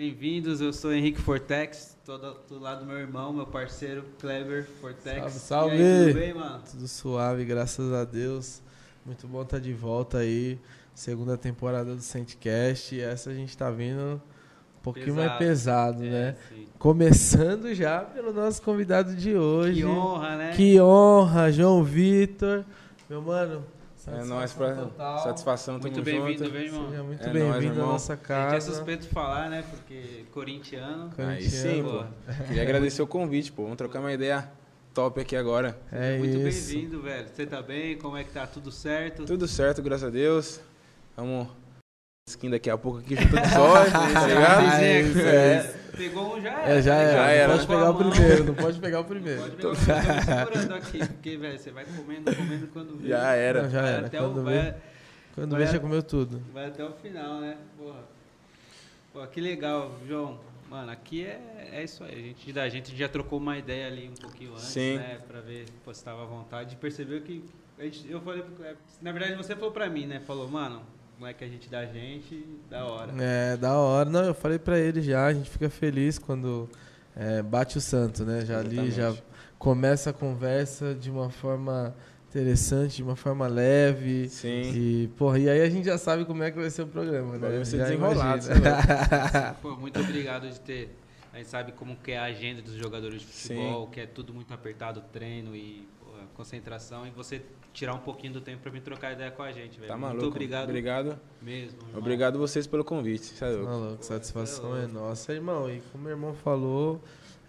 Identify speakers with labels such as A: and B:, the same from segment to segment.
A: Bem-vindos, eu sou Henrique Fortex, tô do, do lado do meu irmão, meu parceiro Kleber Fortex.
B: Salve,
A: E aí,
B: salve!
A: tudo bem, mano?
B: Tudo suave, graças a Deus. Muito bom estar de volta aí. Segunda temporada do Sandcast. E essa a gente tá vindo um pouquinho mais pesado, né?
A: É, sim.
B: Começando já pelo nosso convidado de hoje.
A: Que honra, né?
B: Que honra, João Vitor. Meu mano,
C: É
B: Tá satisfação
C: nóis, pra...
B: total.
C: satisfação, tamo
A: Muito bem-vindo,
C: junto.
A: viu, irmão?
B: Seja muito
C: É nóis,
B: bem-vindo à
C: irmão.
B: nossa
A: A gente é
B: casa.
A: suspeito de falar, né? Porque corintiano.
C: Aí
B: corintiano.
C: sim, pô.
A: Porra.
C: Queria agradecer o convite, pô. Vamos trocar uma ideia top aqui agora.
B: É
A: Muito
B: isso.
A: bem-vindo, velho. Você tá bem? Como é que tá? Tudo certo?
C: Tudo certo, graças a Deus. Vamos skin daqui a pouco aqui junto de sóio, tá ligado?
B: Ah, é isso, é isso.
A: Pegou um já
B: É, já
A: né?
B: era.
C: Já
B: não
C: era.
B: pode
A: Com a
B: pegar o
A: mão.
B: primeiro, não pode pegar o primeiro.
A: Pode pegar o primeiro, eu tô segurando aqui, porque, velho, você vai comendo, comendo quando vê.
C: Já
B: Não,
C: era.
B: já
A: vai
B: era.
A: Até o,
B: Quando
A: vai,
B: vê, quando
A: vai
B: vê,
A: a-
B: já comeu tudo.
A: Vai até o final, né? Porra. Pô, que legal, João. Mano, aqui é, é isso aí. A gente, a gente já trocou uma ideia ali um pouquinho antes,
C: Sim.
A: né? Pra ver pô, se tava à vontade. E percebeu que. a gente- eu falei pro Cleber. Na verdade, você falou pra mim, né? Falou, mano, não é que a gente dá gente, da hora.
B: É, da hora. Não, eu falei pra ele já, a gente fica feliz quando é, bate o santo, né? Já ali,
C: Exatamente.
B: já começa a conversa de uma forma interessante, de uma forma leve.
C: Sim.
B: E, porra, e aí a gente já sabe como é que vai ser o programa,
C: O
B: né?
C: bagulho vai ser
B: Já
C: desenrolado,
B: imagina.
C: né,
A: Pô, muito obrigado de ter. A gente sabe como que é a agenda dos jogadores de futebol, que é tudo muito apertado, treino e pô, concentração. E você tirar um pouquinho do tempo pra vir trocar ideia com a gente, velho.
C: Tá
A: muito
C: maluco.
A: obrigado
C: Obrigado.
A: mesmo. irmão.
C: Obrigado vocês pelo convite. Tá
B: Tá
C: louco?
B: louco, satisfação é nossa, irmão. E como meu irmão falou,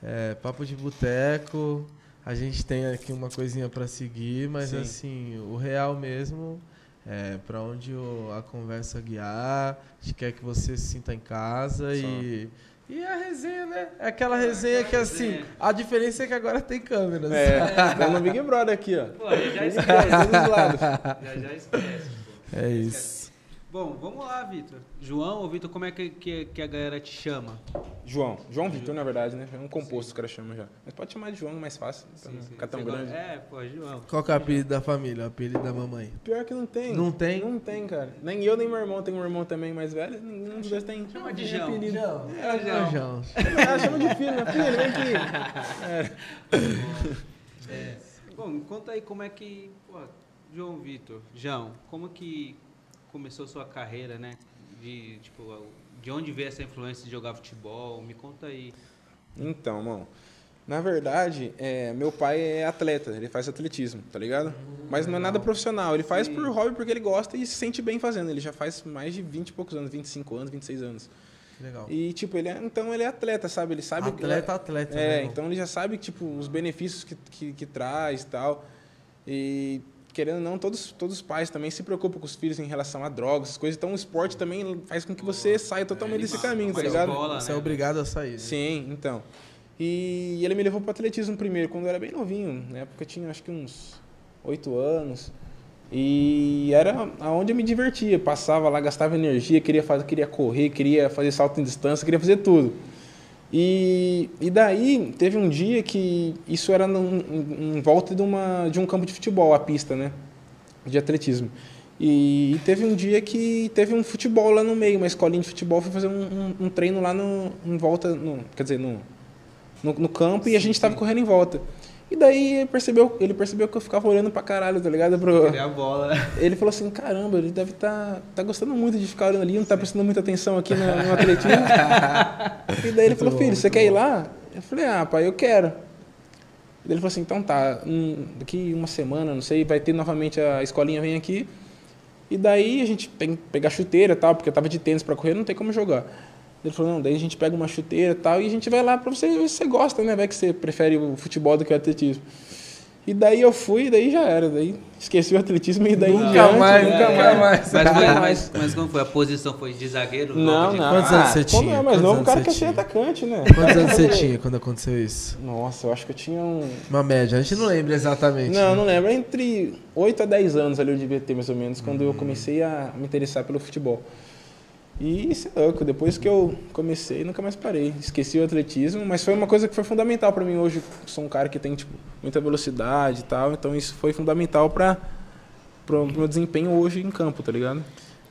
B: é, papo de boteco, a gente tem aqui uma coisinha pra seguir, mas
C: Sim.
B: assim, o real mesmo é para onde o- a conversa guiar. A gente quer que você se sinta em casa e e a resenha, né? É aquela resenha que assim,
A: resenha.
B: a diferença é que agora tem câmeras.
C: É, tá no Big Brother aqui, ó.
A: Pô, já, já
C: Big
A: esquece.
C: Brother, todos os lados.
A: já, já esquece, pô.
B: É isso.
A: Bom, vamos lá, Vitor. João ou Vitor, como é que, que, que a galera te chama?
C: João. João Vitor, na verdade, né? É um composto que os caras chamam já. Mas pode chamar de João, é mais fácil. Pra não ficar tão
A: Você gosta-
C: grande.
A: É, pô, João.
B: Qual que é o apelido da família? O apelido da mamãe?
C: Pior que não tem.
B: Não tem?
C: Não tem, cara. Nem eu, nem meu irmão. Tem um irmão também mais velho. Nenhum dos dois tem.
A: Chama de João.
C: apelido.
B: É o
A: João.
B: João.
C: Ah, chama de filho, né? Filho, vem aqui.
A: É. Bom, conta aí como é que. pô, João Vitor, João, como que começou sua carreira, né? De, tipo, de onde veio essa influência de jogar futebol? Me conta aí.
C: Então, mano. Na verdade, é, meu pai é atleta, ele faz atletismo, tá ligado? Mas não é nada profissional, ele faz por hobby porque ele gosta e se sente bem fazendo. Ele já faz mais de 20 e poucos anos, 25 anos, 26 anos.
B: Legal.
C: E, tipo, ele é, então ele é atleta, sabe? Ele sabe o que-
B: Atleta, atleta. né,
C: É,
B: irmão?
C: então ele já sabe, tipo, os benefícios que, que, que traz e tal. E, querendo ou não, todos, todos os pais também se preocupam com os filhos em relação a drogas, essas coisas. Então o esporte também faz com que você saia totalmente desse caminho, tá
A: Mas
C: ligado?
A: bola,
B: Você é
A: né?
B: obrigado a sair. né?
C: Sim, então. E ele me levou pro atletismo primeiro, quando eu era bem novinho. Na época eu tinha acho que uns oito anos. E era aonde eu me divertia. Passava lá, gastava energia, queria, fazer, queria correr, queria fazer salto em distância, queria fazer tudo. E, e daí teve um dia que isso era num- em em volta de, uma, de um campo de futebol, a pista, né? De atletismo. E, e teve um dia que teve um futebol lá no meio, uma escolinha de futebol, foi fazer um, um- um treino lá no, em volta, no, quer dizer, no, no, no campo e a gente tava correndo em volta. E daí ele percebeu, ele percebeu que eu ficava olhando pra caralho, tá ligado? Pro-
A: Pegar é a bola.
C: ele falou assim, caramba, ele deve estar tá, tá gostando muito de ficar olhando ali, não tá prestando muita atenção aqui no, no atletismo. e daí ele falou,
B: bom,
C: filho,
B: muito
C: você quer ir
B: bom.
C: lá? Eu falei, ah, pai, eu quero. E daí ele falou assim, então tá, hum, daqui uma semana, não sei, vai ter novamente a escolinha vem aqui. E daí a gente tem que pegar chuteira e tal, porque eu tava de tênis pra correr, não tem como jogar. Ele falou, não, daí a gente pega uma chuteira e tal, e a gente vai lá pra você ver se você gosta, né? Vai que você prefere o futebol do que o atletismo. E daí eu fui, e daí já era, daí esqueci o atletismo e daí em
B: Nunca
C: diante,
B: mais,
C: né?
B: nunca
C: É.
B: mais.
A: Mas, foi, né?
C: Nunca
A: mas, mas como foi? A posição foi de zagueiro?
C: Não,
A: de-
C: não.
B: Quantos anos você
C: Quando eu
B: tinha?
C: era mais
B: Quantos
C: é novo, o
B: anos
C: cara
B: você
C: quer ser
B: tinha?
C: atacante, né?
B: Quantos anos você tinha quando aconteceu isso?
C: Nossa, eu acho que eu tinha um.
B: Uma média, a gente né? não lembra exatamente.
C: Não, não lembro. Entre 8 a 10 anos ali eu devia ter, mais ou menos, quando eu comecei a me interessar pelo futebol. E isso é louco, depois que eu comecei, nunca mais parei. Esqueci o atletismo, mas foi uma coisa que foi fundamental pra mim hoje. Eu sou um cara que tem tipo, muita velocidade e tal, então isso foi fundamental para pro meu desempenho hoje em campo, tá ligado?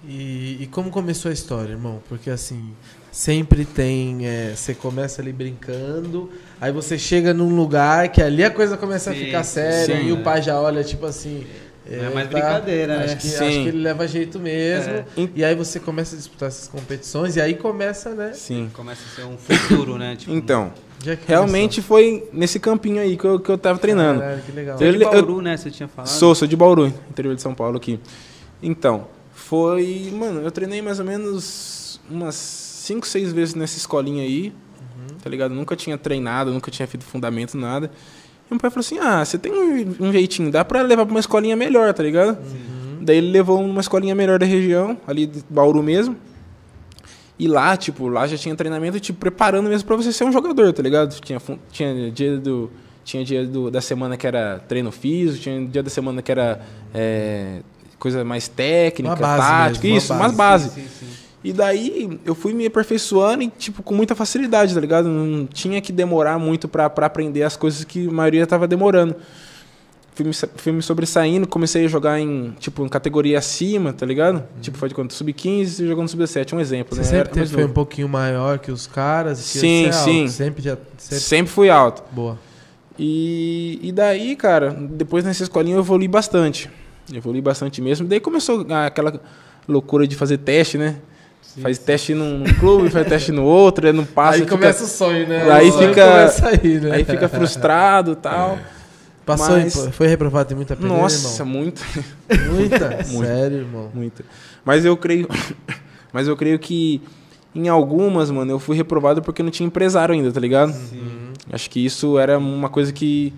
B: E, e como começou a história, irmão? Porque assim, sempre tem. é, você começa ali brincando, aí você chega num lugar que ali a coisa começa a
A: Sim,
B: ficar
A: sim,
B: séria
C: sim,
B: e o
A: né?
B: pai já olha, tipo assim.
A: Não é mais
B: "Eita,
A: brincadeira, né?"
B: acho Que,
C: Sim.
B: Acho que ele leva jeito mesmo.
A: É.
B: E aí você começa a disputar essas competições e aí começa, né?
C: Sim.
A: Começa a ser um futuro, né? Tipo,
C: Então,
B: Já que
C: realmente foi nesse campinho aí que eu, que eu tava
B: começou.
C: treinando.
B: Caralho, que legal.
A: Você é de
C: ele- eu-
A: Bauru, né? Você tinha falado.
C: Sou, sou de Bauru, interior de São Paulo aqui. Então, foi. Mano, eu treinei mais ou menos umas 5, 6 vezes nessa escolinha aí. Tá ligado? Nunca tinha treinado, nunca tinha feito fundamento, nada. E meu pai falou assim: ah, você tem um, um jeitinho, dá pra levar pra uma escolinha melhor, tá ligado? Daí ele levou uma escolinha melhor da região, ali de Bauru mesmo. E lá, tipo, lá já tinha treinamento te preparando mesmo pra você ser um jogador, tá ligado? Tinha, fun- tinha dia do. Tinha dia do, da semana que era treino físico, tinha dia da semana que era é, coisa mais técnica,
B: Uma base
C: tática,
B: mesmo, uma
C: isso, mais
B: base,
C: base.
A: Sim, sim, sim.
C: E daí eu fui me aperfeiçoando e, tipo, com muita facilidade, tá ligado? Não tinha que demorar muito pra pra aprender as coisas que a maioria tava demorando. Fui me, sa- fui me sobressaindo, comecei a jogar em, tipo, em categoria acima, tá ligado? Tipo, foi de quando? Sub-15 e jogando sub-17, um exemplo,
B: Uhum. Você sempre
C: né? Era
B: teve,
C: mais
B: foi um
C: novo.
B: pouquinho maior que os caras. que
C: Sim,
B: você é
C: sim.
B: alto, Sempre já. Sempre...
C: Sempre fui alto.
B: Boa.
C: E, e daí, cara, depois nessa escolinha eu evolui bastante. Evolui bastante mesmo. Daí começou a- aquela loucura de fazer teste, né? faz teste num, num clube, faz teste no outro, aí não passa.
B: aí
C: fica-
B: começa o sonho, né?
C: Aí
B: o sonho
C: fica-
B: começa aí, né?
C: Aí fica frustrado e
B: É.
C: tal.
B: Passou
C: mas-
B: em- foi reprovado em muita peneira,
C: Nossa,
B: irmão.
C: muito,
B: Muita?
C: Muito.
B: Sério, irmão.
C: muito. Mas eu creio. Mas eu creio que em algumas, mano, eu fui reprovado porque não tinha empresário ainda, tá ligado?
A: Sim.
C: Acho que isso era uma coisa que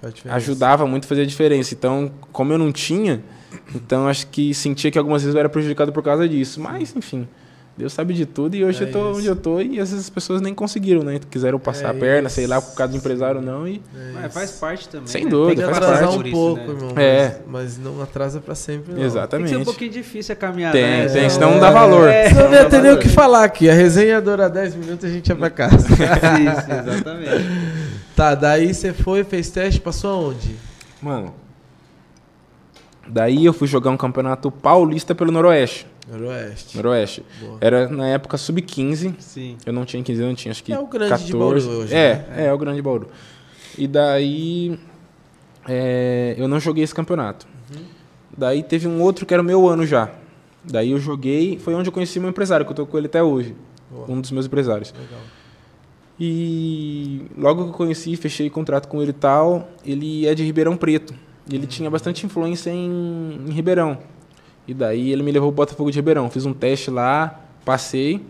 B: Faz diferença.
C: ajudava muito a fazer a diferença. Então, como eu não tinha, então acho que sentia que algumas vezes eu era prejudicado por causa disso. Mas, enfim, Deus sabe de tudo e hoje
B: É
C: eu tô
B: isso.
C: onde eu tô e essas pessoas nem conseguiram, né? Quiseram passar a
B: É
C: perna, sei lá,
B: isso.
C: por causa do empresário ou não. E...
A: Mas faz parte também.
C: Sem
A: né?
C: dúvida,
B: É Tem
A: Tem
B: que
C: faz
A: passar
B: atrasar
C: parte.
A: por
B: um
A: isso,
B: pouco,
A: né?
B: irmão.
C: É.
B: Mas, mas não atrasa pra sempre,
A: Tem
B: não.
A: que
C: Exatamente.
A: ser um pouquinho difícil a caminhada.
C: Tem,
A: né?
C: tem, senão não dá valor.
A: É,
B: Você não
A: senão
B: ia
A: não
B: ter
A: dá
B: nem o
A: valor.
B: que falar aqui. A resenha dura 10 minutos e a gente ia pra casa.
A: Isso, exatamente.
B: tá, daí você foi, fez teste, passou aonde?
C: Mano. Daí eu fui jogar um campeonato paulista pelo Noroeste.
B: Noroeste.
C: Noroeste.
B: Boa.
C: Era na época sub-15.
A: Sim.
C: Eu não tinha 15 anos, tinha acho que.
B: É o grande de Bauru hoje,
C: É,
B: né?
C: é, é o grande de Bauru. E daí. é, eu não joguei esse campeonato.
B: Uhum.
C: Daí teve um outro que era o meu ano já. Daí eu joguei, foi onde eu conheci meu empresário, que eu tô com ele até hoje.
B: Boa.
C: Um dos meus empresários.
B: Legal.
C: E logo que eu conheci, fechei contrato com ele e tal, ele é de Ribeirão Preto. E
B: Uhum.
C: ele tinha bastante influência em, em Ribeirão. E daí ele me levou pro Botafogo de Ribeirão. Fiz um teste lá, passei.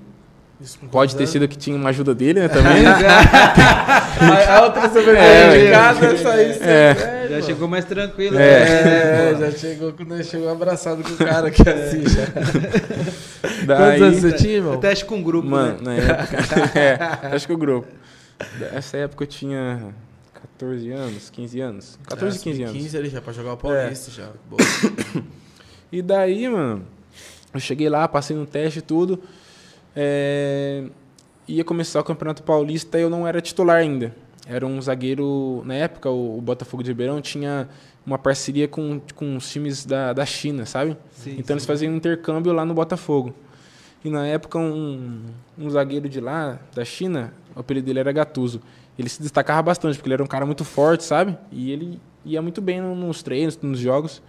B: Isso com
C: Pode ter
B: quantos
C: sido que tinha uma ajuda dele, né, também.
B: anos? A, a outra sobrevivente
C: É,
B: de casa, essa aí você
C: É.
B: é,
A: Já
B: irmão.
A: chegou mais tranquilo.
B: É,
A: né?
B: já chegou, quando chegou abraçado com o cara que assim já.
C: daí,
B: Quantos anos você tinha, irmão?
A: Teste com grupo, né?
C: Mano, na época... é, acho que o grupo. Nessa época eu tinha 14 anos, 15 anos. 14,
A: É,
C: 15 anos.
B: 15 ali já, pra jogar o Paulista já. Boa.
C: E daí, mano, eu cheguei lá, passei no teste e tudo. é, Ia começar o Campeonato Paulista e eu não era titular ainda. Era um zagueiro. Na época, o o Botafogo de Ribeirão tinha uma parceria com, com os times da, da China, sabe?
A: Sim,
C: então eles faziam um intercâmbio lá no Botafogo. E na época, um, um zagueiro de lá, da China, o apelido dele era Gatuso. Ele se destacava bastante, porque ele era um cara muito forte, sabe? E ele ia muito bem no- nos treinos, nos jogos.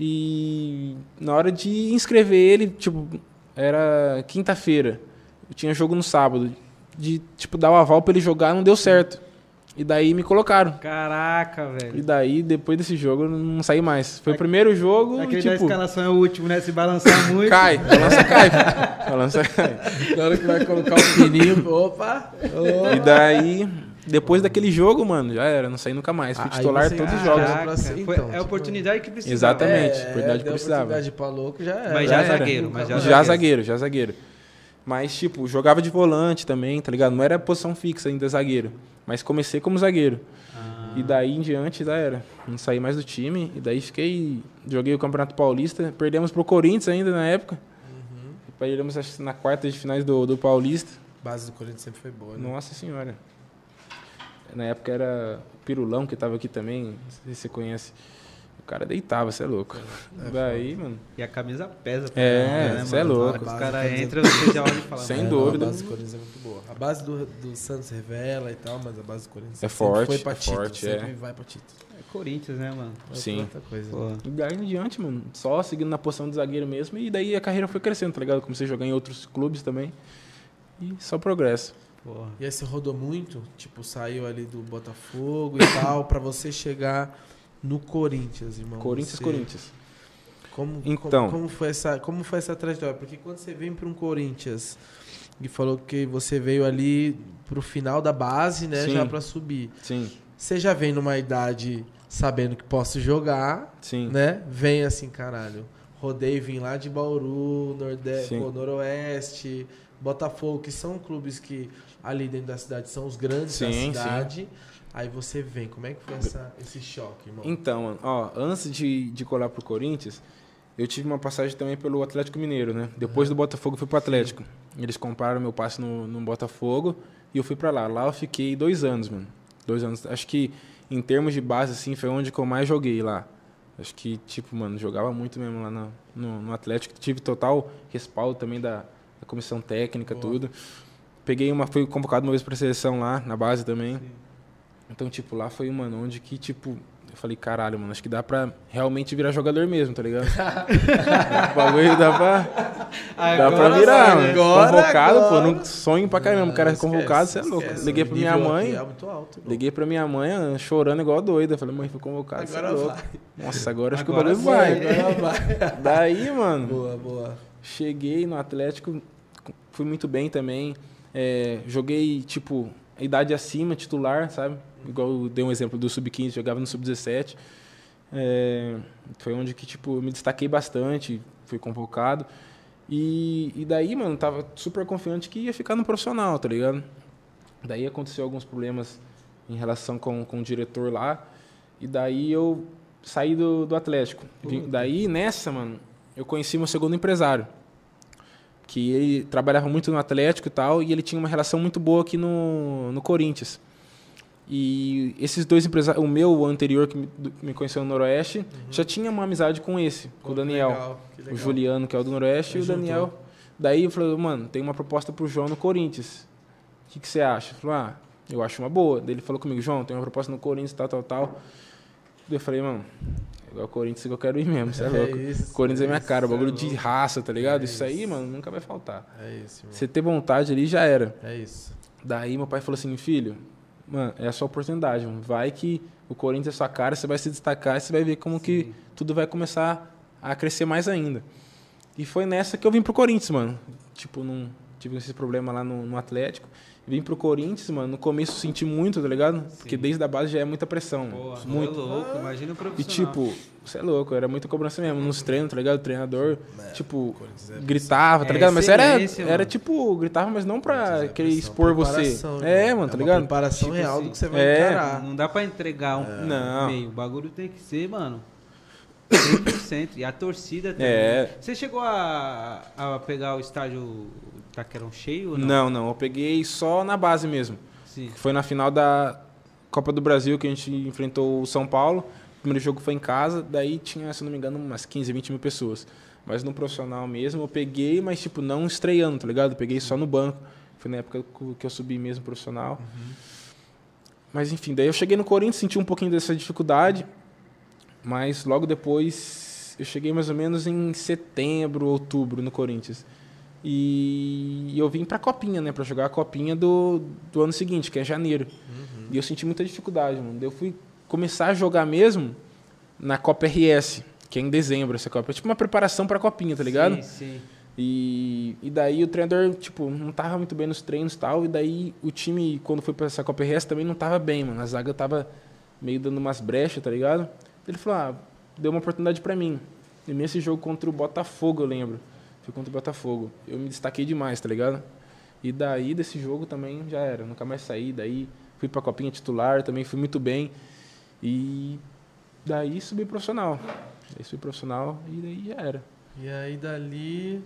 C: E na hora de inscrever ele, tipo, era quinta-feira. Eu tinha jogo no sábado. De, tipo, dar o aval pra ele jogar, não deu certo. E daí me colocaram.
A: Caraca,
C: E
A: velho.
C: daí, depois desse jogo, eu não saí mais. Foi o
A: Aque-
C: primeiro jogo e,
A: Aquele da
C: tipo,
A: escalação é o último, né? Se balançar muito.
C: cai. Balança cai. balança cai.
B: Na hora que vai colocar o menino, opa!
C: E daí, depois daquele jogo, mano, já era. Não saí nunca mais. Fui
B: Ah, aí
C: titular
B: você-
C: todos os
B: ah,
C: jogos.
B: já. pra
A: Caraca,
B: ser,
A: foi-
B: então,
A: é a
B: tipo-
A: oportunidade que precisava.
C: Exatamente. oportunidade
B: É, deu
C: que precisava.
B: oportunidade pra louco já era.
A: Mas
C: já
B: era.
A: zagueiro, mas já
C: Já, zagueiro, já zagueiro. Mas, tipo, jogava de volante também, tá ligado? Não era posição fixa ainda zagueiro. Mas comecei como zagueiro.
A: Ah,
C: E daí em diante já era. Não saí mais do time. E daí fiquei. Joguei o Campeonato Paulista. Perdemos pro Corinthians ainda na época. Uhum. Perdemos acho, que na quarta de finais do, do Paulista.
B: Base do Corinthians sempre foi boa, né?
C: Nossa senhora. Na época era o Pirulão que tava aqui também. Não sei se você conhece. O cara deitava, você é louco. Daí, mano.
A: E a camisa pesa pra
C: É,
A: caramba, né,
C: cê é
A: mano?
C: louco.
A: Os
B: Base,
A: caras
B: camisa-
A: entram, você já olha e fala.
C: Sem
A: "Mano,
B: não,
C: dúvida.
B: A base do Corinthians é muito boa. A base do, do Santos revela e tal, mas a base do Corinthians
C: É
B: sempre
C: forte,
B: foi pra
C: é
B: título,
C: forte,
B: sempre
C: é.
B: vai pra título.
A: É Corinthians, né, mano?
B: Vai
C: Sim.
B: pra Outra coisa. né?
A: Pô,
C: E daí em diante, mano. Só seguindo na posição de zagueiro mesmo. E daí a carreira foi crescendo, tá ligado? Eu Comecei a jogar em outros clubes também. E só progresso.
A: porra.
B: E aí você rodou muito, tipo, saiu ali do Botafogo e tal, pra você chegar no Corinthians, irmão.
C: Corinthians,
B: Você-
C: Corinthians.
B: Como,
C: Então.
B: como, como foi essa, como foi essa trajetória? Porque quando você vem para um Corinthians e falou que você veio ali pro final da base, né,
C: Sim.
B: já pra subir.
C: Sim,
B: Você já vem numa idade sabendo que posso jogar,
C: sim.
B: né? Vem assim, caralho. Rodei, vim lá de Bauru, Nordeste,
C: Sim.
B: pô, Noroeste, Botafogo, que são clubes que ali dentro da cidade são os grandes
C: Sim,
B: da cidade. Aí você vem. Como é que foi essa- esse choque, irmão?
C: Então, mano, ó, antes de, de colar pro Corinthians, eu tive uma passagem também pelo Atlético Mineiro, né? Depois do Botafogo eu fui pro Atlético. Eles compraram meu passe no, no Botafogo e eu fui pra lá. Lá eu fiquei dois anos, mano. Dois anos. Acho que em termos de base, assim, foi onde que eu mais joguei lá. Acho que, tipo, mano, jogava muito mesmo lá na- no, no Atlético. Tive total respaldo também da, da comissão técnica,
B: Boa.
C: tudo. Peguei uma, fui convocado uma vez pra seleção lá, na base também. Então, tipo, lá foi, mano, onde que, tipo, eu falei, caralho, mano, acho que dá pra realmente virar jogador mesmo, tá ligado? o bagulho dá pra, dá pra
A: Agora
C: virar,
A: sai,
C: mano.
A: né?
B: Agora,
C: convocado,
B: agora.
C: pô, não sonho pra caramba. O cara é convocado, você é louco. Liguei pra minha mãe,
B: é muito alto. irmão.
C: liguei pra minha mãe, ela chorando igual doida. Falei, mãe, fui convocado, você é
B: Agora
C: louco. Nossa, agora acho que o
A: Agora
C: bagulho vai.
B: Agora vai.
C: Daí, mano,
B: boa, boa.
C: Cheguei no Atlético, fui muito bem também. É, joguei, tipo, a idade acima, titular, sabe? Igual eu dei um exemplo do Sub-15, jogava no Sub-17. É, foi onde que, tipo, eu me destaquei bastante, fui convocado. E, e daí, mano, tava super confiante que ia ficar no profissional, tá ligado? Daí aconteceu alguns problemas em relação com, com o diretor lá. E daí eu saí do, do Atlético. Vim- Daí, nessa, mano, eu conheci meu segundo empresário. Que ele trabalhava muito no Atlético e tal, e ele tinha uma relação muito boa aqui no, no Corinthians. E esses dois empresários, o meu anterior que me, do- me conheceu no Noroeste, já tinha uma amizade com esse,
B: Uhum. Pô,
C: com o
B: que
C: Daniel.
B: legal, que legal.
C: O Juliano, que é o do Noroeste,
B: Aí
C: e o
B: juntou.
C: Daniel. Daí eu falei, mano, tem uma proposta pro João no Corinthians. O que, que você acha? Ele falou, ah, eu acho uma boa. Daí ele falou comigo, João, tem uma proposta no Corinthians, tal, tal, tal. Daí eu falei, mano, é o Corinthians que eu quero ir mesmo, você é,
B: É
C: louco.
B: isso,
C: Corinthians é
B: é
C: minha
B: isso,
C: cara,
B: é
C: bagulho
B: louco.
C: de raça, tá ligado?
B: É
C: isso aí,
B: isso.
C: mano, nunca vai faltar.
B: É isso, irmão.
C: Você ter vontade ali, já era.
B: É isso.
C: Daí meu pai falou assim, filho, mano, é a sua oportunidade, mano. vai que o Corinthians é sua cara, você vai se destacar e você vai ver como que tudo vai começar a crescer mais ainda. E foi nessa que eu vim pro Corinthians, mano. Tipo, não tive esse problema lá no, no Atlético. Vim pro Corinthians, mano, no começo senti muito, tá ligado? Porque desde a base já é muita pressão, mano.
A: Porra,
C: muito.
A: muito louco, imagina o profissional.
C: E tipo, você é louco, era muita cobrança mesmo, nos treinos, tá ligado? O treinador, tipo,
B: Corinthians é
C: gritava, tá
A: É
C: ligado? Mas era,
A: excelência,
C: era
A: mano.
C: tipo, gritava, mas não pra
B: Corinthians é
C: querer
B: pressão.
C: expor você.
B: Preparação,
C: É,
B: irmão.
C: mano, tá
B: uma
C: ligado?
B: preparação
A: Tipo
B: real
A: assim,
B: do que você vai
C: é.
B: encarar.
A: Não dá pra entregar um
C: Não.
A: meio. O bagulho tem que ser, mano. 100%. E a torcida também.
C: É.
A: né? Você chegou a, a pegar o estádio Taquerão cheio ou não?
C: Não, não, eu peguei só na base mesmo.
A: Sim.
C: que Foi na final da Copa do Brasil que a gente enfrentou o São Paulo. O primeiro jogo foi em casa, daí tinha, se eu não me engano, umas 15, 20 mil pessoas. Mas no profissional mesmo eu peguei, mas tipo, não estreando, tá ligado? Eu peguei só no banco. Foi na época co- que eu subi mesmo profissional. Mas enfim, daí eu cheguei no Corinthians, senti um pouquinho dessa dificuldade. Mas logo depois, eu cheguei mais ou menos em setembro, outubro no Corinthians. E eu vim pra Copinha, né? Pra jogar a Copinha do, do ano seguinte, que é janeiro. E eu senti muita dificuldade, mano. Daí Eu fui começar a jogar mesmo na Copa RS, que é em dezembro essa Copa. É tipo uma preparação pra Copinha, tá ligado?
A: Sim, sim.
C: E, e daí o treinador, tipo, não tava muito bem nos treinos e tal. E daí o time, quando foi pra essa Copa RS, também não tava bem, mano. A zaga tava meio dando umas brechas, tá ligado? Ele falou, ah, deu uma oportunidade pra mim. E nesse jogo contra o Botafogo, eu lembro. Foi contra o Botafogo. Eu me destaquei demais, tá ligado? E daí, desse jogo também, já era. Nunca mais saí. Daí fui pra Copinha titular, também fui muito bem. E daí subi profissional. Daí subi profissional e daí já era.
B: E aí dali.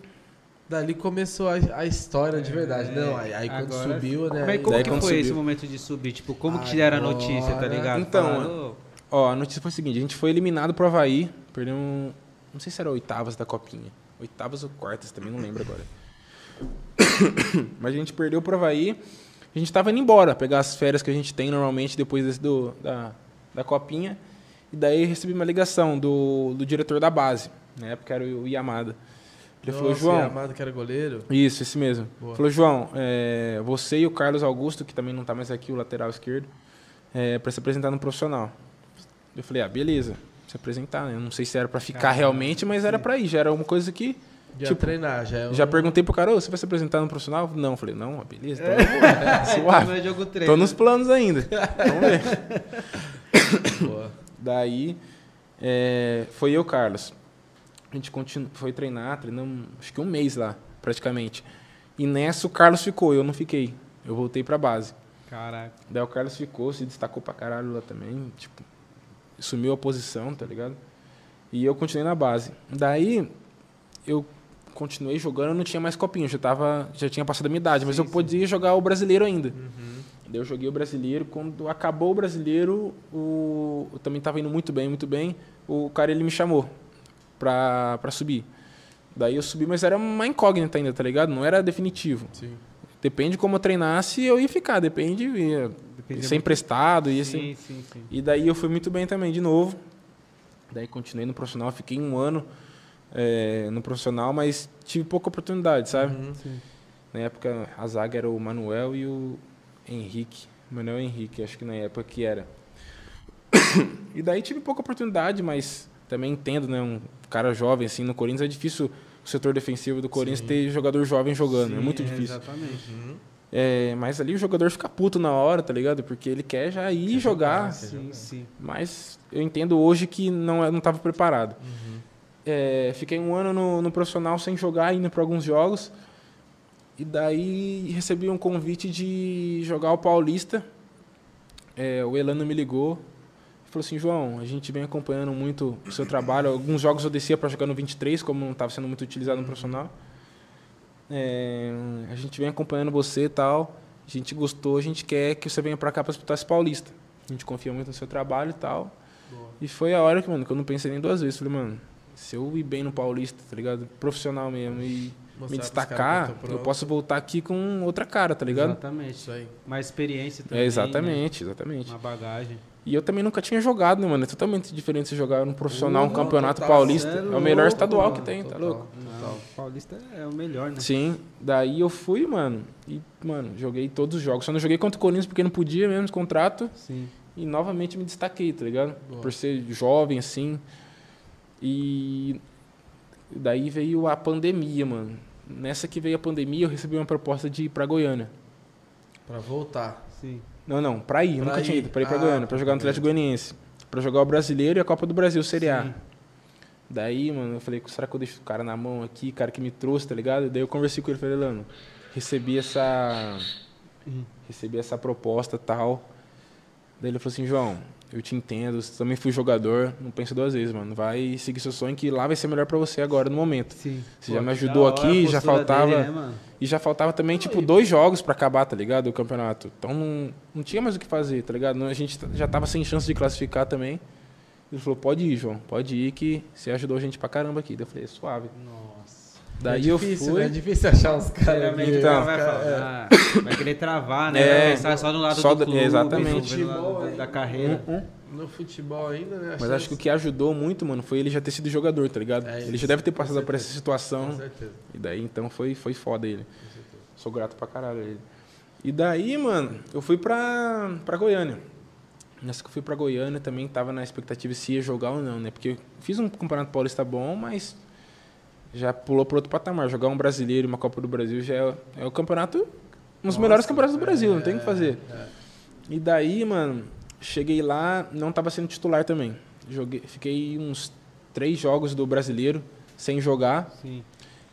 B: Dali começou a, a história de
C: É,
B: verdade. Não, aí, aí quando
A: Agora-
B: subiu, né?
A: Mas
B: aí-
A: como
C: Daí
A: que
C: quando
A: foi esse
C: subiu.
A: momento de subir? Tipo, como que te deram a notícia, tá
B: Agora-
A: ligado?
C: Então,
A: Falaram, "Ô,
C: Ó, a notícia foi a seguinte: a gente foi eliminado pro Havaí, perdeu. um- Não sei se era oitavas da Copinha. Oitavas ou quartas, também não lembro agora. Mas a gente perdeu pro Havaí. A gente tava indo embora, pegar as férias que a gente tem normalmente depois desse do, da, da Copinha. E daí eu recebi uma ligação do, do diretor da base, na época era o Yamada. Ele falou:
B: Nossa,
C: João.
B: Amado, que era goleiro.
C: Isso, esse mesmo.
B: Boa.
C: Falou, João, é, você e o Carlos Augusto, que também não tá mais aqui, o lateral esquerdo, é, para se apresentar no profissional. Eu falei, ah, beleza, se apresentar, né? Eu não sei se era para ficar realmente, mas era para ir, já era uma coisa que.
B: Já
C: Tipo,
B: treinar, já é um...
C: Já perguntei pro cara, ô, você vai se apresentar no profissional? Não, eu falei, não, ah, beleza, então eu vou, né?
A: Então
C: suave.
A: é jogo treino.
C: Tô nos planos ainda. Vamos ver.
B: Boa.
C: Daí é, foi eu, Carlos. A gente continu, foi treinar, treinamos acho que um mês lá, praticamente. E nessa o Carlos ficou, eu não fiquei. Eu voltei pra base.
A: Caraca.
C: Daí o Carlos ficou, se destacou pra caralho lá também, tipo, sumiu a posição, tá ligado? E eu continuei na base. Daí eu continuei jogando, eu não tinha mais copinha, eu já tava, já tinha passado a minha idade, mas eu podia jogar o brasileiro ainda. Daí eu joguei o brasileiro, quando acabou o brasileiro, o eu também tava indo muito bem, muito bem. O cara ele me chamou pra, pra subir. Daí eu subi, mas era uma incógnita ainda, tá ligado? Não era definitivo.
B: Sim.
C: Depende de como eu treinasse, eu ia ficar. Depende, ia
A: Depende
C: ser emprestado. Ia ser...
A: Sim, sim, sim.
C: E daí eu fui muito bem também, de novo. Daí continuei no profissional, fiquei um ano eh, no profissional, mas tive pouca oportunidade,
B: Tá.
C: sabe?
B: Uhum.
C: Na época, a zaga era o Manuel e o Henrique. Manuel Henrique, acho que na época que era. E daí tive pouca oportunidade, mas também entendo, né? Um cara jovem, assim, no Corinthians é difícil o setor defensivo do Corinthians ter jogador jovem jogando. é
A: Sim,
C: muito difícil.
A: Exatamente.
C: É, mas ali o jogador fica puto na hora, tá ligado? Porque ele quer já ir jogar.
B: Quer
A: Ah, Sim, sim.
C: Tá Mas eu entendo hoje que não é- não estava preparado.
B: Uhum.
C: É, fiquei um ano no, no profissional sem jogar, indo para alguns jogos. E daí recebi um convite de jogar o Paulista. É, o Elano me ligou. Falou assim, João, a gente vem acompanhando muito o seu trabalho. Alguns jogos eu descia para jogar no 23, como não estava sendo muito utilizado no profissional. É, a gente vem acompanhando você e tal. A gente gostou, a gente quer que você venha para cá para disputar esse Paulista. A gente confia muito no seu trabalho e tal.
A: Boa.
B: Uhum.
C: E foi a hora que, mano, que eu não pensei nem duas vezes. Falei, mano, se eu ir bem no Paulista, tá ligado? Profissional mesmo e
B: Mostrar
C: me
B: pros caras
C: destacar,
B: que eu tô
C: eu
B: pronto.
C: posso voltar aqui com outra cara, tá ligado?
A: Exatamente.
B: Isso aí.
A: Mais experiência também.
C: É,
B: né?
C: exatamente, exatamente.
A: né? Uma bagagem.
C: E eu também nunca tinha jogado, né, mano? É totalmente diferente você jogar no profissional, um
B: Não,
C: campeonato
B: total,
C: paulista.
A: cê é
C: É o melhor
A: louco,
C: estadual
A: mano,
C: que tem, tá
B: Total,
C: louco?
B: Total.
A: Ah, Paulista é o melhor, né?
C: Sim, daí eu fui, mano, e, mano, joguei todos os jogos. Só não joguei contra o Corinthians porque não podia mesmo, contrato.
A: Sim.
C: E novamente me destaquei, tá ligado?
B: Boa.
C: Por ser jovem, assim. E daí veio a pandemia, mano. Nessa que veio a pandemia, eu recebi uma proposta de ir pra Goiânia.
B: Pra voltar.
A: Sim.
C: Não, não, pra ir. eu
B: Pra
C: nunca tinha
B: ir.
C: ido. Pra ir pra
B: Ah,
C: Goiânia, pra jogar no Atlético Goianiense. Pra jogar o Brasileiro e a Copa do Brasil, Série A. Daí, mano, eu falei, será que eu deixo o cara na mão aqui, o cara que me trouxe, tá ligado? Daí eu conversei com ele, falei, Lano, recebi essa.
B: Hum.
C: Recebi essa proposta tal. Daí ele falou assim, João, eu te entendo, você também fui jogador, não pensa duas vezes, mano. Vai seguir seu sonho que lá vai ser melhor pra você agora, no momento.
A: Sim.
C: Você já me
A: que da
C: ajudou
A: hora a
C: aqui, já
A: postura
C: faltava-
A: dele, né, mano?
C: E já faltava
B: Ah,
C: também, tipo, dois jogos pra acabar, tá ligado? O campeonato. Então não, não tinha mais o que fazer, tá ligado? Não, A gente t- já tava sem chance de classificar também. Ele falou, pode ir, João, pode ir que você ajudou a gente pra caramba aqui. Daí eu falei, "É suave.
A: Nossa.
C: Daí
B: é
C: eu
B: difícil,
C: fui.
B: Né? É difícil achar uns caras. é.
A: Geralmente
B: que-
A: o cara é.
C: então,
A: vai falar. Vai querer travar, né?
C: É,
A: vai pensar só no lado
C: só
A: do
C: do-
A: clube,
C: exatamente.
A: só no lado da, da carreira.
C: Hum, hum.
B: No futebol ainda, né?
C: Mas acho que o que ajudou muito, mano, foi ele já ter sido jogador, tá ligado?
B: É
C: ele
B: isso,
C: já deve ter
B: com
C: passado por essa
B: Com
C: situação.
B: certeza.
C: E daí, então, foi, foi foda ele. Sou grato pra caralho a ele. E daí, mano, eu fui pra, pra Goiânia. Nessa que eu fui pra Goiânia também tava na expectativa se ia jogar ou não, né? Porque eu fiz um campeonato paulista bom, mas já pulou pro outro patamar. Jogar um brasileiro e uma Copa do Brasil já é, é o campeonato. Um dos
B: Nossa,
C: melhores campeonatos do Brasil, não
B: é,
C: tem o que fazer.
B: é.
C: E daí, mano, cheguei lá, não tava sendo titular também. Joguei, fiquei uns três jogos do brasileiro sem jogar.
A: Sim.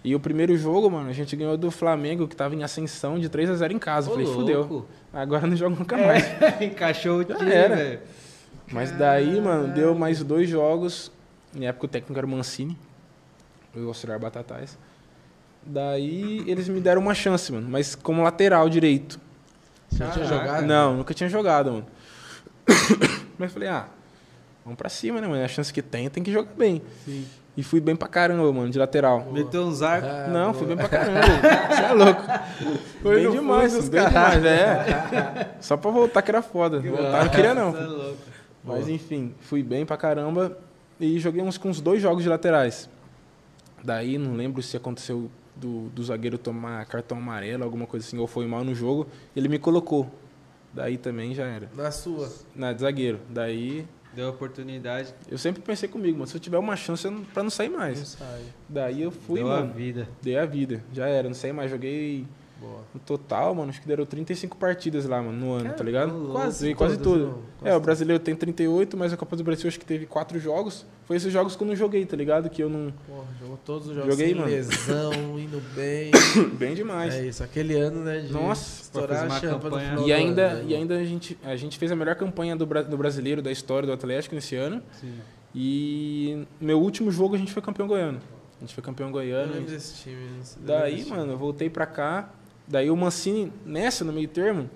C: E o primeiro jogo, mano, a gente ganhou do Flamengo, que tava em ascensão de 3 a 0 em casa.
A: Ô,
C: Falei, fudeu.
A: louco. É.
C: Agora não jogo nunca mais.
A: Encaixou o time, né?
C: era.
A: velho.
C: Mas daí, mano, deu mais dois jogos. Na época o técnico era o Mancini, o auxiliar Batatais. Daí eles me deram uma chance, mano, mas como lateral direito.
B: Você já tinha
A: Caraca.
B: jogado?
C: Não, nunca tinha jogado, mano. Mas falei, ah, Vamos pra cima, né, mano? A chance que tem, tem que jogar bem.
D: Sim.
C: E fui bem pra caramba, mano, de lateral.
A: Meteu uns arcos.
D: Ah,
C: não,
D: boa.
C: fui bem pra caramba. Você é louco.
D: Foi
C: bem
D: no
C: demais,
D: fundo,
C: bem
D: caralho.
C: demais,
A: né?
C: é. Só pra voltar que era foda. Voltar não queria não.
A: Cê é louco.
C: Mas enfim, fui bem pra caramba e joguei uns com uns dois jogos de laterais. Daí não lembro se aconteceu do, do zagueiro tomar cartão amarelo, alguma coisa assim, ou foi mal no jogo, ele me colocou. Daí também já era.
B: Na sua.
C: Na de zagueiro. Daí
A: Deu oportunidade,
C: eu sempre pensei comigo, mano, se eu tiver uma chance eu não, pra não sair
B: Não
C: mais.
B: sai.
C: Daí eu fui,
A: deu a
C: mano.
A: vida.
C: Dei a vida, já era, não saí mais. Joguei
B: Boa.
C: no total, mano, acho que deram 35 partidas lá, mano, no ano, tá ligado?
B: Quase
C: Quase, quase
B: todas,
C: tudo.
B: irmão. Quase
C: é, o
B: todas.
C: brasileiro tem 38, mas a Copa do Brasil acho que teve quatro jogos. Foi esses jogos que eu não joguei, tá ligado? Que eu não.
B: Porra, jogou todos os jogos
C: Joguei,
B: sem
C: mano.
B: lesão, indo bem.
C: Bem demais.
B: É isso, aquele ano, né? De
C: Nossa,
A: fez
B: estourar
A: uma
B: a champa no
A: campanha.
B: final
C: e
B: do
C: ainda,
B: ano, né?
C: e ainda a, gente, a gente fez a melhor campanha do, Bra- do brasileiro da história do Atlético nesse ano.
A: Sim.
C: Tá E no meu último jogo a gente foi campeão goiano. A gente foi campeão
B: Eu
C: goiano.
B: lembro desse time. não sei- eu lembro
C: Daí,
B: desse
C: mano, eu voltei pra cá. Daí o Mancini, nessa, no meio termo,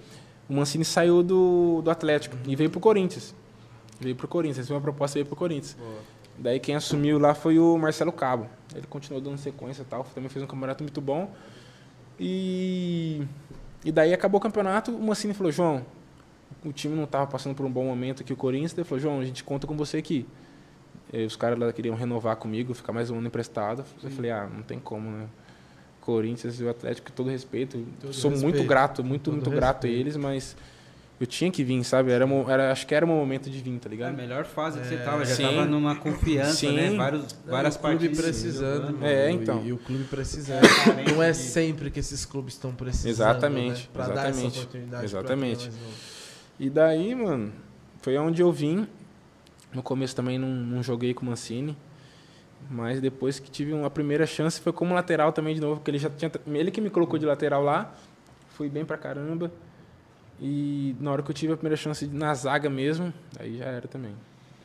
C: o Mancini saiu do, do Atlético e veio pro Corinthians. Veio pro Corinthians, recebeu uma proposta e veio pro Corinthians.
A: Boa.
C: Daí quem assumiu lá foi o Marcelo Cabo. Ele continuou dando sequência e tal, também fez um campeonato muito bom. E, e daí acabou o campeonato, o Mancini falou, João, o time não tava passando por um bom momento aqui, o Corinthians, ele falou, João, a gente conta com você aqui. E os caras lá queriam renovar comigo, ficar mais um ano emprestado. Eu falei, ah, não tem como, né? Corinthians e o Atlético, todo respeito.
B: Todo
C: Sou muito
B: respeito.
C: grato, muito,
B: Todo
C: muito grato a
B: respeito.
C: eles, mas eu tinha que vir, sabe? Era, mo- era, acho que era o meu momento de vir, tá ligado?
A: A melhor fase que
B: É,
A: você tava, já
C: sim.
A: tava numa confiança,
C: Sim.
A: né? Vários,
B: time.
A: várias
B: o clube
A: partidas né,
B: precisando,
A: jogando.
B: mano,
C: É, então.
B: E, e o clube precisando. Não é sempre que esses clubes estão precisando.
C: Exatamente,
B: Né? Pra dar essa
C: exatamente,
B: oportunidade.
C: exatamente.
B: Pra quem é mais novo.
C: E daí, mano, foi onde eu vim. No começo também não, não joguei com o Mancini. Mas depois que tive uma primeira chance, foi como lateral também de novo, porque ele já tinha. Ele que me colocou de lateral lá. Fui bem pra caramba. E na hora que eu tive a primeira chance na zaga mesmo, aí já era também.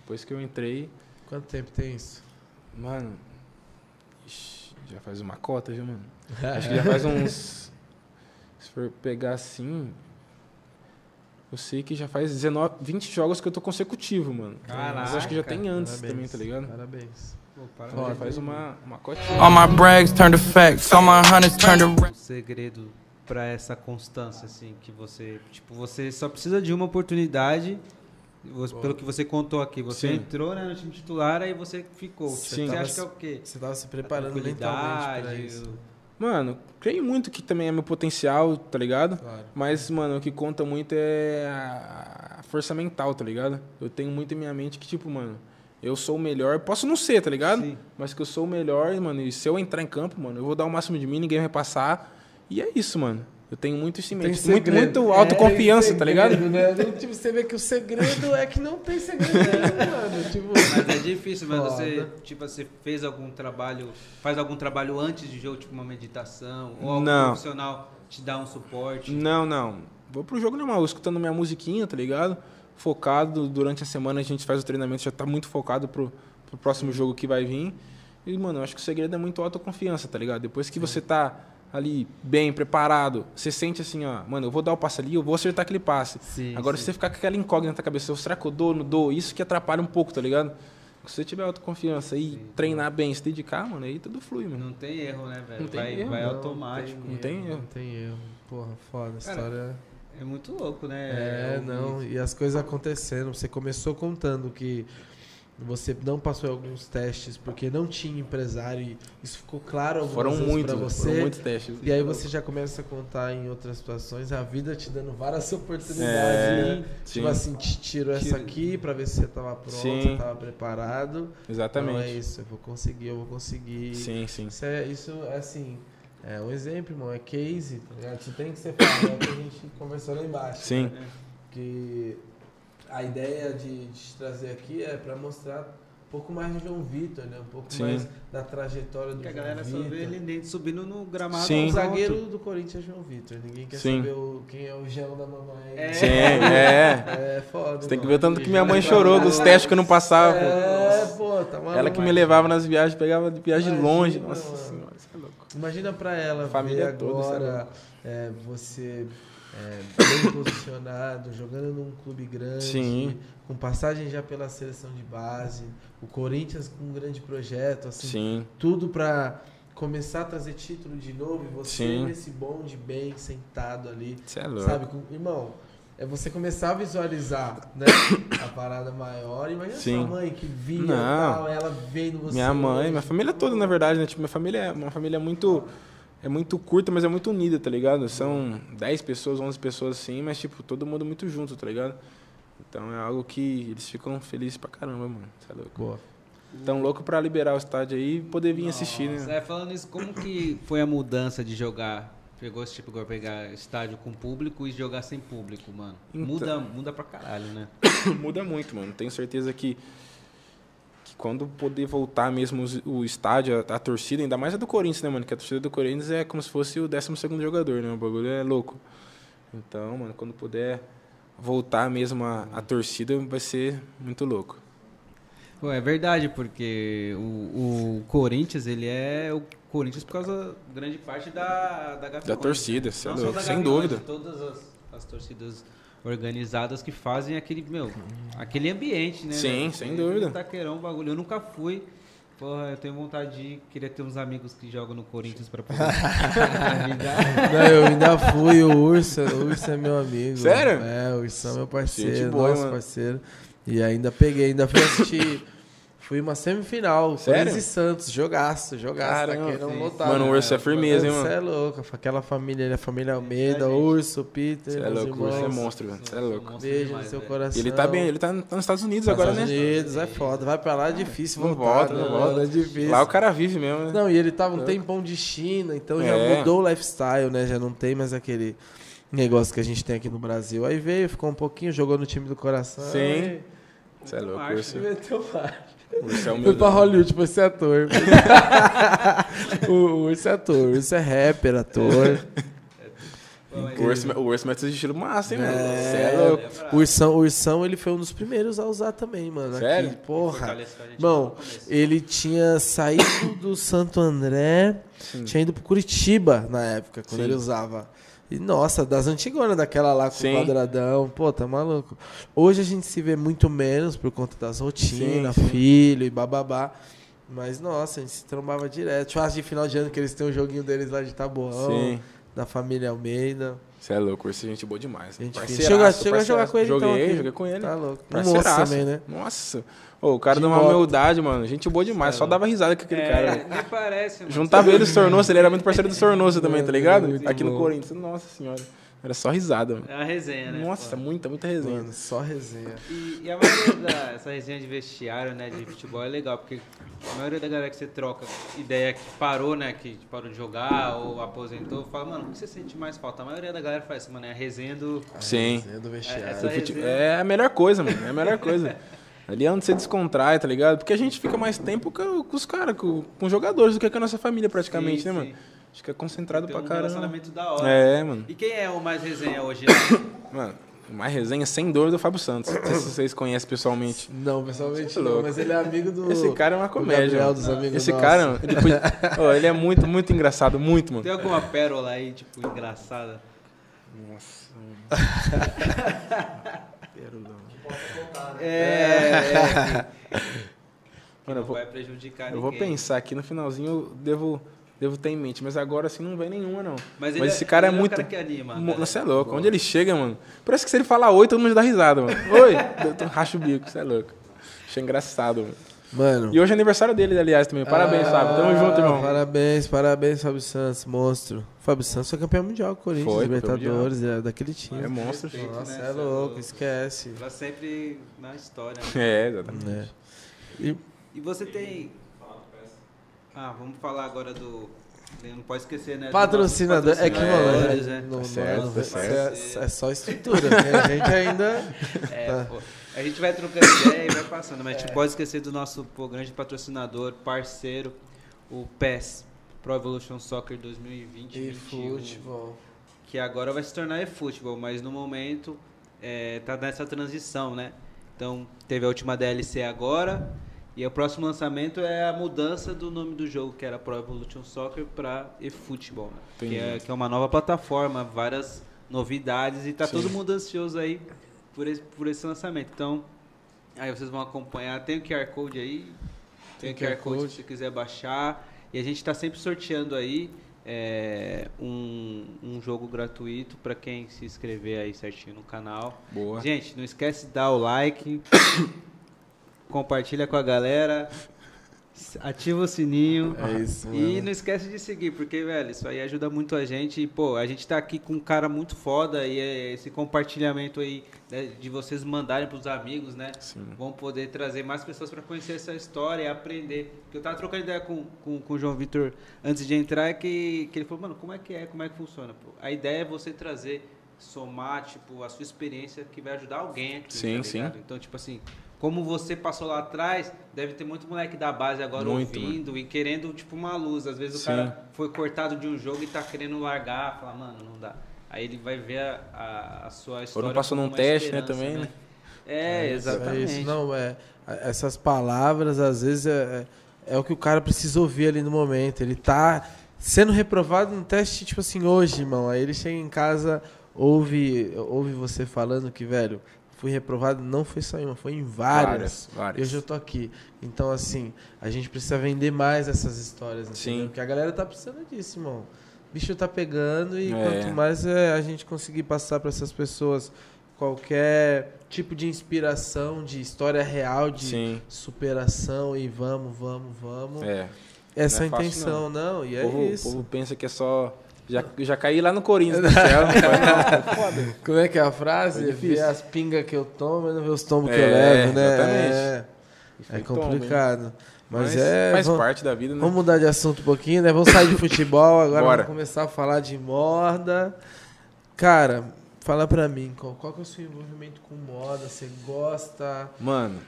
C: Depois que eu entrei,
B: Quanto tempo tem isso?
C: mano. ixi, Já faz uma cota, viu, mano? Acho que já faz uns. Se for pegar assim. Eu sei que já faz 19, 20 jogos que eu tô consecutivo, mano. Mas acho que já
A: Caraca.
C: tem antes
B: Parabéns,
C: também, tá ligado?
B: Parabéns.
A: Pô,
C: Então já
A: parabéns.
C: faz uma, uma cotinha.
E: All my brags turned to facts. All my hundreds turned to
A: O um segredo pra essa constância, assim, que você. Tipo, você só precisa de uma oportunidade. você- pelo que você contou aqui, você
C: Sim.
A: entrou né, no time titular, aí você ficou.
C: Sim.
A: Você
B: Tava
A: acha que é o quê?
B: Você tava se
A: A
B: preparando mentalmente pra
A: tranquilidade,
B: isso.
A: o-
C: Mano, creio muito que também é meu potencial, tá ligado?
B: Claro.
C: Mas, mano, o que conta muito é a a força mental, tá ligado? Eu tenho muito em minha mente que, tipo, mano, eu sou o melhor. Posso não ser, tá ligado?
A: Sim.
C: Mas que eu sou o melhor, mano. E se eu entrar em campo, mano, eu vou dar o máximo de mim, ninguém vai passar. E é isso, mano. Eu tenho muito isso em
B: Tem
C: mente. Muito,
B: segredo. É,
C: muito autoconfiança, tá ligado?
B: Né? Tipo, você vê que o segredo é que não tem segredo, né, mano. Tipo,
A: Mas é difícil, mas
B: Foda.
A: você, tipo, você fez algum trabalho, faz algum trabalho antes de jogo, tipo uma meditação, ou algum
C: Não.
A: profissional te dá um suporte.
C: Não, não. Vou pro jogo normal, escutando minha musiquinha, tá ligado? Focado. Durante a semana a gente faz o treinamento, já tá muito focado pro, pro próximo jogo que vai vir. E, mano, eu acho que o segredo é muito autoconfiança, tá ligado? Depois que você tá ali bem, preparado, você sente assim, ó, mano, eu vou dar o passe ali, eu vou acertar aquele passe.
A: Sim,
C: Agora, se você ficar com aquela incógnita na cabeça, será que eu dou, não dou? Isso que atrapalha um pouco, tá ligado? Se você tiver autoconfiança e treinar bem, se dedicar, mano, aí tudo flui, mano.
A: Não tem erro, né, velho?
C: Não tem
A: Vai,
C: erro,
A: vai
B: não,
A: automático.
C: Não tem erro.
B: Não tem erro. Porra, foda. A
A: Cara,
B: história.
A: É muito louco, né?
B: É, não. E as coisas acontecendo. Você começou contando que você não passou em alguns testes porque não tinha empresário. E isso ficou claro algumas
C: Foram
B: vezes
C: muitos,
B: pra você.
C: foram muitos testes.
B: E aí você já começa a contar em outras situações, a vida te dando várias oportunidades,
C: É,
B: né?
C: sim.
B: Tipo assim, te tiro essa
A: Tiro.
B: aqui pra ver se você tava pronto,
C: Sim.
B: você tava preparado.
C: Exatamente.
B: Não é isso, eu vou conseguir, eu vou conseguir.
C: Sim, sim.
B: Isso é, isso, é assim, é um exemplo, irmão, é case, tá ligado? Isso tem que ser falado, é o que a gente conversou lá embaixo.
C: Sim.
A: né?
B: Que a ideia de, de te trazer aqui é pra mostrar um pouco mais do João Vitor, né? Um pouco
C: Sim.
B: mais da trajetória do
A: Porque a
B: João
A: galera só
B: Vitor.
A: vê ele dentro subindo no gramado.
C: Sim.
B: O
A: pronto.
B: zagueiro do Corinthians é João Vitor. Ninguém quer
C: Sim.
B: saber o- quem é o gel da mamãe.
A: É.
C: Sim, é.
B: É foda.
C: Você tem que
B: mano.
C: ver o tanto que minha mãe chorou dos testes que eu não passava.
B: É, pô, tá maluco.
C: Ela que me levava nas viagens, pegava de viagem
B: Imagina,
C: longe. Nossa
B: mano.
C: senhora, isso é louco.
B: Imagina pra ela
C: Família
B: ver
C: toda,
B: agora é, você é, bem posicionado, jogando num clube grande,
C: Sim.
B: com passagem já pela seleção de base, o Corinthians com um grande projeto, assim,
C: Sim,
B: tudo pra começar a trazer título de novo e você
C: Sim.
B: nesse bonde bem sentado ali,
C: você é louco.
B: sabe, com- irmão, é você começar a visualizar, né, a parada maior, imagina
C: Sim.
B: sua mãe que vinha e
C: Não.
B: tal, ela vendo você. é
C: Minha mãe,
B: hoje.
C: minha família toda, na verdade, né? Tipo, minha família é uma família muito. É muito curta, mas é muito unida, tá ligado? São 10 pessoas, 11 pessoas assim, mas, tipo, todo mundo muito junto, tá ligado? Então é algo que eles ficam felizes pra caramba, mano. Tá louco?
B: Boa.
C: Tão louco pra liberar o estádio aí e poder vir assistir, né?
A: Nossa, é, falando isso, como que foi a mudança de jogar? Pegou esse tipo agora pegar estádio com público e jogar sem público, mano.
C: Então.
A: Muda, muda pra caralho, né?
C: Muda muito, mano. Tenho certeza que, que quando poder voltar mesmo os- o estádio, a, a torcida, ainda mais a do Corinthians, né, mano? Que a torcida do Corinthians é como se fosse o 12 jogador, né? O bagulho é louco. Então, mano, quando puder voltar mesmo a, a torcida, vai ser muito louco.
A: Pô, é verdade, porque o, o Corinthians, ele é o Corinthians por causa, grande parte, da, da Gaviões.
C: Da torcida, cê é
A: Não só
C: louco,
A: da
C: sem
A: Gaviões,
C: dúvida.
A: Todas as, as torcidas organizadas que fazem aquele, meu, aquele ambiente, né?
C: Sim,
A: velho?
C: sem
A: Aquele
C: dúvida.
A: Taqueirão, bagulho. Eu nunca fui. Porra, eu tenho vontade de ir. Queria ter uns amigos que jogam no Corinthians pra poder me dar.
B: Não, eu ainda fui, o Urso, o Urso é meu amigo.
C: Sério?
B: É, o Urso é meu
C: Gente
B: parceiro,
C: boa,
B: nosso
C: mano.
B: parceiro. E ainda peguei, ainda fui assistir. Fui uma semifinal,
C: Sério?
B: Corinthians e Santos, jogaço, jogaço,
C: Caramba.
B: taqueirão
A: Sim.
B: lotado.
C: Mano, o Urso é firmeza, hein, mano?
B: Você é louco, aquela família, a família Almeida,
A: gente.
B: Urso, Peter,
C: Você é
B: meus
C: louco, o Urso é
B: irmãos.
C: monstro, velho. Você é louco.
B: Beijo no seu coração.
C: E ele tá bem, ele tá, tá nos Estados Unidos agora,
B: é um Estados
C: né?
B: Unidos, é foda, vai pra lá, é difícil
C: Não
B: voltar.
C: volta, não
B: né,
C: volta.
B: mano? É difícil.
C: Lá o cara vive mesmo, né?
B: Não, e ele tava um tempão de China, então
C: É.
B: já mudou o lifestyle, né? Já não tem mais aquele negócio que a gente tem aqui no Brasil. Aí veio, ficou um pouquinho, jogou no time do coração.
C: Sim. Você é louco, o
A: Marcha,
C: Urso.
B: E meteu marcha.
C: o Urso é
B: Foi pra
C: humilde.
B: Hollywood, foi ser ator. o o Urso é ator, o Urso é rapper, ator.
A: Pô, mas-
C: O Urso, o Urso mete esse estilo massa, hein, mano? Você é
B: É.
C: louco.
B: O Ursão, o Ursão, ele foi um dos primeiros a usar também, mano.
C: Sério?
B: Aqui, porra.
A: Fortaleceu a gente lá no
B: Bom,
A: começo.
B: ele tinha saído do Santo André, tinha ido pro Curitiba na época, quando
C: Sim.
B: ele usava. E nossa, das antigonas, daquela lá com
C: Sim.
B: o quadradão, pô, tá maluco. Hoje a gente se vê muito menos por conta das rotinas,
C: Sim, sim.
B: filho e bababá. Mas nossa, a gente se trombava direto. Churrasco de final de ano que eles têm um joguinho deles lá de Taboão,
C: Sim.
B: da família Almeida.
C: Você é louco, esse é gente boa demais.
B: Gente fina.
C: Parceiraço,
B: Chegou a- chegou a
C: parceiraço.
B: jogar com ele,
C: joguei,
B: então, aqui?
C: Joguei com ele.
B: Tá louco. Um moço
C: Parceiraço.
B: também, né?
C: Nossa. Ô, o cara
B: De
C: deu uma
B: moto. É
C: humildade, mano. Gente boa demais. Só dava risada com aquele cara.
A: É,
C: velho.
A: nem parece, mano.
C: Juntava ele e o Sornosa, ele era muito parceiro do Sornosa também, tá ligado?
B: Muito
C: Aqui no
B: bom.
C: Corinthians. Nossa senhora. Era só risada, mano.
A: É uma resenha, né?
C: Nossa,
A: Pô.
C: muita, muita resenha.
B: Mano, só resenha.
A: E, e a maioria da essa resenha de vestiário, né, de futebol é legal, porque a maioria da galera que você troca ideia que parou, né, que parou de jogar ou aposentou, fala, mano, o que você sente mais falta? A maioria da galera faz isso, mano, é a resenha do...
C: Sim.
B: Resenha do vestiário.
A: Essa
C: Do
A: resenha.
C: fute- É a melhor coisa, mano. É a melhor coisa. Ali é onde você descontrai, tá ligado? Porque a gente fica mais tempo com, com os caras, com, com os jogadores, do que com a nossa família, praticamente,
A: Sim,
C: né,
A: sim.
C: mano? Fica concentrado
A: Tem
C: pra
A: um
C: caramba.
A: relacionamento da hora.
C: É, mano.
A: E quem é o mais resenha hoje? Né?
C: Mano, mais resenha sem dor do Fábio Santos. Não sei se vocês conhecem pessoalmente.
B: Não, pessoalmente
C: Você é
B: não,
C: louco.
B: mas ele é amigo do.
C: Esse cara é uma
B: do
C: comédia.
B: Gabriel
C: mano.
B: dos amigos
C: Esse
B: nossos.
C: cara, ele, foi- Ó, ele é muito, muito engraçado, muito, mano.
A: Tem alguma pérola aí, tipo, engraçada?
C: Nossa.
A: É, é, que
C: Mano, eu
A: não
C: vou,
A: vai prejudicar
C: eu vou
A: ninguém.
C: pensar aqui no finalzinho, eu devo, devo ter em mente. Mas agora assim não vem nenhuma, não.
A: Mas,
C: Mas,
A: ele
C: esse cara é,
A: ele
C: muito.
A: o cara que anima.
C: Mo-
A: né?
C: Você é louco, onde ele chega, mano? Parece que se ele falar oi, todo mundo dá risada, mano. Oi! Eu tô- Racha o bico, você é louco. Achei engraçado, mano.
B: Mano.
C: E hoje é aniversário dele, aliás, também. Parabéns,
B: Ah,
C: Fábio. Tamo junto, irmão.
B: Parabéns, parabéns, Fábio Santos, monstro. Fábio Santos foi campeão mundial, com o Corinthians,
C: Foi, campeão
B: Libertadores, é daquele
C: É
B: time.
C: monstro, filho.
A: Perfeito,
B: Nossa,
A: né?
B: é louco, esquece.
A: Tá sempre na história, né?
C: É, exatamente.
B: É. E
A: E você tem. Ah, vamos falar agora do. Não pode esquecer, né? do
B: patrocinador,
A: nosso
B: é que,
A: patrocinadores,
B: mano,
A: né?
B: não- é,
C: certo,
B: não-
C: tá
A: certo.
B: é, Tá. é só estrutura, né? a gente ainda...
A: É, pô. A gente vai trocando ideia e vai passando, mas a gente
B: É.
A: não pode esquecer do nosso pô, grande patrocinador, parceiro, o PES, Pro Evolution Soccer 2020.
B: E
A: 21,
B: futebol.
A: Que agora vai se tornar eFootball, mas no momento é, tá nessa transição, né? Então teve a última DLC agora. E o próximo lançamento é a mudança do nome do jogo, que era Pro Evolution Soccer, para eFootball, né? que,
C: Entendi.
A: é, que é uma nova plataforma, várias novidades e tá todo
C: Sim.
A: mundo ansioso aí por esse, por esse lançamento. Então, aí vocês vão acompanhar. Tem o QR Code aí, tem, o QR Code, se você quiser baixar. E a gente está sempre sorteando aí é, um, um jogo gratuito para quem se inscrever aí certinho no canal.
C: Boa.
A: Gente, não esquece de dar o like, compartilha com a galera, s- ativa o sininho.
B: É isso
A: E
B: mesmo.
A: não esquece de seguir, porque, velho, isso aí ajuda muito a gente. E, pô, a gente tá aqui com um cara muito foda e é esse compartilhamento aí né, de vocês mandarem pros amigos, né?
C: Sim.
A: Vão poder trazer mais pessoas pra conhecer essa história e aprender. Porque eu tava trocando ideia com, com, com o João Vitor antes de entrar, é que, que ele falou, mano, como é que é, como é que funciona? pô? A ideia é você trazer, somar, tipo, a sua experiência que vai ajudar alguém aqui.
C: Sim,
A: tá
C: sim.
A: ligado? Então, tipo assim, como você passou lá atrás, deve ter muito moleque da base agora
C: Muito,
A: ouvindo indo e querendo, tipo, uma luz. Às vezes
C: Sim.
A: o cara foi cortado de um jogo e tá querendo largar, falar, mano, não dá. Aí ele vai ver a, a- a sua história.
C: passou
A: como
C: num
A: uma
C: teste, né,
A: esperança,
C: também, né?
A: É,
B: isso,
A: exatamente.
B: É isso. Não, é, a- essas palavras, às vezes, é, é é o que o cara precisa ouvir ali no momento. Ele tá sendo reprovado no teste, tipo assim, hoje, irmão. Aí ele chega em casa, ouve, ouve você falando que, velho, fui reprovado, não foi só em uma, foi em várias.
C: Várias, várias.
B: E hoje eu tô aqui. Então, assim, a gente precisa vender mais essas histórias, entendeu?
C: Sim.
B: Porque a galera tá precisando disso, irmão. O bicho tá pegando e
C: É.
B: quanto mais é, a gente conseguir passar para essas pessoas qualquer tipo de inspiração, de história real, de
C: Sim.
B: superação e vamos, vamos, vamos.
C: É.
B: Essa
C: Não
B: é
C: é
B: a
C: fácil,
B: intenção, não. E é
C: o, povo,
B: isso.
C: o povo pensa que é só. Já, já caí lá no Corinthians, tá do céu. não vai não, pô, foda.
B: Como é que é a frase?
C: Foi difícil.
B: Ver as pingas que eu tomo e não ver os tombos que
C: É,
B: eu levo, né?
C: exatamente.
B: É, É
C: Toma,
B: complicado. Mas,
C: né? Mas
B: é.
C: faz
B: vamos-
C: parte da vida, né?
B: Vamos mudar de assunto um pouquinho, né? Vamos sair de futebol, agora
C: Bora.
B: vamos começar a falar de moda. Cara, fala pra mim, qual, qual que é o seu envolvimento com moda? Você gosta?
C: Mano,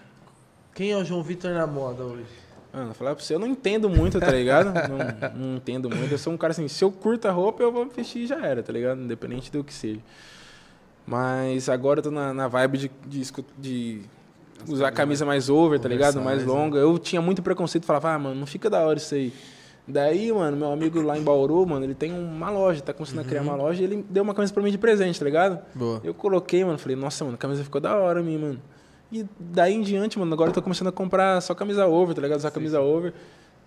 B: Quem é o João Vitor na moda hoje?
C: mano, falar pra você, eu não entendo muito, tá ligado? não, não entendo muito. Eu sou um cara assim, se eu curto a roupa, eu vou vestir e já era, tá ligado? Independente do que seja. Mas agora eu tô na, na vibe de, de, escu- de usar a camisa mais over, tá ligado?
B: Conversar
C: Mais
B: mais, né?
C: longa. Eu tinha muito preconceito, falava, ah, mano, não fica da hora isso aí. Daí, mano, meu amigo lá em Bauru, mano, ele tem uma loja, tá começando a criar uma loja e ele deu uma camisa pra mim de presente, tá ligado?
B: Boa.
C: Eu coloquei, mano, falei, nossa, mano, a camisa ficou da hora minha, mano. E daí em diante, mano, agora eu tô começando a comprar só camisa over, tá ligado? Só camisa over.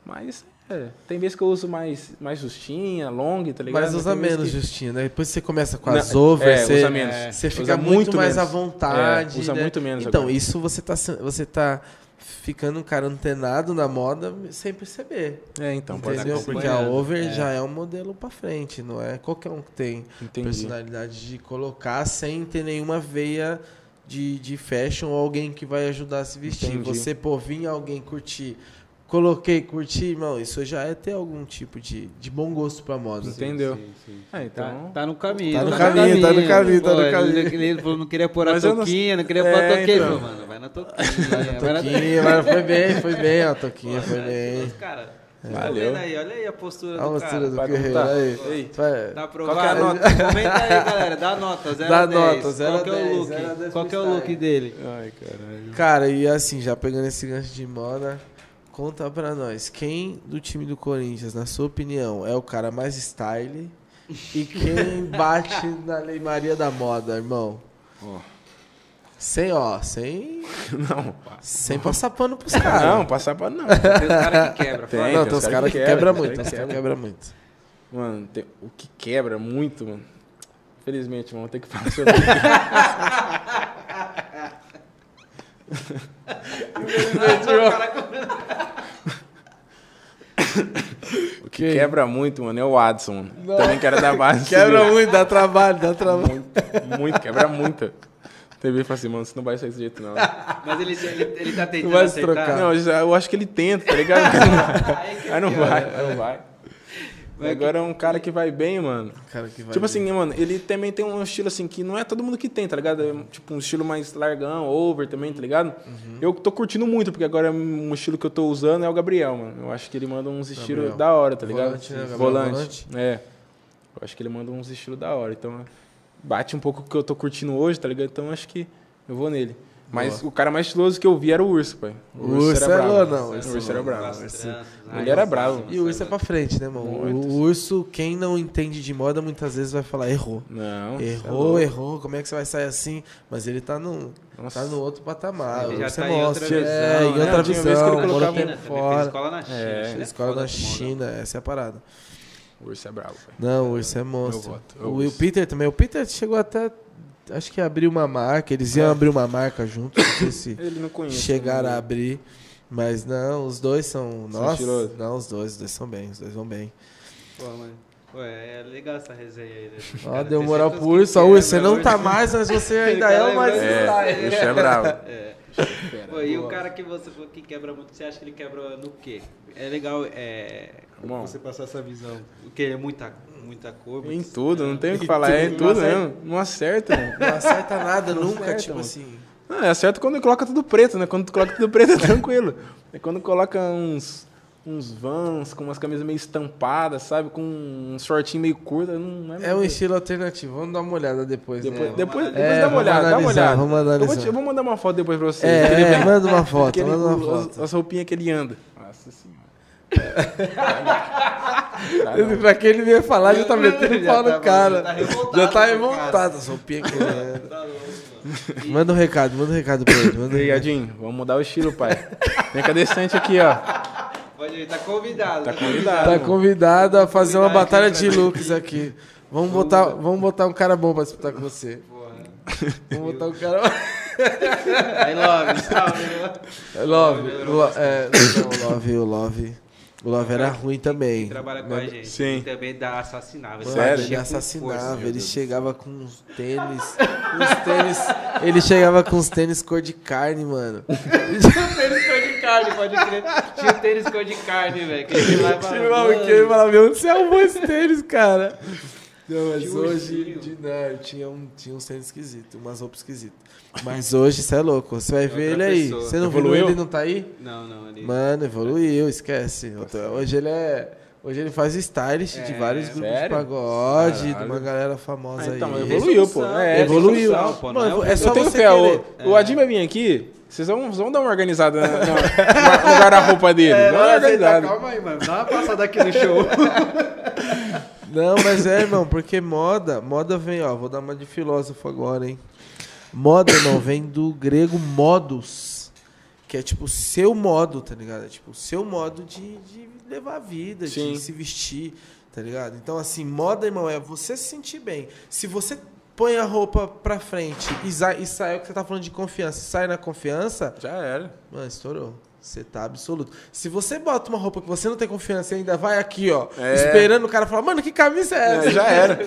C: Mas, é, tem vezes que eu uso mais, mais justinha, long, tá ligado?
B: Mas usa
C: Tem vezes
B: menos,
C: que-
B: Justino. né? Depois você começa com
C: Não,
B: as over,
C: é,
B: você,
C: usa menos.
B: você fica
C: Usa
B: muito,
C: muito
B: mais à
C: menos.
B: vontade.
C: É, usa
B: né?
C: muito menos
B: Então,
C: agora.
B: isso você tá, se- você tá ficando um cara antenado na moda sem perceber.
C: É, então, pode
B: entendeu?
A: estar
C: ser.
B: Porque a
A: acompanhando.
B: over
A: É.
B: já é um modelo pra frente, não é qualquer um que tem
C: Entendi.
B: personalidade de colocar sem ter nenhuma veia de, de fashion ou alguém que vai ajudar a se vestir.
C: Entendi.
B: Você, pô, vinha alguém curtir. Coloquei, curti, irmão, isso já é ter algum tipo de, de bom gosto pra moda. assim.
C: Entendi. Entendeu?
A: Sim, sim.
C: Ah,
A: Tá,
C: então.
A: tá no caminho.
B: Tá no caminho, tá no caminho, tá no
A: ele-
B: caminho.
A: Ele, ele falou, não queria pôr a
C: Mas eu não-
A: toquinha, não, queria pôr a
C: É,
A: toquinha. Ele
C: então.
A: falou, mano, vai na toquinha. vai na
B: Toquinha, mas foi bem, foi bem, ó, Toquinha,
A: É, tá- Pô,
B: foi
A: cara,
B: bem.
A: Cara, vocês tão
C: Valeu.
A: vendo aí, olha aí a postura
B: Olha a
A: do cara.
B: postura do
C: vai
B: guerreiro
C: contar.
B: aí.
C: Ei.
B: Vai.
A: Tá aprovado.
C: Qual que é a
A: Comenta aí, galera. Dá nota, 0
B: Dá
A: a 10.
B: nota, zero
A: Qual
B: a
A: que é o
B: 10,
A: look?
B: zero a 10
A: Qual que é o look
B: freestyle.
A: dele?
C: Ai, caralho.
B: Cara, e assim, já pegando esse gancho de moda, conta pra nós, quem do time do Corinthians, na sua opinião, é o cara mais style e quem bate na leimaria da moda, irmão?
C: Ó.
B: Sem, ó, sem,
C: Não,
B: sem passar pano pros
C: não,
B: caras.
C: passar pra não.
A: Tem os caras que quebra.
C: Tem.
A: fala.
B: não,
C: tem
B: tem
C: os
B: uns
C: cara
B: caras
C: que
B: que,
C: quebra,
B: quebra
C: tem
B: muito,
C: cara
B: tem uns
C: que
B: caras que
C: quebra.
B: quebra muito.
C: Mano, tem- o que quebra muito, mano. Infelizmente, mano, vou ter que falar sobre isso. O que quebra muito, mano, é o Adson. mano. Também que era da base. né?
B: Quebra
C: subiu.
B: muito, dá trabalho, dá trabalho.
C: muito. Muito, quebra muito. TV fala assim, mano, você não vai sair desse jeito, não.
A: Mas ele, ele, ele tá tentando
B: vai se
A: acertar.
B: trocar.
C: Não, eu, já- eu acho que ele tenta, tá ligado? Aí não vai, aí não vai.
A: Vai
C: Agora é um cara que vai bem, mano.
B: Cara que vai
C: Tipo assim, mano, ele também tem um estilo assim que não é todo mundo que tem, tá ligado? É, tipo um estilo mais largão, over também, tá ligado?
B: Uhum.
C: Eu tô curtindo muito, porque agora um estilo que eu tô usando é o Gabriel, mano. Eu acho que ele manda uns estilos
B: Gabriel.
C: da hora, tá ligado?
B: Volante, né? Gabriel
C: Volante. É. Eu acho que ele manda uns estilos da hora. Então bate um pouco o que eu tô curtindo hoje, tá ligado? Então acho que eu vou nele. Mas o cara mais estiloso que eu vi era o Urso, pai.
B: O Urso é
C: brabo.
B: louco, não,
C: O
B: Urso
C: Urso era
B: não.
C: brabo.
B: Urso.
A: né?
C: Ele era bravo.
B: E o urso é pra frente, né, mano?
C: Muito.
B: O urso, quem não entende de moda, muitas vezes vai falar, errou.
C: Não. cê é
B: Errou,
C: louco.
B: errou, como é que você vai sair assim? Mas ele tá num,
C: Nossa.
B: tá no outro patamar.
A: Ele
B: o
A: já
B: urso é
A: tá em outra
B: monstro. É,
A: visão,
B: em
A: né?
B: outra
C: Tinha vez que ele
B: visão,
C: colocava-
A: Colocava, China, também
B: morou tempo
C: colocava-
A: fez
B: fora.
A: escola na China.
C: É,
A: China é
B: Escola
A: foda
B: da
A: pro mundo.
B: China, essa é a parada.
C: O Urso é brabo, pai.
B: Não, o urso é monstro.
C: voto, eu
B: O, e o
C: urso.
B: Peter também. O Peter chegou até. Acho que abriu uma marca. Eles
A: É.
B: iam abrir uma marca junto. Não sei se
C: Ele não conhece.
B: chegaram
C: né?
B: a abrir. Mas não, os dois são. Nossa.
C: estilosos.
B: Não, os dois, os dois são bem, os dois vão bem.
A: Pô, mano. Ué, é legal essa resenha aí, né?
B: Ó,
A: Cara,
B: deu
A: tem
B: moral
A: certas
B: pro urso.
A: coisas
B: Ó,
A: que né?
B: urso, você
A: lembra
B: não tá
A: urso.
B: mais, mas você ainda
A: Ele
B: é
A: tá
B: o mais
A: lembrando.
B: está.
C: É, o Urso é bravo.
A: É. Pô, e o cara que você falou que quebra muito, você acha que ele quebra no quê? É legal é,
C: Bom.
A: você passar essa visão. Porque é muita, muita cor.
C: Em
A: muito-
C: tudo, não tem o que falar. É em
A: tudo,
C: tudo
A: não acerta.
C: mesmo. Não acerta, mano.
B: Não acerta nada nunca,
C: acerta,
B: tipo
C: mano.
B: assim.
C: Não, é certo quando coloca tudo preto, né? Quando tu coloca tudo preto é tranquilo. É quando coloca uns, uns vans com umas camisas meio estampadas, sabe? Com um shortinho meio curto, não é...
B: É um estilo alternativo. Vamos dar uma olhada depois. né?
C: Depois,
A: É,
C: depois,
A: vamos
C: depois
B: analisar.
C: dá uma
B: É,
C: olhada, dá uma
B: vamos analisar,
C: olhada.
B: vamos
C: Eu vou te-
B: analisar.
C: Eu vou mandar uma foto depois pra você.
B: É, é, manda uma foto,
C: Aquele-
B: manda uma
C: as-
B: foto.
C: As roupinhas que ele anda. Nossa senhora. Dá não.
B: Pra quem ele veio falar, já tá metendo
A: Já tá-
B: pau no
A: já
B: cara.
A: tá revoltado com
B: Já tá
A: o cara.
B: revoltado, as roupinhas que ele anda.
A: Tá louco, mano.
B: né? Manda um recado, manda um recado pra ele. Manda um recado.
C: Obrigadinho, vamos mudar o estilo, pai. Vem com a decente aqui, ó.
A: Pode ir, tá convidado.
C: Tá convidado.
B: Tá convidado a fazer uma
A: Convidar aqui
B: batalha
A: pra
B: de
A: mim.
B: looks aqui. Vamos botar, vamos botar um cara bom pra disputar com você.
A: Porra.
B: Vamos botar um cara.
A: I love, you, salve.
B: Love. lo- é, não, Love, o Love. O Love era ruim também.
A: Ele trabalha com
B: Mas-
A: a gente.
C: Sim.
A: Ele também dá assassinável.
B: Mano, Ele
C: Sério? é
A: chega com força.
B: assassinava, ele chegava com uns tênis. uns tênis. Ele chegava com uns tênis cor de carne, mano.
A: Tinha tênis cor de carne, pode crer. Tinha tênis cor de carne, velho. Que ele vai falar,
B: Tinha uma-
A: mano,
B: que eu falava, meu, você arrumou esse tênis, cara. um Não, mas
A: Tiozinho.
B: hoje, de- não, eu tinha um, tinha um tênis esquisito, umas roupas esquisitas. Mas hoje, você é louco, você vai ver ele
A: outra
B: aí.
A: pessoa.
B: Você não viu
C: Evoluiu?
B: ele, não tá aí?
A: Não, não, ele...
B: Mano, evoluiu, esquece. Eu tô- hoje ele é... Hoje ele faz stylist de
A: É,
B: vários grupos de
C: sério?
B: pagode, de
C: Caralho.
B: uma galera famosa
C: Ah, então,
B: aí.
C: mas evoluiu, pô.
A: Revolução,
C: É,
A: tem
B: Evoluiu.
A: função, pô, não
B: Mano,
A: é
B: é só
C: eu tenho
B: você
C: fé,
B: querer.
C: o, o Adim vai vir aqui, vocês vão, vocês vão dar uma organizada na- na- no no guarda-roupa dele.
A: É,
C: Vão dar uma
B: tá
C: organizada.
A: calma aí, mano. Dá uma passada aqui no show.
B: Não, mas é, irmão, porque moda, moda vem, ó, vou dar uma de filósofo agora, hein. Moda não vem do grego modus, que é tipo o seu modo, tá ligado? É tipo o seu modo de, de levar a vida,
C: Sim.
B: de se vestir, tá ligado? Então, assim, moda, irmão, é você se sentir bem. Se você põe a roupa pra frente e, sa- e sai, é o que você tá falando de confiança, e sai na confiança,
C: Já era.
B: Mano, estourou. Você tá absoluto. Se você bota uma roupa que você não tem confiança e ainda vai aqui, ó,
C: É.
B: esperando o cara falar, mano, que camisa é essa?
C: É, já era.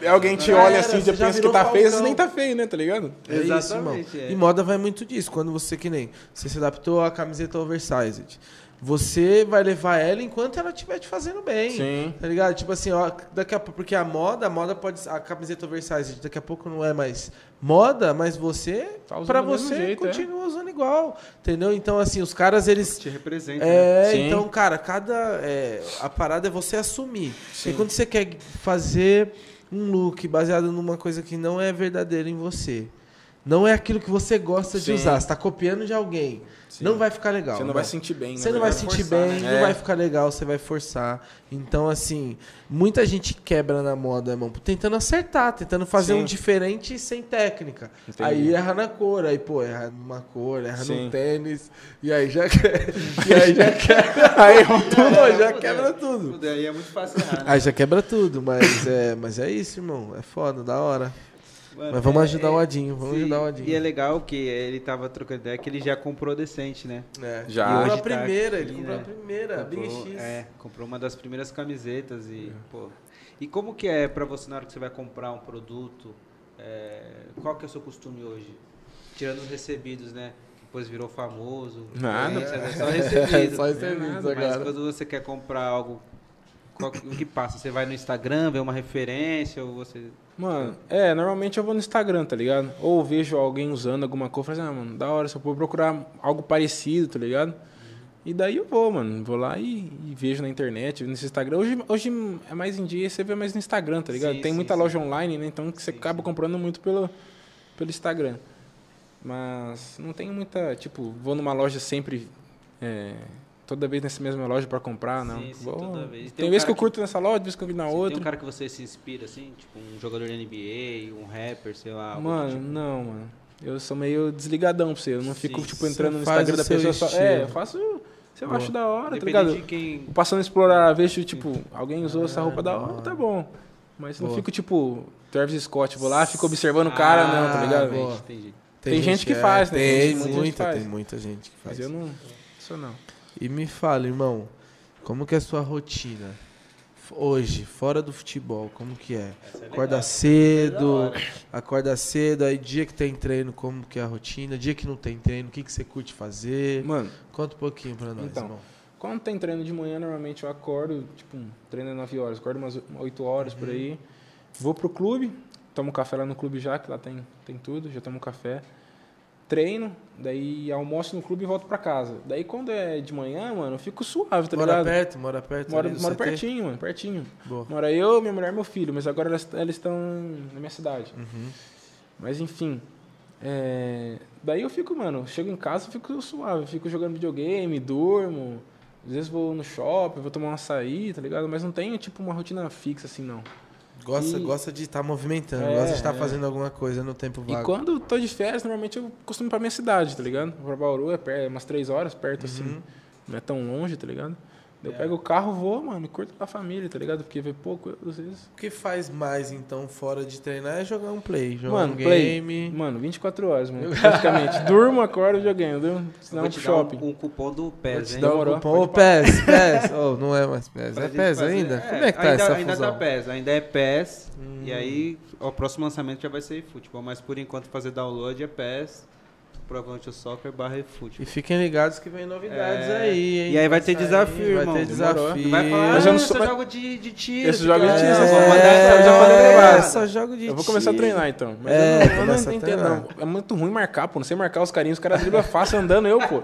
C: É, Alguém te
B: Já
C: olha
B: era,
C: assim e
B: você
C: já
B: já
C: pensa que
B: virou
C: tá feio, às vezes
B: Falcão.
C: nem tá feio, né? Tá ligado?
B: É isso,
A: Exatamente,
B: irmão.
A: é.
B: E moda vai muito disso. Quando você, que nem, você se adaptou à camiseta oversized. Você vai levar ela enquanto ela estiver te fazendo bem.
C: Sim.
B: Tá ligado? Tipo assim, ó, daqui a pouco. Porque a moda, a moda pode. A camiseta oversized daqui a pouco não é mais moda, mas você.
C: Tá usando
B: pra
C: do mesmo
B: você,
C: jeito, é.
B: continua usando igual. Entendeu? Então, assim, os caras, eles.
A: Te representa, né?
B: É,
C: Sim.
B: então, cara, cada. é, a parada é você assumir. E quando você quer fazer um look baseado numa coisa que não é verdadeira em você. Não é aquilo que você gosta de
C: Sim.
B: usar. Você tá copiando de alguém.
C: Sim.
B: Não vai ficar legal.
C: Você não vai sentir bem.
B: Então, Você
C: né?
B: não vai sentir
C: forçar,
B: bem,
C: né?
B: não
C: É.
B: vai ficar legal, você vai forçar. Então, assim, muita gente quebra na moda, irmão, tentando acertar, tentando fazer
C: Sim.
B: um diferente sem técnica.
C: Entendi.
B: Aí erra na cor, aí, pô, erra numa cor, erra
C: Sim.
B: no tênis, e aí já, que- e aí já quebra.
C: Aí errou tudo.
B: Pô, já quebra tudo.
A: Tudo aí é muito fácil errar, né?
B: Aí já quebra tudo, mas é, mas é isso, irmão. É foda, da hora.
A: Mano,
B: Ah, Mas vamos
A: é-
B: ajudar
A: é-
B: o Adinho, vamos
A: Sim,
B: ajudar
A: E
B: o
A: é
B: Adinho.
A: legal que ele tava trocando ideia que ele já comprou decente, né?
B: É.
C: Já.
B: Ele comprou
A: Hoje
B: a
A: tá
B: primeira, ele
A: aqui,
B: comprou a
A: né?
B: primeira, a
A: Comprou-
B: BX.
A: É, comprou uma das primeiras camisetas e, pô. E como que é pra você na hora que você vai comprar um produto? é, qual que é o seu costume hoje? Tirando os recebidos, né? Que Depois virou famoso.
C: Nada.
A: É, só recebido.
B: Só recebidos
A: Mas
B: agora.
A: quando você quer comprar algo, qual que- o que passa? Você vai no Instagram, vê uma referência ou você...
C: Mano, é, normalmente eu vou no Instagram, tá ligado? Ou vejo alguém usando alguma coisa, eu falo assim, ah, mano, da hora, se eu for procurar algo parecido, tá ligado? E daí eu vou, mano, vou lá e, e vejo na internet, nesse Instagram. Hoje, hoje é mais em dia, você vê mais no Instagram, tá ligado?
A: Sim,
C: Tem
A: sim,
C: muita
A: sim.
C: loja online, né? Então que você acaba comprando muito pelo, pelo Instagram. Mas não tenho muita. Tipo, vou numa loja sempre. é, toda vez nessa mesma loja pra comprar, Ah, não.
A: Sim, sim,
C: Vou-
A: toda vez. Tem
C: Tem,
A: um
C: vez
A: cara
C: que eu
A: que-
C: curto nessa loja, tem vez que eu vi na
A: Assim,
C: outra.
A: Tem um cara que você se inspira, assim? Tipo, um jogador de NBA, um rapper, sei
B: Ah,
A: lá. algum
C: Mano,
A: tipo.
C: não, mano. Eu sou meio desligadão pra você. Eu não fico,
A: Sim,
C: tipo,
B: você
C: entrando no
B: faz
C: Instagram
B: o
C: da
B: seu
C: pessoa só.
B: estilo.
C: É, eu faço. Você eu
B: Boa.
C: acho da hora, tá
A: Independente
C: ligado?
A: de quem...
C: Passando a explorar, vejo, tipo, alguém usou essa roupa da
B: boa.
C: hora, tá bom. Mas
B: Ah,
C: não
B: Boa.
C: fico, tipo, Travis Scott, vou lá, fico observando o cara, não, tá
B: Ah,
C: ligado?
B: boa.
A: Entendi.
C: Tem gente que faz, né?
B: é, Tem,
C: Tem gente que
B: muita,
C: faz.
B: tem muita gente que faz.
C: Mas eu não sou, não.
B: E me fala, irmão, como que é a sua rotina? F- Hoje, fora do futebol, como que é? Acorda cedo, acorda cedo, aí dia que tem treino, como que é a rotina? Dia que não tem treino, o que, que você curte fazer?
C: Mano,
B: Conta um pouquinho pra nós,
C: Então,
B: irmão.
C: Quando tem treino de manhã, normalmente eu acordo, tipo, treino é 9 horas, acordo umas 8 horas por aí. Vou pro clube, tomo café lá no clube já, que lá tem, tem tudo, já tomo café. Treino, daí almoço no clube e volto pra casa. Daí quando é de manhã, mano, eu fico suave, tá
B: mora
C: ligado?
B: perto, mora perto?
C: moro
B: ali do
C: moro
B: CT?
C: pertinho, mano, pertinho.
B: Boa.
C: Mora eu, minha mulher e meu filho, mas agora elas, elas estão na minha cidade.
B: Uhum.
C: Mas enfim. é, Daí eu fico, mano, chego em casa eu fico suave, eu fico jogando videogame, durmo. Às vezes vou no shopping, vou tomar um açaí, tá ligado? Mas não tenho, tipo, uma rotina fixa assim, não.
B: Gosta,
C: E-
B: gosta de estar movimentando,
C: É,
B: gosta de estar
C: é.
B: fazendo alguma coisa no tempo
C: E
B: vago.
C: quando eu tô de férias, normalmente eu costumo ir pra minha cidade, tá ligado? Vou pra Bauru, é per- é umas três horas perto,
A: Uhum.
C: assim. Não é tão longe, tá ligado?
A: É.
C: Eu pego o carro, vou, mano, e curto com a família, tá ligado? Porque vê pouco, às vezes.
B: O que faz mais, então, fora de treinar é jogar um play, jogar
C: mano,
B: um
C: Play,
B: game.
C: mano, 24 horas, mano, praticamente. Durmo, acordo, videogame, durmo.
A: Eu
C: Senão
A: vou
C: pro
A: te dar
C: shopping.
A: um, um cupom do
C: Vou
A: PES,
C: te
A: hein?
C: dar
B: Ô,
C: um Demorou,
B: Pô,
C: pode
B: PES, PES. Oh, não é mais PES.
A: Pra
B: É
A: gente
B: PES
A: fazer-
B: ainda? Como é que tá
A: ainda,
B: essa
A: ainda
B: fusão?
A: tá PES, ainda é PES. E aí, ó, o próximo lançamento já vai ser eFootball, mas por enquanto fazer download é PES, provavelmente o soccer barra
B: E
A: eFootball.
B: fiquem ligados que vem novidades
A: É.
B: aí, hein?
A: E aí vai ter
B: sair,
A: desafio,
B: Vai
A: irmão.
B: ter
C: Demorou.
B: desafio.
A: Não vai falar,
C: Mas
A: ah,
C: eu
A: eu
C: não
A: só
C: sou-
A: jogo de, de tiro.
C: Eu só jogo de
A: cara."
C: tiro,
A: É,
C: eu só vou mandar
A: é,
C: essa- eu já falei pra
B: É,
C: ela.
B: Só jogo de
C: Eu vou começar a
B: tiro.
C: treinar então. Mas
B: É,
C: eu não, eu
B: começa
C: não
B: a
C: entendo,
B: treinar.
C: não. É muito ruim marcar, pô. Não sei marcar os carinhos, os caras driblam fácil andando, eu, pô.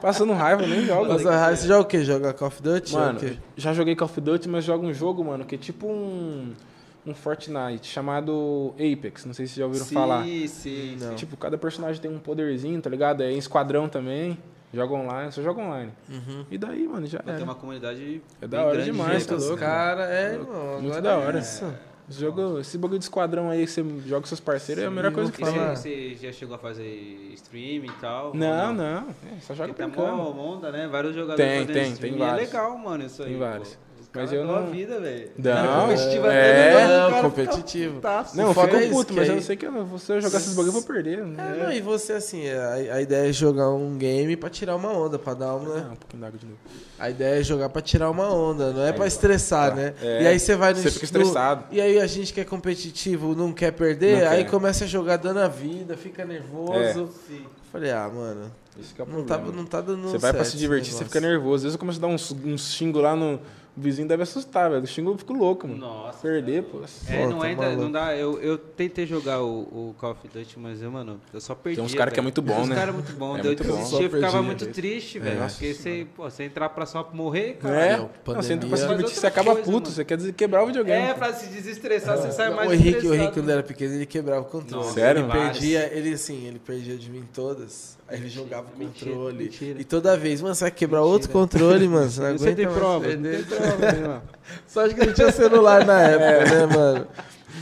C: Passando raiva, eu nem jogo. né?
B: Mas a Harris joga o quê? Joga Call of Duty? Joga
C: Mano,
B: o quê?
C: já joguei Call of Duty, mas jogo um jogo, mano, que é tipo um, um Fortnite chamado Apex. Não sei se vocês já ouviram falar.
A: Sim, sim,
B: Não.
A: sim.
C: Tipo, cada personagem tem um poderzinho, tá ligado? É em esquadrão também. Joga online, só joga online.
B: Uhum.
C: E daí, mano, já
A: Vai ter
C: era.
A: uma comunidade
C: É da hora
A: grande
C: demais,
A: junto,
C: tá
A: assim.
C: louco?
B: Cara, é, irmão.
C: Muito
B: agora
C: da
B: é
C: hora.
B: isso.
C: Esse, jogo, esse bagulho de esquadrão aí que você joga com seus parceiros é a melhor
B: eu
C: coisa
B: vou
C: que
A: Esse
C: tem.
B: falar.
A: aí Você já chegou a fazer streaming e tal?
C: Não,
A: Ou
C: não. É, só joga
A: Porque tá
C: brincando.
A: mó onda, né? Vários jogadores
C: Tem,
A: fazendo
C: tem, tem
A: streaming. É
C: vários.
A: legal, mano, isso aí.
C: Tem
A: pô.
C: vários.
A: Os
C: Mas
A: caras
C: eu
A: dão a
C: não-
A: vida, velho.
C: Não,
A: Cara, competitiva
C: é.
A: até dando,
B: Não,
A: o cara fica
B: competitivo.
A: putaço.
C: Não, eu
B: Fora
C: fico
B: é isso,
C: puto,
B: que
C: mas
B: aí-
C: eu sei que eu não- se eu jogar esses bagulho eu vou perder.
B: É,
C: né?
B: não, e você, assim, a, a ideia é jogar um game pra tirar uma onda, pra dar uma...
C: Ah, um pouquinho d'água de novo.
B: A ideia é jogar pra tirar uma onda, não é pra estressar, né?
C: É,
B: e aí você vai no.
C: você fica
B: no-
C: estressado.
B: e aí a gente que é competitivo não quer perder,
C: Não
B: aí
C: quer.
B: começa a jogar dando a vida, fica nervoso.
A: Sim.
B: Falei, ah, mano,
C: Esse que é o
B: não tá,
C: problema.
B: não tá dando
C: Você vai pra
B: certo
C: se divertir,
B: esse
C: você
B: negócio.
C: fica nervoso. Às vezes eu começo a dar uns, uns xingo lá no. O vizinho deve assustar, velho. O xingo eu fico louco, mano.
A: Nossa.
C: Perder, pô. assim.
A: É,
B: Pô,
A: não
B: tá
A: entra,
B: maluco.
A: não dá. Eu, eu tentei jogar o, o Call of Duty, mas eu, mano, eu só perdi.
C: Tem uns cara que é muito bom,
A: Os
C: né?
A: caras muito bom.
C: É
A: Eu
C: muito bom.
A: desistia, eu
B: Só
A: ficava
B: perdi,
A: muito
B: às
A: triste, velho.
B: nossa
A: Porque você, pô, você entrar pra só morrer, cara.
B: Não,
C: É, não, você
B: pandemia.
C: entra pra se
A: Faz
C: divertir,
A: outra
C: você acaba
A: coisa,
C: puto,
A: mano.
C: você quer dizer, quebrar o videogame.
A: É, pra se desestressar, você sai É mais
B: É. o Henrique, o
A: estressado. né?
B: Henrique, quando era pequeno, ele quebrava o controle.
A: Nossa,
C: Sério?
B: Ele
A: vários.
B: perdia, ele assim, ele perdia de mim todas. Aí ele jogava o
A: mentira,
B: controle.
A: mentira.
B: E toda vez, mano, você vai quebrar outro controle, mano. Você não aguenta
A: Você tem
B: mais
A: prova?
B: perder.
A: Tem prova, né, mano?
B: Só acho que não tinha celular na
C: É.
B: época, né, mano?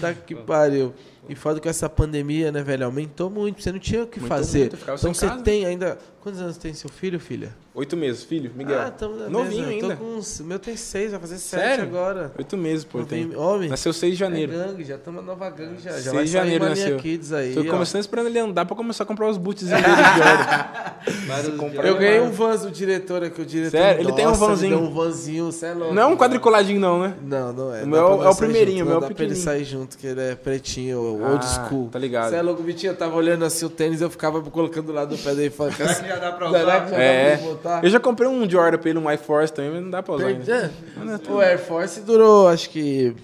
B: Tá que pariu. E foda com essa pandemia, né, velho? Aumentou muito, você não tinha o que
C: Muito,
B: fazer.
C: muito, ficava
B: então
C: sem
B: você
C: casa.
B: tem ainda. Quantos anos tem seu filho, filha?
C: Oito meses, filho, Miguel.
B: Ah, tamo na
C: Novinho
B: mesma.
C: ainda.
B: Tô com uns... O meu tem seis, vai fazer sete
C: Sério?
B: agora.
C: Oito meses, pô. Tem...
B: Novinho. Homem,
C: Nasceu 6 de janeiro.
B: é gangue, já estamos nova gangue já. Já
C: 6
B: vai
C: de
B: sair
C: janeiro
B: uma linha
C: nasceu.
B: Kids aí,
C: Tô
B: ó.
C: começando esperando ele andar pra começar a comprar os boots dele de hora.
A: Vários dias.
B: Eu ganhei um Vans do diretor aqui, o diretor.
C: Sério? Ele tem um
B: Nossa,
C: Vanzinho.
B: me deu um Vanzinho, você é louco.
C: Não é um
B: mano.
C: quadriculadinho, não, né?
B: Não, não é.
C: O
B: Dá
C: meu
B: pra
C: é o
B: nós sair
C: primeirinho,
B: junto,
C: o meu
B: Não
C: é
B: dá pra ele
C: pequenininho.
B: sair junto, que ele é pretinho, old
C: Ah,
B: school.
C: tá ligado.
B: Você é louco, Vitinho? Eu tava olhando assim o tênis, eu ficava colocando lá do pé dele e falando...
A: Será que já dá pra usar?
B: Será que já
C: É.
B: dá pra botar?
C: Eu já comprei um Jordan pra ele, um Air Force também, mas não dá pra usar
B: Perdi.
C: ainda. é
B: O Air Force durou, acho que...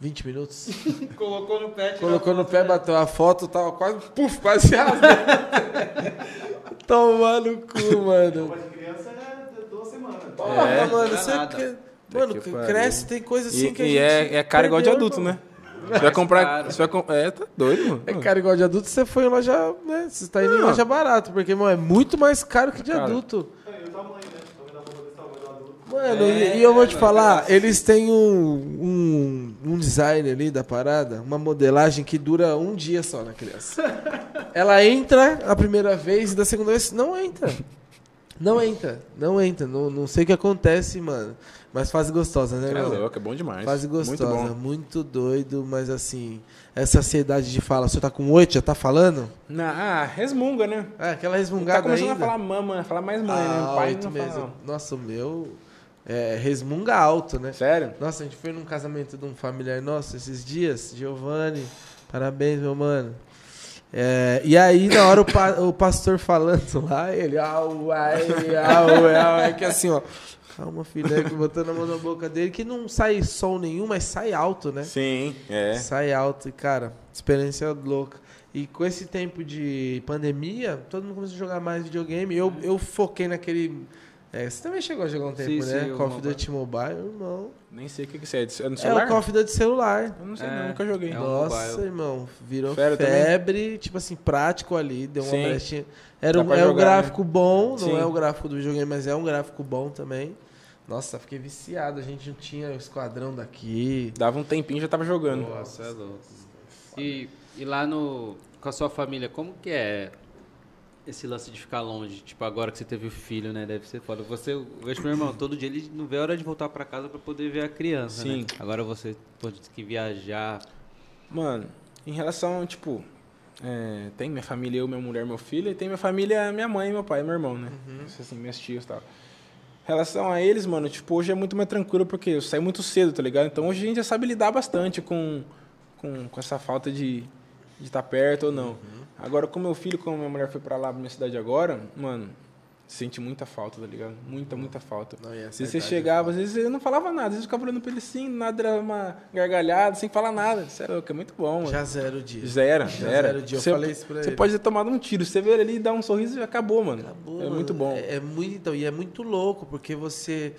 B: 20 minutos.
A: Colocou no né? pé, tirou
B: Colocou no pé, bateu a foto, tava quase... Puf, quase se rasgando. Tomar no cu, mano.
D: Roupa de criança é duas semanas.
B: Porra,
C: É.
B: mano,
A: Não dá
B: você
A: nada.
B: que... Mano,
C: que
B: que
C: pariu.
B: cresce, tem coisa assim
C: E,
B: que a
C: e
B: gente
C: é, é cara igual de
B: perdeu,
C: adulto,
B: irmão.
C: né? Você vai comprar.
A: caro.
C: Você vai com- É, tá doido, mano.
B: É caro igual de adulto, você foi em loja, né? Você tá indo em
C: Não.
B: loja barato, porque, mano, é muito mais caro que de
C: Cara.
B: adulto.
D: E o tamanho, né? Também dá pra ver o tamanho do adulto.
B: Mano,
A: É,
B: e, e eu vou te
A: mano,
B: falar,
A: parece.
B: eles têm um, um, um design ali da parada, uma modelagem que dura um dia só na criança. Ela entra a primeira vez e da segunda vez não entra. Não entra, não entra. Não, não sei o que acontece, mano. Mas fase gostosa, né,
C: É
B: mano?
C: louco, é bom demais.
B: Fase gostosa, muito,
C: Muito bom.
B: doido, mas assim, essa ansiedade de falar, você tá com oito, já tá falando?
C: Na, ah, resmunga, né?
B: É, aquela
C: Não
B: resmungada
C: tá começando
B: ainda.
C: a falar mama, falar mais mãe, né?
B: ah,
C: O pai
B: oito
C: não
B: meses.
C: fala.
B: Nossa, o meu é, resmunga alto, né?
C: não. Sério?
B: Nossa, a gente foi num casamento de um familiar nosso esses dias, Giovanni. Parabéns, meu mano. É, e aí, na hora, o, pa- o pastor falando lá, ele, au, ai, au, au, é que assim, ó. Calma, filha, é que botando a mão na boca dele, que não sai som nenhum, mas sai alto, né?
C: Sim, é.
B: Sai alto, e cara, experiência louca. E com esse tempo de pandemia, todo mundo começou a jogar mais videogame. Eu, eu foquei naquele. é, você também chegou a jogar um tempo,
A: Sim,
B: né?
A: sim, o
B: Call of
A: Mobile.
B: Duty Mobile, irmão.
C: Nem sei o que, que isso é. É no
B: É
C: celular?
B: o Call of Duty celular.
C: Eu não sei,
A: É.
C: não, nunca joguei.
A: É um
B: Nossa,
A: mobile.
B: irmão, virou
C: Sério também?
B: febre, tipo assim, prático ali, deu uma
C: Sim.
B: brechinha. Era
C: Dá
B: um,
C: pra
B: é um
C: jogar, né?
B: gráfico bom, não
C: Sim.
B: é o gráfico do videogame, mas é um gráfico bom também. Nossa, fiquei viciado, a gente não tinha o esquadrão daqui.
C: Dava um tempinho e já tava jogando.
A: Nossa, é louco. E, e lá no, com a sua família, como que é esse lance de ficar longe? Tipo, agora que você teve o filho, né? Deve ser foda. Você, eu vejo meu irmão, todo dia ele não vê a hora de voltar pra casa pra poder ver a criança, né?
C: Sim.
A: Agora você pô, diz que viajar...
C: Mano, em relação, tipo, é, tem minha família, eu, minha mulher, meu filho, e tem minha família, minha mãe, meu pai, meu irmão, né? Assim, meus tios e tal. Em relação a eles, mano, tipo, hoje é muito mais tranquilo porque eu saí muito cedo, tá ligado? Então hoje a gente já sabe lidar bastante com, com, com essa falta de de estar perto ou não. Agora, com meu filho, como minha mulher foi pra lá, pra minha cidade agora, mano, sente muita falta, tá ligado? Muita, muita falta.
B: Não, e essa
C: Às vezes você
B: idade é
C: chegava, às vezes eu não falava nada, às vezes eu ficava olhando pra ele assim, nada era uma gargalhada, sem falar nada. Isso é louco, é muito bom, mano.
B: Já zero dia.
C: Zera,
B: Já
C: zera.
B: zero dia, eu falei isso pra
C: Você
B: ele.
C: pode ter tomado um tiro, você vê ele ali, dá um sorriso e acabou, mano.
B: Acabou,
C: é
B: mano.
C: muito bom.
B: É, é muito, então, e é muito louco, porque você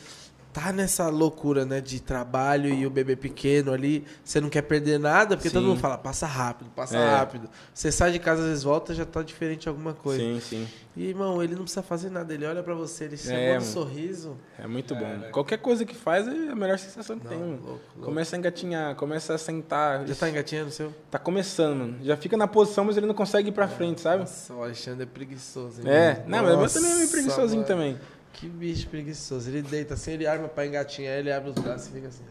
B: tá nessa loucura, né, de trabalho e o bebê pequeno ali, você não quer perder nada, porque
C: Sim.
B: todo mundo fala, passa rápido, passa
C: É.
B: rápido. Você sai de casa, às vezes volta, já tá diferente de alguma coisa.
C: Sim, sim.
B: E, irmão, ele não precisa fazer nada, ele olha pra você, ele chama
C: É,
B: um
C: mano.
B: sorriso.
C: É muito bom. Qualquer coisa que faz é a melhor sensação que
B: Não,
C: tem, é mano.
B: louco, louco.
C: Começa a engatinhar, começa a sentar.
B: Já tá engatinhando o seu?
C: Tá começando, mano. Já fica na posição, mas ele não consegue ir pra frente, sabe?
B: É, Nossa, o Alexandre é preguiçoso, hein?
C: É. Não, mas eu também é meio
B: Nossa,
C: preguiçosinho
B: mano.
C: também.
B: Que bicho preguiçoso. Ele deita assim, ele arma pra engatinhar, ele abre os braços e fica assim.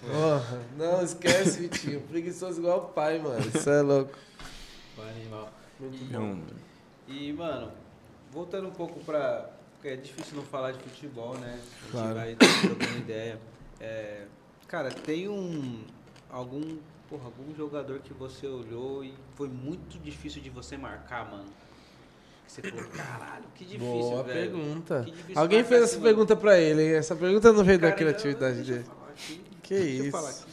B: Porra, não esquece, Vitinho. Preguiçoso igual o pai, mano. Isso é louco.
A: Pô, animal.
C: É um-
A: E, mano, voltando um pouco pra... Porque é difícil não falar de futebol, né? A gente
B: Claro.
A: vai trocando ideia. É, cara, tem um... Algum... Porra, algum jogador que você olhou e foi muito difícil de você marcar, mano? Que você falou, caralho, que difícil,
B: Boa
A: velho.
B: pergunta.
A: Que difícil
B: Alguém
A: marcar
B: fez
A: esse
B: essa
A: mano.
B: pergunta pra ele, hein? Essa pergunta não veio
A: Cara,
B: da criatividade
A: deixa eu
B: dele.
A: falar aqui. Deixa
B: Que
A: eu
B: isso. então,
A: falar aqui.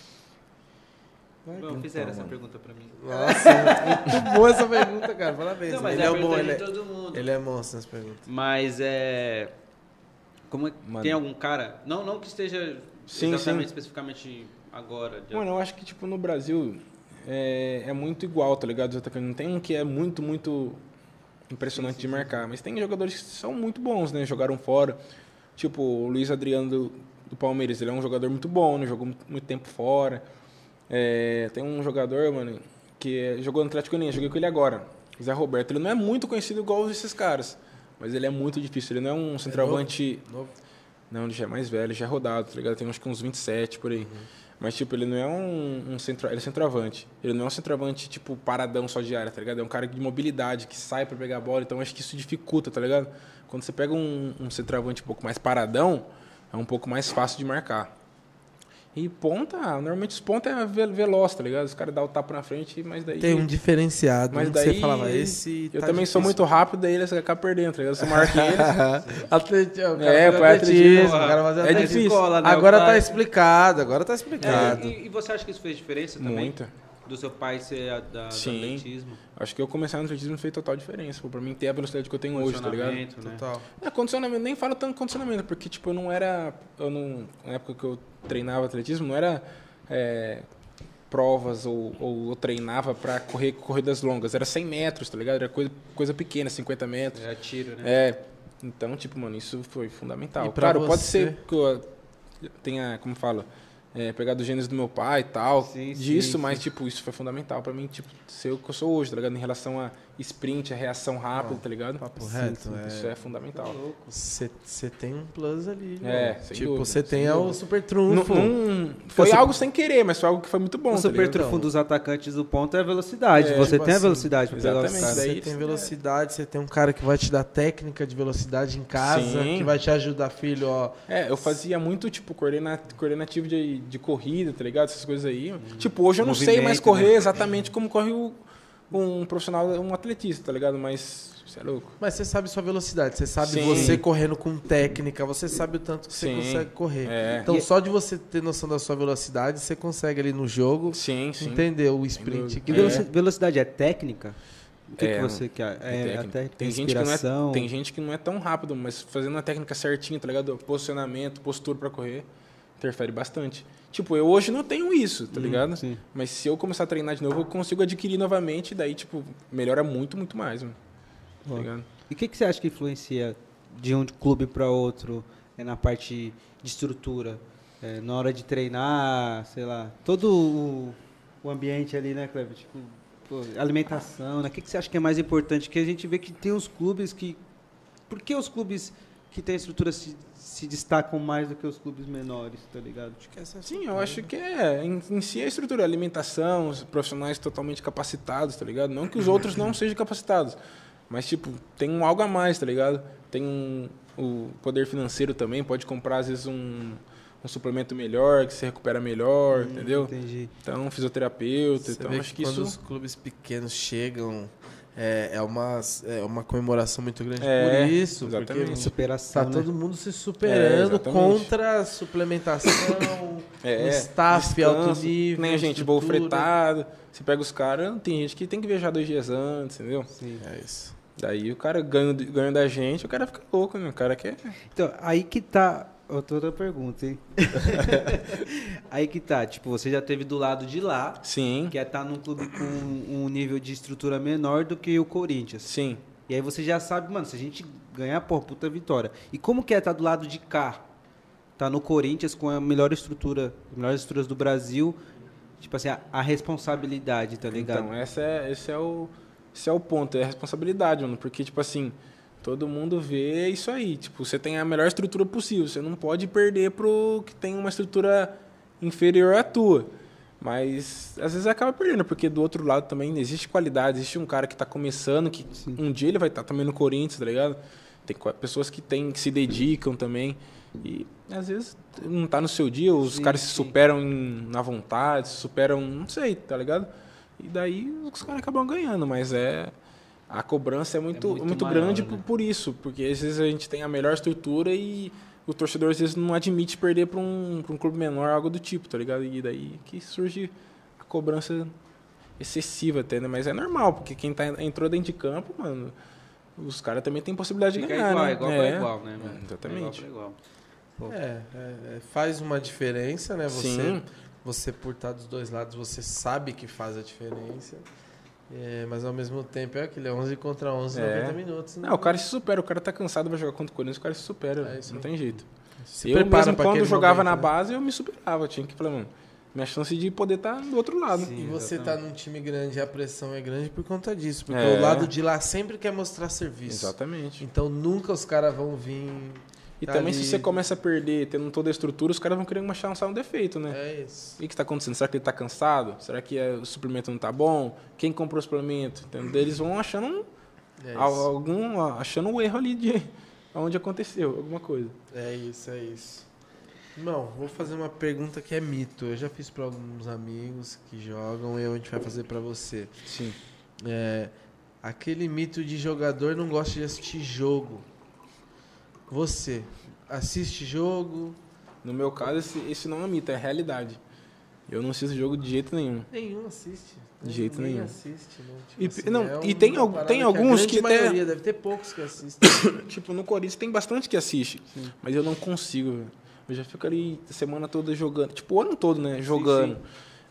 A: Não, fizeram essa pergunta pra mim.
B: Nossa, é muito boa essa pergunta, cara. Parabéns.
A: Não, mas
B: ele
A: é
B: é,
A: a
B: bom,
A: pergunta
B: ele
A: de
B: é,
A: todo mundo.
B: ele é monstro nas perguntas.
A: Mas é. Como é que-
C: Mano.
A: tem algum cara? Não, não que esteja
C: Sim,
A: exatamente
C: sim.
A: especificamente agora. de-
C: Mano, eu acho que, tipo, no Brasil é, é muito igual, tá ligado? Os atacantes. Não tem um que é muito, muito impressionante de marcar. Mas tem jogadores que são muito bons, né? Jogaram fora. Tipo, o Luiz Adriano do, do Palmeiras, ele é um jogador muito bom, né? Jogou muito, muito tempo fora. É, tem um jogador, mano, que é- jogou no Atlético Mineiro, joguei com ele agora. Zé Roberto, ele não é muito conhecido igual esses caras, mas ele é muito difícil. Ele não é um centroavante
B: Novo.
C: não, ele já é mais velho, já é rodado, tá ligado? Tem acho que uns 27 por aí. Mas, tipo, ele não é um, um centro, ele é centroavante. Ele não é um centroavante, tipo, paradão só de área, tá ligado? É um cara de mobilidade, que sai pra pegar a bola, então acho que isso dificulta, tá ligado? Quando você pega um, um centroavante um pouco mais paradão, é um pouco mais fácil de marcar. E ponta, normalmente os ponta é ve- veloz, tá ligado? Os caras dão o tapa na frente, mas daí...
B: Tem um diferenciado,
C: mas
B: um que
C: daí
B: você falava esse.
C: Eu
B: tá
C: também
B: difícil.
C: sou muito rápido, aí eles acabam perdendo, tá ligado? Eu sou maior que eles.
B: Atletismo,
C: É, pô, é atletismo,
B: o cara faz
C: é
B: atletismo.
C: difícil.
A: Cola, né,
B: agora
A: o
B: tá
A: pai?
B: explicado, agora tá
A: É,
B: explicado.
A: e, e você acha que isso fez diferença também?
C: Muito.
A: Do seu pai ser a, da, do
C: Sim.
A: atletismo?
C: Acho que eu começar no atletismo fez total diferença. Pô, pra mim ter a velocidade que eu tenho hoje, tá ligado?
A: Condicionamento, né?
B: Total.
C: É, condicionamento, nem falo tanto condicionamento, porque tipo, eu não era. Eu não. Na época que eu treinava atletismo, não era é, provas ou, ou eu treinava para correr corridas longas. Era 100 metros, tá ligado? Era coisa, coisa pequena, 50 metros.
A: Era tiro, né?
C: É. Então, tipo, mano, isso foi fundamental.
B: E pra
C: claro, pode
B: você?
C: ser que eu tenha, como fala, é, pegado os genes do meu pai e tal,
A: Sim, sim,
C: disso, mas, tipo, isso foi fundamental pra mim, tipo, ser o que eu sou hoje, tá ligado? Em relação a sprint, a reação rápida, tá ligado?
B: papo
C: Sim,
B: reto,
C: sim,
B: é.
C: Isso é fundamental.
B: Você tem um plus ali,
C: É,
B: mano.
C: sem
B: Tipo,
C: dúvida,
B: você
C: sem
B: tem é o
C: dúvida.
B: super
C: Não-
B: trunfo.
C: não- foi
A: Você-
C: algo sem querer, mas foi algo que foi muito bom,
A: O
C: tá
A: super
C: ligado?
A: trunfo dos atacantes do ponto é a velocidade.
C: É,
A: você
B: tipo
A: tem a
B: assim,
A: velocidade pra pegar os
C: exatamente,
A: caras.
C: daí-
B: Você
C: isso
B: tem
C: é-
B: velocidade, você tem um cara que vai te dar técnica de velocidade em casa,
C: Sim.
B: que vai te ajudar, filho, ó.
C: É, eu fazia muito, tipo, coordena- coordenativo de, de corrida, tá ligado? Essas coisas aí. Tipo, hoje eu não sei
A: Hum. Movimento,
C: mais correr
A: né?
C: exatamente como corre o- um profissional, um atletista, tá ligado? Mas, você é louco.
B: Mas você sabe sua velocidade, você sabe
C: Sim.
B: você correndo com técnica, você sabe o tanto que
C: Sim.
B: você consegue correr.
C: É.
B: Então,
A: E-
B: só de você ter noção da sua velocidade, você consegue ali no jogo
C: Sim, sim.
B: entender o
C: dúvida.
B: sprint.
A: E
B: que-
A: veloci- velocidade é técnica? O que,
C: É,
A: que você quer?
C: Tem
A: É,
C: técnica.
A: até
C: Tem gente, que não
A: inspiração.
C: é, tem gente que não é tão rápido, mas fazendo a técnica certinha, tá ligado? Posicionamento, postura pra correr, interfere bastante. Tipo, eu hoje não tenho isso, tá ligado?
A: Hum, sim.
C: Mas se eu começar a treinar de novo, eu consigo adquirir novamente, e daí, tipo, melhora muito, muito mais, mano. Tá
A: Ó.
C: ligado?
A: E o que, que você acha que influencia de um clube para outro é, na parte de estrutura? É, na hora de treinar, sei lá, todo o, o ambiente ali, né, Cleber? Tipo, pô, alimentação, né? O que, que você acha que é mais importante? Que a gente vê que tem os clubes que... Por que os clubes que têm estrutura se, se destacam mais do que os clubes menores, tá ligado? Tipo,
C: Sim, eu acho que é. Em, em si a estrutura, a alimentação, os profissionais totalmente capacitados, tá ligado? Não que os outros não sejam capacitados, mas, tipo, tem um algo a mais, tá ligado? Tem um, o poder financeiro também, pode comprar, às vezes, um, um suplemento melhor, que se recupera melhor, entendeu?
A: Entendi.
B: Tá
C: Então, fisioterapeuta,
B: Hum, Você
C: então
B: vê
C: acho
B: que
C: que
B: quando
C: isso...
B: os clubes pequenos chegam, é, é uma, é uma comemoração muito grande
C: É,
B: por isso,
C: exatamente.
B: porque
A: Superação,
B: tá
A: né?
B: todo mundo se superando
C: É, exatamente.
B: contra a suplementação,
C: É,
B: um staff alto
C: descanso,
B: nível,
C: Nem gente, voo
B: estrutura.
C: fretado. Você pega os caras, tem gente que tem que viajar dois dias antes, entendeu?
A: Sim.
B: É isso.
C: Daí o cara ganha, ganha da gente, o cara fica louco, né? O cara quer...
A: Então, aí que tá. Outra pergunta, hein? aí que tá. Tipo, você já teve do lado de lá,
C: Sim,
A: que é estar num clube com um nível de estrutura menor do que o Corinthians.
C: sim.
A: E aí você já sabe, mano, se a gente ganhar, pô, puta vitória. E como que é estar do lado de cá? Tá no Corinthians com a melhor estrutura, as melhores estruturas do Brasil. Tipo assim, a, a responsabilidade, tá ligado?
C: Então, essa é, esse, é o, esse é o ponto, é a responsabilidade, mano. Porque, tipo assim, todo mundo vê isso aí. Tipo, você tem a melhor estrutura possível. Você não pode perder pro que tem uma estrutura inferior à tua. Mas às vezes acaba perdendo, porque do outro lado também existe qualidade, existe um cara que tá começando, que um dia ele vai estar também no Corinthians, tá ligado? Tem co- pessoas que tem, que se dedicam também. E às vezes não tá no seu dia, os
A: Sim,
C: caras se
A: sim.
C: superam em- na vontade, se superam, não sei, tá ligado? E daí os caras acabam ganhando, mas é. A cobrança é muito,
A: É muito
C: muito,
A: maior,
C: grande
A: né?
C: por, por isso, porque às vezes a gente tem a melhor estrutura e o torcedor às vezes não admite perder para um, pra um clube menor, algo do tipo, tá ligado? E daí que surge a cobrança excessiva até, né? Mas é normal, porque quem tá, entrou dentro de campo, mano, os caras também têm possibilidade
A: Fica
C: de ganhar,
A: igual,
C: né?
A: igual
C: É.
A: pra igual, né, mano?
C: Exatamente. Tá
A: É igual pra igual.
B: É, é, é, faz uma diferença,
A: É,
B: né? Você,
C: É, Sim.
B: você por estar dos dois lados, você sabe que faz a diferença. É, mas ao mesmo tempo é aquele 11 contra 11,
C: É.
B: 90 minutos. né?
C: Não, o cara se supera, o cara tá cansado, vai jogar contra o Corinthians, o cara se supera,
B: É isso
C: não
B: aí.
C: tem jeito.
B: Se
C: eu
B: prepara
C: mesmo,
B: pra
C: quando
B: aquele
C: jogava
B: momento,
C: na
B: né?
C: base, eu me superava, tinha que falar, mano, minha chance de poder estar do outro lado.
A: Sim.
B: E você tá num time grande, a pressão é grande por conta disso. Porque
C: É.
B: o lado de lá sempre quer mostrar serviço.
C: Exatamente.
B: Então nunca os caras vão vir.
C: E
B: tá
C: também se
B: ali.
C: você começa a perder, tendo toda a estrutura, os caras vão querer achar um, um defeito, né?
B: É isso.
C: O que que está acontecendo? Será que ele está cansado? Será que eh, o suplemento não está bom? Quem comprou o suplemento? Entendeu? Eles vão achando um,
B: É isso.
C: al- algum, achando um erro ali de onde aconteceu, alguma coisa.
B: É isso, é isso. Não, vou fazer uma pergunta que é mito. Eu já fiz para alguns amigos que jogam e a gente vai fazer para você.
C: Sim.
B: É, aquele mito de jogador não gosta de assistir jogo. Você assiste jogo?
C: No meu caso, esse, esse não é um mito, é realidade. Eu não assisto jogo de jeito nenhum.
B: Nenhum assiste.
C: De jeito
B: Ninguém
C: nenhum.
B: assiste, né?
C: E pe- não,
B: é
C: e
B: uma
C: tem al-
B: parada
C: tem
B: a
C: alguns
B: grande
C: que até-
B: maioria, deve ter poucos que assistem. assim,
C: tipo, no Corinthians tem bastante que assiste, mas eu não consigo, velho. Eu já fico ali a semana toda jogando. Tipo, o ano todo, né? Jogando.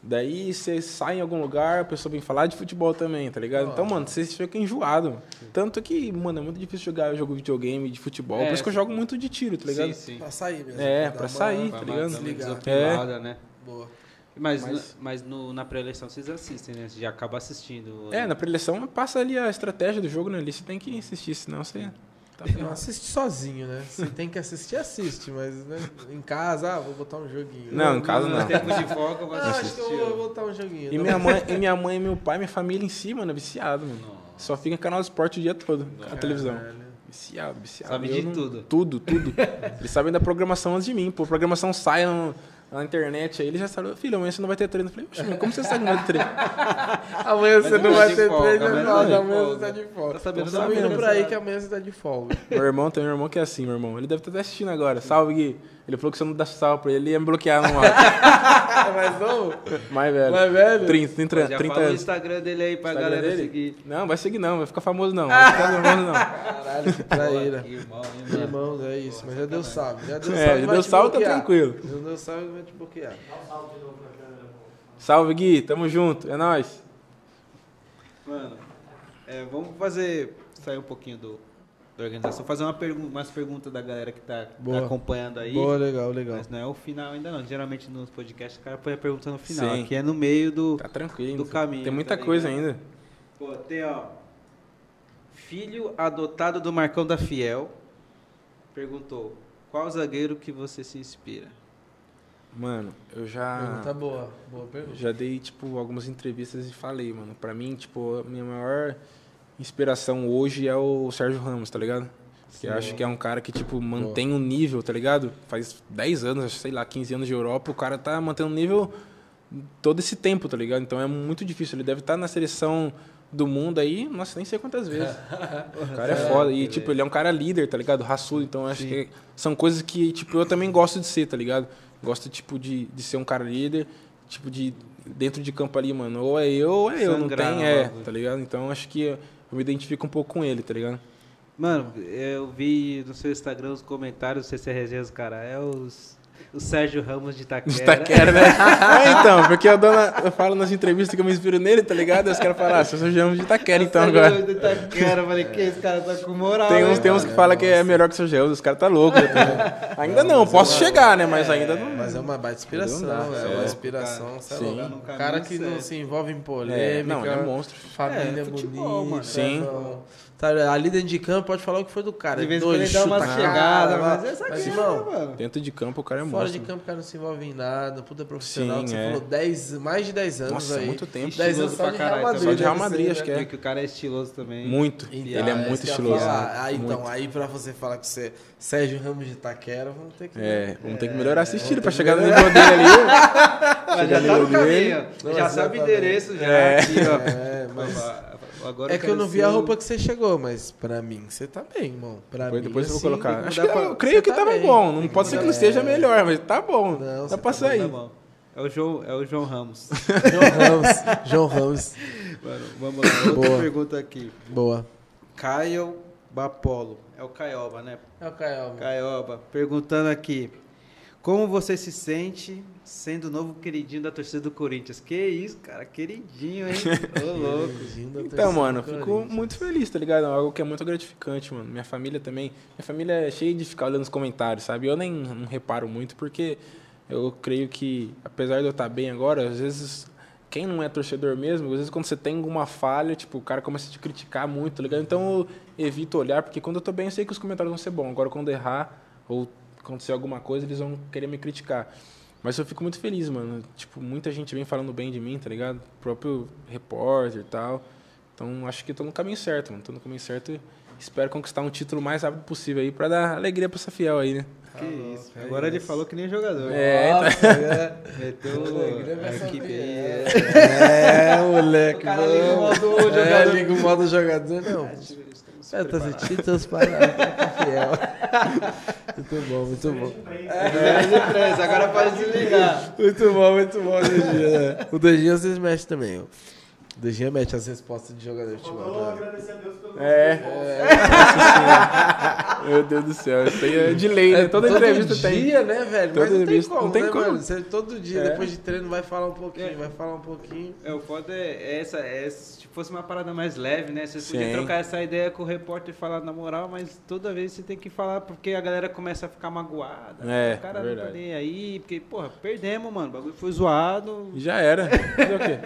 C: Daí você sai em algum lugar, a pessoa vem falar de futebol também, tá ligado? Então, mano, você fica enjoado. mano. Tanto que, mano, é muito difícil jogar jogo de videogame de futebol.
A: É,
C: por isso que eu
A: sim.
C: jogo muito de tiro, tá ligado?
A: Sim, sim.
B: Pra sair mesmo.
C: É,
B: Dá
C: pra
B: uma-
C: sair.
A: Pra
C: tá
A: matar uma
C: ligado?
B: Desligar.
A: desopilada, né?
B: Boa.
A: Mas,
C: Mas-
A: na- mas no- na pré-eleição vocês assistem, né? Você já acaba assistindo.
C: É, na preleção passa ali a estratégia do jogo, né? Ali você tem que insistir, senão você. Tá
B: Não
C: ferrado.
B: assiste sozinho, né? Se tem que assistir, assiste, mas né, em casa, ah, vou botar um joguinho.
C: Não, em casa né? não.
A: tempo de folga eu vou
B: Ah, acho
A: assistir.
B: que eu vou botar um joguinho.
C: E
B: Não.
C: minha, mãe, e minha mãe, meu pai, minha família em si, mano, é viciado, mano. Só fica canal de esporte o dia todo, a
A: é.
C: televisão.
B: Caralho.
C: Viciado, viciado.
A: Sabe
C: Eu
A: de
C: não-
A: tudo.
C: Tudo, tudo. Eles sabem da programação antes de mim. Pô, a programação sai no- na internet aí, eles já sabem. Filho, amanhã você não vai ter treino. Eu falei, "Oxe, mas como você sabe que não vai ter treino?
B: Amanhã você
A: Mas
B: não
A: não
B: vai
A: de
B: ter
A: folga,
B: treino,
A: mas
B: não,
A: não de
B: amanhã você
A: folga.
B: tá de folga.
A: Tá sabendo
B: Então,
A: da
B: tá vindo
A: minha,
B: por aí
A: sabe?
B: que amanhã você tá de folga.
C: Meu irmão tem um irmão que é assim, meu irmão. Ele deve estar assistindo agora. Salve, Gui. Ele falou que se eu não dar salve pra ele, ele ia me bloquear no ar.
B: Mas é, não,
C: Mais velho.
B: Mas velho?
C: 30, 30,
A: Já
C: 30
A: fala o
C: anos.
A: Instagram dele aí pra
C: Instagram
A: galera
C: dele?
A: seguir.
C: Não, vai seguir não, vai ficar famoso não. Vai ficar famoso não.
B: caralho,
A: Que
B: que traíra.
A: Irmão, hein, mano?
B: Irmãos, é isso, mas já deu salve. Já deu
C: É,
B: salve,
C: já
B: vai
C: deu
B: te
C: salve, tá
B: bloquear.
C: tranquilo.
B: Já deu salve, vai te bloquear.
C: Salve, Gui. Tamo junto. É nóis.
A: Mano, é, vamos fazer. sair um pouquinho do, da organização, fazer uma pergun umas perguntas da galera que tá, tá
B: Boa.
A: acompanhando aí.
B: Boa, legal, legal.
A: Mas não é o final ainda não. Geralmente nos podcasts o cara põe a pergunta no final.
C: Sim.
A: Aqui é no meio do.
C: Tá tranquilo.
A: Do caminho,
C: Tem muita
A: tá
C: coisa
A: ligado?
C: ainda.
A: Pô, tem, ó. Filho adotado do Marcão da Fiel perguntou: qual zagueiro que você se inspira?
C: Mano, eu
A: Ah.
C: já...
B: Pergunta boa, boa pergunta.
C: Já dei, tipo, algumas entrevistas e falei, mano. Pra mim, tipo, a minha maior inspiração hoje é o Sérgio Ramos, tá ligado? Que eu acho que é um cara que, tipo, mantém um nível, tá ligado? Faz 10 anos, acho, sei lá, 15 anos de Europa, o cara tá mantendo um nível todo esse tempo, tá ligado? Então é muito difícil. Ele deve estar na seleção do mundo aí, nossa, nem sei quantas vezes. O cara é foda. E, tipo, ele é um cara líder, tá ligado? Raçudo. Então, eu acho que são coisas que, tipo, eu também gosto de ser, tá ligado? Gosto, tipo, de, de ser um cara líder, tipo, de dentro de campo ali, mano. Ou é eu, ou é eu. Não
A: Sangrar
C: tem,
A: no
C: é,
A: bagulho.
C: tá ligado? Então, acho que eu me identifico um pouco com ele, tá ligado?
A: Mano, eu vi no seu Instagram os comentários, você se resenha os cara, é os, o Sérgio Ramos de Itaquera.
C: De Itaquera, né? é, então, porque eu, dou na- eu falo nas entrevistas que eu me inspiro nele, tá ligado? Os caras falam, ah, se eu sou Germo de Itaquera, então,
A: Sérgio
C: agora.
A: Ramos de Itaquera, eu falei, que esse cara tá com moral.
C: Tem
A: hein,
C: uns, tem uns
A: mano?"
C: que falam que é melhor que o seu Germo, os caras tá louco. né? ainda não, posso chegar, né? Mas ainda não.
B: Mas é uma baita inspiração,
C: Não dá,
B: é
C: é.
B: uma inspiração, sei
C: Sim.
B: lá.
A: Tá no
B: Um
A: caminho
B: cara que não
A: certo.
B: se envolve em polêmica.
C: É, não, ele é monstro.
B: Família
A: É, futebol,
B: bonita.
A: mano.
C: Sim.
B: não. Tá, ali dentro de campo pode falar o que foi do cara.
A: De vez em quando
B: Dois,
A: ele dá uma
B: chuta a
A: chegada,
B: cara,
A: mas é essa
B: mas,
A: aqui,
B: irmão,
A: mano.
C: Dentro de campo o cara é
B: Fora
C: monstro.
B: de campo o cara não se envolve em nada, puta profissional,
C: Sim,
B: que você
C: é.
B: falou 10, mais de 10 anos
C: Nossa,
B: aí.
C: muito tempo.
B: 10 anos
A: Estiloso
B: só
A: pra
B: de Real
A: caralho
B: Madrid.
A: também. Só
C: de Real
B: deve
C: Madrid,
B: ser,
C: acho
B: né?
C: que é.
A: E que o cara é estiloso também.
C: Muito.
B: Então,
C: ele é
B: é isso
C: muito
B: que eu ia
C: estiloso.
B: falar. Ah, então,
C: Muito.
B: aí pra você falar que você é Sérgio Ramos de Taquera, vamos ter que...
C: É, vamos ter que melhorar esse
B: É,
C: estilo pra chegar no nível dele ali.
A: Mas já tá no caminho.
B: Não,
A: já
B: mas
A: sabe
B: já
A: o
B: tá
A: endereço, já.
C: É.
A: Aqui, ó.
B: É, mas-
A: Pô, Agora
B: É que eu
A: quero
B: não vi
A: ser
B: a
A: o-
B: roupa que você chegou, mas pra mim você tá bem, irmão. Pra
C: Depois,
B: mim,
C: depois eu vou
B: assim,
C: colocar.
B: não
C: Acho
B: dá
C: que
B: pra-
C: eu creio
B: você
C: que
B: tá
C: tava
B: bem.
C: bom. Não pode ser que não
B: É.
C: esteja melhor, mas tá bom.
B: Não,
C: Dá
B: você
C: pra
B: tá bom,
A: Tá
C: sair.
A: bom. É o João, é o João Ramos.
B: João Ramos, João Ramos,
A: Mano, vamos lá. Outra
B: Boa.
A: pergunta aqui.
B: boa.
A: Caio Bapolo. É o Caioba, né?
B: É o Caio.
C: Tá
A: Caioba, perguntando aqui. Como você se sente sendo o novo queridinho da torcida do Corinthians? Que isso, cara, queridinho, hein? Ô, louco.
C: Então, mano, eu fico muito feliz, tá ligado? É algo que é muito gratificante, mano. Minha família também. Minha família é cheia de ficar olhando os comentários, sabe? Eu nem não reparo muito, porque eu creio que, apesar de eu estar bem agora, às vezes. Quem não é torcedor mesmo, às vezes quando você tem alguma falha, tipo, o cara começa a te criticar muito, tá ligado? Então eu evito olhar, porque quando eu tô bem, eu sei que os comentários vão ser bons. Agora, quando eu errar ou acontecer alguma coisa, eles vão querer me criticar. Mas eu fico muito feliz, mano. Tipo, muita gente vem falando bem de mim, tá ligado? O próprio repórter e tal. Então acho que tô no caminho certo, mano. Tô no caminho certo e espero conquistar um título o mais rápido possível aí pra dar alegria pra essa fiel aí, né?
A: Que isso. Agora ele falou que nem jogador.
C: É,
A: Meteu a equipe aí. é.
B: É, moleque.
A: O cara liga o
B: vamos.
A: modo jogador.
B: É, liga o modo jogador, não.
A: Estamos
B: É, tá
A: preparados.
B: sentindo seus paradas, tá fiel. Muito bom, muito bom.
A: É, três, agora pode desligar.
B: Muito bom, muito bom, Dejinha. O Dejinha vocês mexem também, ó. Dejinha mete as respostas de jogador de futebol.
D: Faltou
B: Tá?
D: agradecer a Deus pelo
C: É. Nossa Senhora. Meu Deus do céu, isso aí é de lei, né? Toda entrevista
B: todo
C: tem.
B: dia, né, velho?
C: Toda
B: Mas não tem
C: entrevista-
B: como,
C: não tem
B: né,
C: como.
B: mano? Você todo dia,
C: É.
B: depois de treino, vai falar um pouquinho, vai falar um pouquinho.
A: É, o foda é é essa, é, se fosse uma parada mais leve, né? Vocês podiam
C: Sim.
A: trocar essa ideia com o repórter e falar na moral, mas toda vez você tem que falar porque a galera começa a ficar magoada.
C: É,
A: o cara
C: é
A: não tá
C: verdade.
A: nem aí, porque, porra, perdemos, mano. O bagulho foi zoado.
C: E já era. Fazer o quê?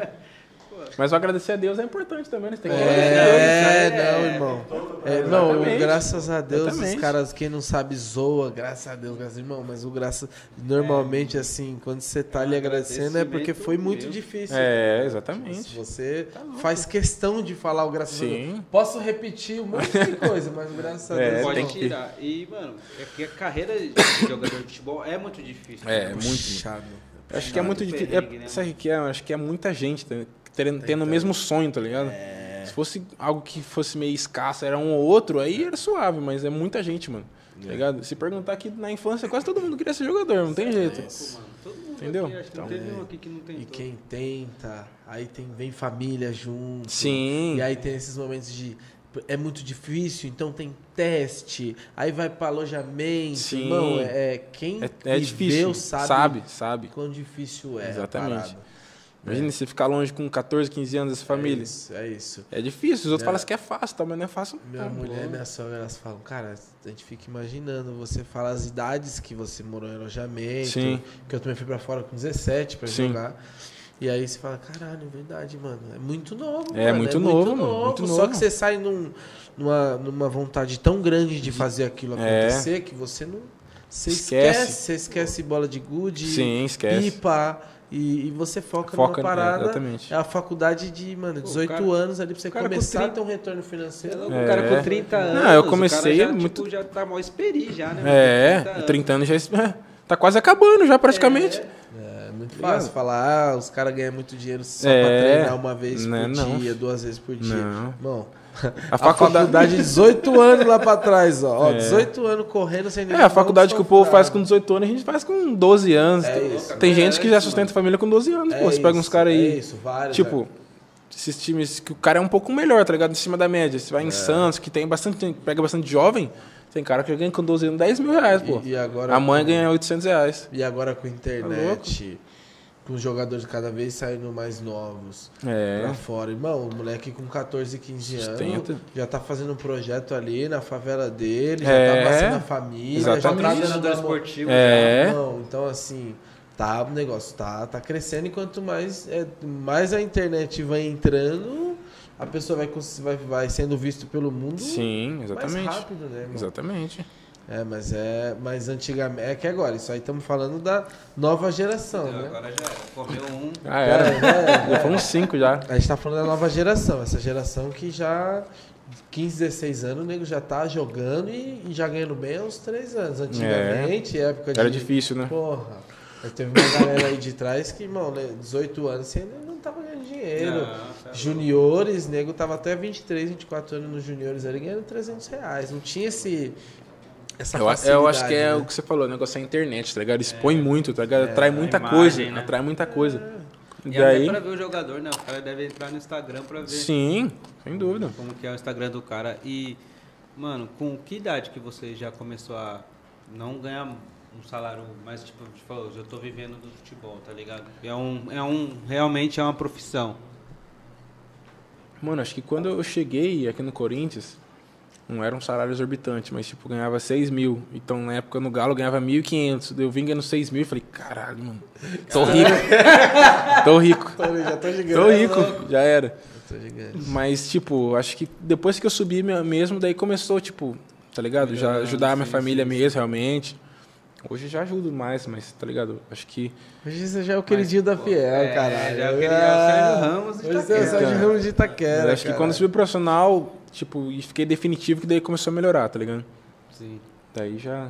C: Mas só agradecer a Deus é importante também, né? Você tem que né?
B: É, não, irmão. É, não,
C: Exatamente.
B: graças a Deus,
C: Exatamente.
B: os caras, quem não sabe, zoa, graças a Deus, graças a irmão, mas o graça,
C: É.
B: normalmente, assim, quando você tá ali agradecendo, é porque foi muito
A: meu.
B: difícil.
C: Ah, É,
B: Se
C: exatamente.
B: você faz questão de falar o graças a
C: Sim.
B: Deus. Posso repetir um monte de coisa, mas o graças a
C: É,
B: Deus.
A: Pode
C: tem
B: não.
C: que-
A: tirar. E, mano, é que a carreira de jogador de futebol é muito difícil.
C: É,
A: né?
C: muito.
B: Puxado.
C: Eu acho que é muito
A: Muito
C: difícil.
A: perrengue,
C: É,
A: né,
C: sabe o que é? Eu acho que é muita gente tá- tendo, tendo o mesmo sonho, tá ligado?
B: É.
C: Se fosse algo que fosse meio escasso, era um ou outro, aí era suave, mas é muita gente, mano.
B: É.
C: Tá ligado? Se perguntar aqui na infância, quase todo mundo queria ser jogador, não tem jeito.
A: Mano, todo mundo
C: Entendeu?
A: aqui, acho que não
C: Então,
A: teve um aqui que não
B: E
A: tentou.
B: quem tenta, aí tem, vem família junto.
C: Sim.
B: E aí tem esses momentos de. É muito difícil, então tem teste. Aí vai pra alojamento.
C: Sim.
B: Irmão, é, é- quem
C: É, é
B: viveu
C: difícil.
B: sabe,
C: sabe, sabe.
B: quão difícil é. a
C: Exatamente.
B: parada.
C: Imagina você ficar longe com 14, 15 anos dessa
B: É
C: família.
B: isso. É isso.
C: É, difícil, os outros
B: É.
C: falam que é fácil, tá? mas não é fácil. não,
B: Minha
C: tá,
B: mulher e
C: mano.
B: minha sogra, elas falam, cara, a gente fica imaginando, você fala as idades que você morou em alojamento,
C: Sim.
B: que eu também fui pra fora com 17 pra
C: Sim.
B: jogar. E aí você fala, caralho, é verdade, mano, é muito novo.
C: É
B: mano,
C: muito novo, mano, muito
B: Só
C: novo.
B: que você sai num- numa, numa vontade tão grande de fazer aquilo
C: É.
B: acontecer que você não. Você esquece.
C: Esquece.
B: você esquece bola de gude,
C: Sim, esquece.
B: pipa, e, e você foca, numa
C: Foca, é,
B: parada.
C: exatamente.
B: É a faculdade de, mano, 18
A: cara-
B: anos ali pra você
A: o cara com
B: começar a
A: 30
B: ter um retorno financeiro.
A: O cara com 30
C: É. Não,
A: anos.
C: eu
A: o cara
C: comecei
A: já,
C: muito-
A: Tipo, já tá mal esperi já, né?
C: É, 30
A: anos.
C: anos, já. es- Tá quase acabando já, praticamente.
B: É muito
A: Tá
B: fácil falar, ah, os caras ganham muito dinheiro só pra
C: É.
B: treinar uma vez
C: Não é
B: por
C: não.
B: dia, duas vezes por dia.
C: Não.
B: Bom,
C: A
B: a
C: faculdade-
B: faculdade, 18 anos lá pra trás, ó. Ó, 18 anos correndo sem
C: É, a faculdade que o povo faz com 18 anos, a gente faz com 12 anos.
B: É
C: Tem-
B: isso.
C: Tem
A: É
C: gente que já
A: isso,
C: sustenta a família com 12 anos, pô. Você pega uns caras aí.
B: É isso, vários.
C: tipo,
B: né?
C: esses times que o cara é um pouco melhor, tá ligado? Em cima da média. Você vai
B: É.
C: em Santos, que tem bastante. tem- Pega bastante jovem, tem cara que ganha com 12 anos 10 mil reais, pô.
B: é. E- e agora-
C: a mãe ganha 800 reais.
B: E agora com a
C: Tá louco?
B: internet, com os jogadores cada vez saindo mais novos.
C: É.
B: Pra fora. Irmão, o moleque com 14, 15 anos
C: Sustenta.
B: já tá fazendo um projeto ali na favela dele,
C: É.
B: já tá passando a família,
C: Exatamente.
B: já tá
A: Treinador
B: trazendo uma-
A: esportivo.
C: É.
B: Não, então assim, tá, o negócio tá, tá crescendo e quanto mais, é, mais a internet vai entrando, a pessoa vai, cons- vai, vai sendo visto pelo mundo
C: Sim,
B: mais
C: exatamente.
B: rápido, né, irmão?
C: Exatamente.
B: É, mas é. Mas antigamente. É que agora, isso aí estamos falando da nova geração,
A: Não,
B: né?
A: Agora já era. Correu um.
C: Ah, era.
B: É,
C: Já foram 5 já.
B: A gente tá falando da nova geração, essa geração que já. 15, 16 anos, o nego já tá jogando e, e já ganhando bem aos 3 anos. Antigamente, época de.
C: É. Era difícil, né?
B: Porra. Aí Teve uma galera aí de trás que, irmão, né, 18 anos você ainda não tava ganhando dinheiro.
A: Não, tá
B: juniores, nego tava até 23, 24 anos nos juniores ali ganhando 300 reais. Não tinha esse. Essa
C: Eu, eu acho que
A: né?
C: é
B: facilidade,
C: o que você falou, o negócio é a internet, tá ligado? Expõe muito, tá ligado? Atrai muita
A: É. imagem,
C: coisa,
A: né? É.
C: atrai muita coisa. E
A: E
C: daí,
A: até pra ver o jogador, né? O cara deve entrar no Instagram pra ver
C: sim, sem dúvida.
A: como que é o Instagram do cara. E, mano, com que idade que você já começou a não ganhar um salário, mas tipo, te falou, eu tô vivendo do futebol, tá ligado? É um, é um, realmente é uma profissão.
C: Mano, acho que quando eu cheguei aqui no Corinthians, não era um salário exorbitante, mas tipo, ganhava 6 mil. Então na época no Galo eu ganhava 1.500. daí Eu vim ganhando 6 mil e falei, caralho, mano, tô rico. tô rico.
B: né? Já tô gigante.
C: Tô rico, já era.
B: Tô gigante.
C: Mas, tipo, acho que depois que eu subi me- mesmo, daí começou, tipo, tá ligado? Já ajudar a minha família mesmo, realmente. Hoje já ajudo mais, mas, tá ligado? Acho que.
B: Hoje você já é o queridinho da Fiel,
A: é,
B: caralho.
A: já é o queridinho, é o Sérgio Ramos de
B: Hoje você é o
A: Itaquera.
B: Sérgio Ramos de
C: mas
B: Itaquera.
C: acho que
B: É, cara.
C: quando eu subi pro profissional, tipo, e fiquei definitivo, que daí começou a melhorar, tá ligado?
A: Sim.
C: Daí já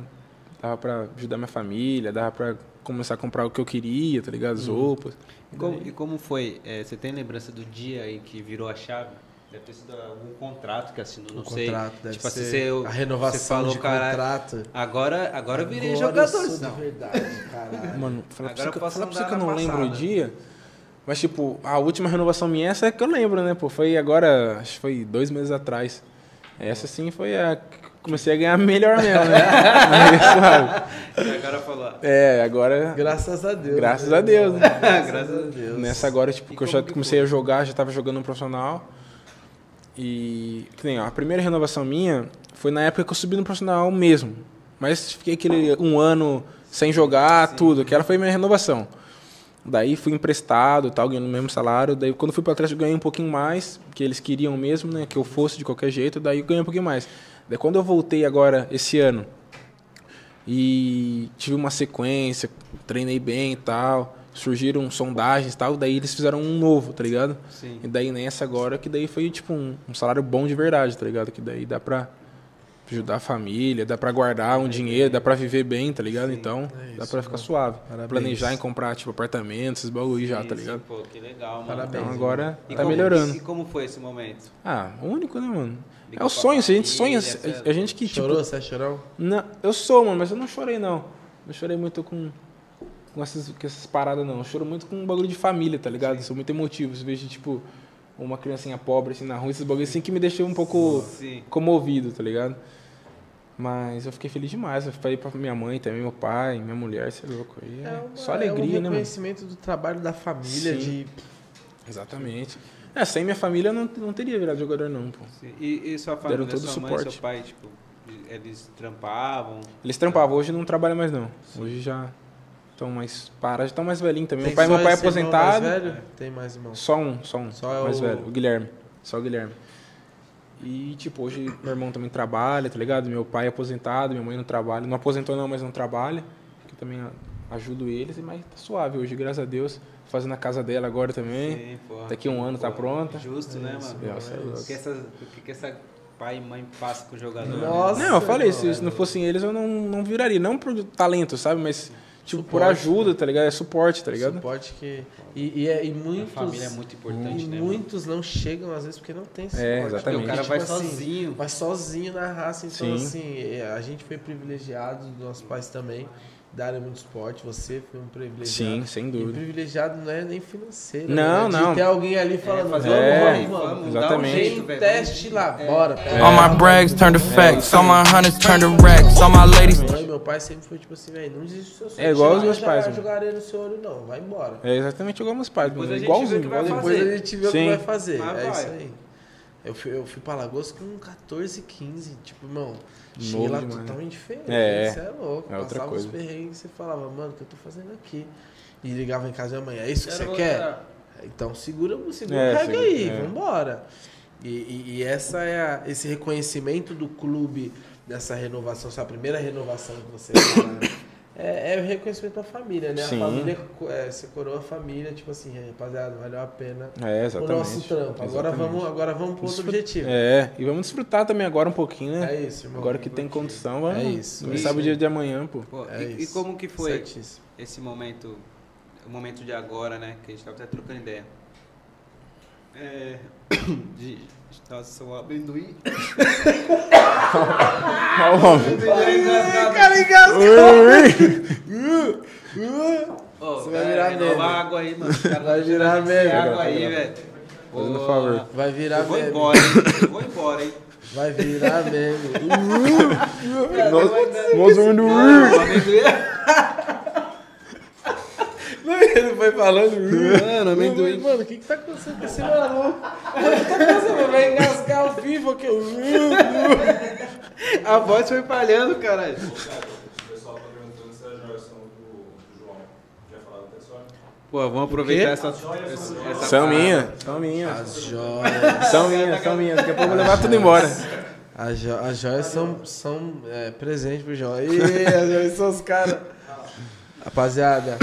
C: dava pra ajudar minha família, dava pra começar a comprar o que eu queria, tá ligado? As roupas.
A: E como, e como foi? É, você tem lembrança do dia em que virou a chave? Deve ter sido algum contrato que
C: Um
A: assinou, não
B: O
A: sei.
B: contrato deve
A: tipo assim,
B: ser
A: você-
B: a renovação
A: você falou,
B: de
A: "Caralho,
B: contrato.
A: Agora, agora eu virei
B: Agora eu sou
A: jogador. então."
B: de verdade, caralho.
C: Mano, falar pra
A: Agora
C: você que
A: eu
C: eu,
A: posso
C: falar pra você
A: andar
C: que eu
A: na
C: não lembro o
A: passada.
C: dia. Mas, tipo, a última renovação minha, essa é que eu lembro, né, pô? Foi agora, acho que foi dois meses atrás. Essa sim foi a. que Comecei a ganhar melhor mesmo, né? Aí, suave.
A: E agora falou. "Ah,
C: é, agora.
B: Graças a Deus.
C: Graças
B: né?
C: a Deus, né?
A: Graças a
B: Deus.
C: Nessa agora, tipo,
A: E
C: que eu
A: como
C: já
A: que
C: comecei
A: foi?
C: a jogar, já tava jogando no profissional. E. Que nem, ó, a primeira renovação minha foi na época que eu subi no profissional mesmo. Mas fiquei aquele um ano sem jogar, tudo. Aquela foi minha renovação. Daí fui emprestado, e tal, ganhando o mesmo salário. Daí quando fui para trás eu ganhei um pouquinho mais, que eles queriam mesmo, né? Que eu fosse de qualquer jeito, daí eu ganhei um pouquinho mais. Daí quando eu voltei agora, esse ano, e tive uma sequência, treinei bem e tal, surgiram sondagens e tal, daí eles fizeram um novo, tá ligado?
A: Sim.
C: E daí nessa agora, que daí foi tipo um, um salário bom de verdade, tá ligado? Que daí dá pra ajudar a família, dá pra guardar um dinheiro, dá pra viver bem, tá ligado? Então,
B: É
C: dá
B: isso,
A: né?
C: pra ficar
B: mano.
C: suave.
B: Parabéns.
C: Planejar em comprar, tipo, apartamentos, esses bagulho já,
A: Sim,
C: tá
A: sim,
C: ligado?
A: Pô, que legal, mano.
B: Parabéns.
C: Então
B: Sim.
C: agora
A: E
C: tá
A: como-
C: melhorando.
A: E como foi esse momento?
C: Ah, único, né, mano?
A: Liga
C: É
A: pra
C: o sonho, se a gente
A: família,
C: sonha, se-
A: certo?
C: a gente que, tipo,
B: Chorou? Você é chorão?
C: Não, eu sou, mano, mas eu não chorei, não. Não chorei muito com, com, essas, com essas paradas, não. Eu choro muito com um bagulho de família, tá ligado? Sou muito emotivo. Você vejo, tipo, uma criancinha pobre, assim, na rua, esses bagulhos assim que me deixou um pouco
A: Sim.
C: comovido, tá ligado? Mas eu fiquei feliz demais. Eu falei pra minha mãe também, meu pai, minha mulher, você é louco. Aí é só alegria,
B: é um
C: né, mano?
B: reconhecimento do trabalho da família,
C: Sim.
B: de
C: Exatamente. É, sem minha família eu não, não teria virado jogador, não, pô.
A: Sim. E, e sua família,
C: Deram todo
A: sua
C: o
A: mãe,
C: suporte.
A: seu pai, tipo, eles trampavam?
C: Eles trampavam, hoje não trabalham mais, não. Hoje já estão mais parados, já estão mais velhinhos também.
B: Tem
C: meu pai, meu
B: só
C: pai é
B: esse irmão
C: aposentado.
B: Mais velho? É, Tem mais irmãos.
C: Só um, só um.
B: Só é
C: mais
B: o-
C: velho, o Guilherme. Só o Guilherme. E, tipo, hoje meu irmão também trabalha, tá ligado? Meu pai é aposentado, minha mãe não trabalha. Não aposentou não, mas não trabalha. Que eu também a- ajudo eles, mas tá suave hoje, graças a Deus. Fazendo a casa dela agora também.
A: Sim, porra.
C: Daqui um ano tá pronta.
A: Justo, né,
B: Isso,
A: mano?
C: é, você é
A: o, que essa, o que essa pai e mãe passa com o jogador? né?
B: Nossa.
C: Não, eu falei, se,
B: irmão,
C: se não fossem eles, eu não, não viraria. Não por talento, sabe? Mas, tipo, por
B: Suporte, né?
C: ajuda, tá ligado? É suporte, tá ligado?
B: Suporte que. E, e, é- e muitos.
A: A família é muito importante,
B: e
A: né? mano?
B: muitos não chegam, às vezes, porque não tem suporte.
C: É,
A: Porque
C: exatamente.
A: o cara
B: Tipo
A: vai
B: assim,
A: sozinho.
B: Mas sozinho na raça, então
C: Sim.
B: assim, é, a gente foi privilegiado, nossos pais também, darem muito esporte, você foi um privilegiado.
C: Sim, sem
B: E
C: dúvida.
B: privilegiado não é nem financeiro.
C: Não,
B: né? De
C: não.
B: ter alguém ali falando, vamos,
A: É, fazer
C: um
B: vamos,
C: rolê,
B: vamos.
A: dá um
C: exatamente.
A: jeito,
B: Tem
A: velho. É.
B: teste lá, bora. pega. um
E: All my brags turn to facts, all my hundreds turn to racks, all my ladies.
B: Minha mãe e meu pai sempre foi tipo assim, velho, não desiste do seu sonho.
C: É igual os
B: Vai
C: meus
B: jogar-
C: pais, mano.
B: jogar areia no seu olho, não, vai embora.
C: É exatamente igual meus pais,
A: Depois
C: mano.
A: a gente
C: Igualzinho,
A: vê o que vai
C: igualzinho.
A: fazer.
B: Depois a gente vê o que
C: Sim.
B: vai fazer.
A: Mas
B: é
A: vai.
B: isso aí. Eu fui, eu fui pra Lagoas com 14, 15. Tipo, irmão, cheguei
C: Novo
B: lá
C: demais.
B: totalmente diferente.
C: É,
B: Você é louco.
C: é outra
B: Passava
C: coisa.
B: uns perrengues e você falava, mano, o que eu tô fazendo aqui? E ligava em casa da mãe, é isso que
A: Quero
B: você quer?
A: voltar.
B: Então segura, segura
C: É,
B: o reggae
C: segura-
B: aí,
C: é.
B: vambora. E, e- e essa é a- esse reconhecimento do clube dessa renovação, essa primeira renovação que você fez, né? é, é o reconhecimento da família, né?
C: Sim.
B: A família co- é, você coroa a família, tipo assim, rapaziada, valeu a pena
C: É,
B: o
C: exatamente.
B: nosso trampo. Agora
C: Exatamente.
B: vamos, agora vamos pro outro
C: Desfrut-
B: objetivo. É,
C: É, e vamos desfrutar também agora um pouquinho, né?
B: isso, irmão.
C: agora que tem condição, vamos.
B: É isso,
C: Quem
B: é
C: sabe
B: isso.
C: o dia de amanhã, pô.
A: Pô,
B: É
A: e, e
B: isso.
A: como que foi
B: Certíssimo.
A: esse momento, o momento de agora, né? Que a gente tava até trocando ideia. É... De... Nossa, só um amendoim.
C: Ó, o homem.
B: Uh,
A: Ô,
B: Você vai
A: galera,
B: virar
A: renova
B: meme.
A: a água aí, mano. Os caras
B: Vai virar
A: precisando de
B: meme.
A: água aí, velho.
C: Fazendo
A: Pô,
C: favor.
B: Vai virar
A: Eu vou
B: meme.
A: embora, hein? Eu Vou embora, hein?
B: Vai virar meme. Uh,
C: Nós- nós vamos no-
A: Não, o amendoim- é-
B: Não, ele foi falando.
A: Mano, amendoim.
B: Mano, o que que tá acontecendo com esse maluco? O que tá acontecendo? Vai engasgar o vivo aqui.
A: A voz foi falhando, caralho.
D: O pessoal tá perguntando se é a Joyson do, do João. Quer falar do pessoal?
A: Pô, vamos aproveitar
B: Quê?
A: essa, essa, essa
C: São
A: parada.
C: minha, são minha.
B: As joias.
C: São minha, são minha. Daqui a pouco eu vou levar tudo embora.
B: As, jo- as joias são, são é, presente pro João. Ih, as joias são os caras. Rapaziada,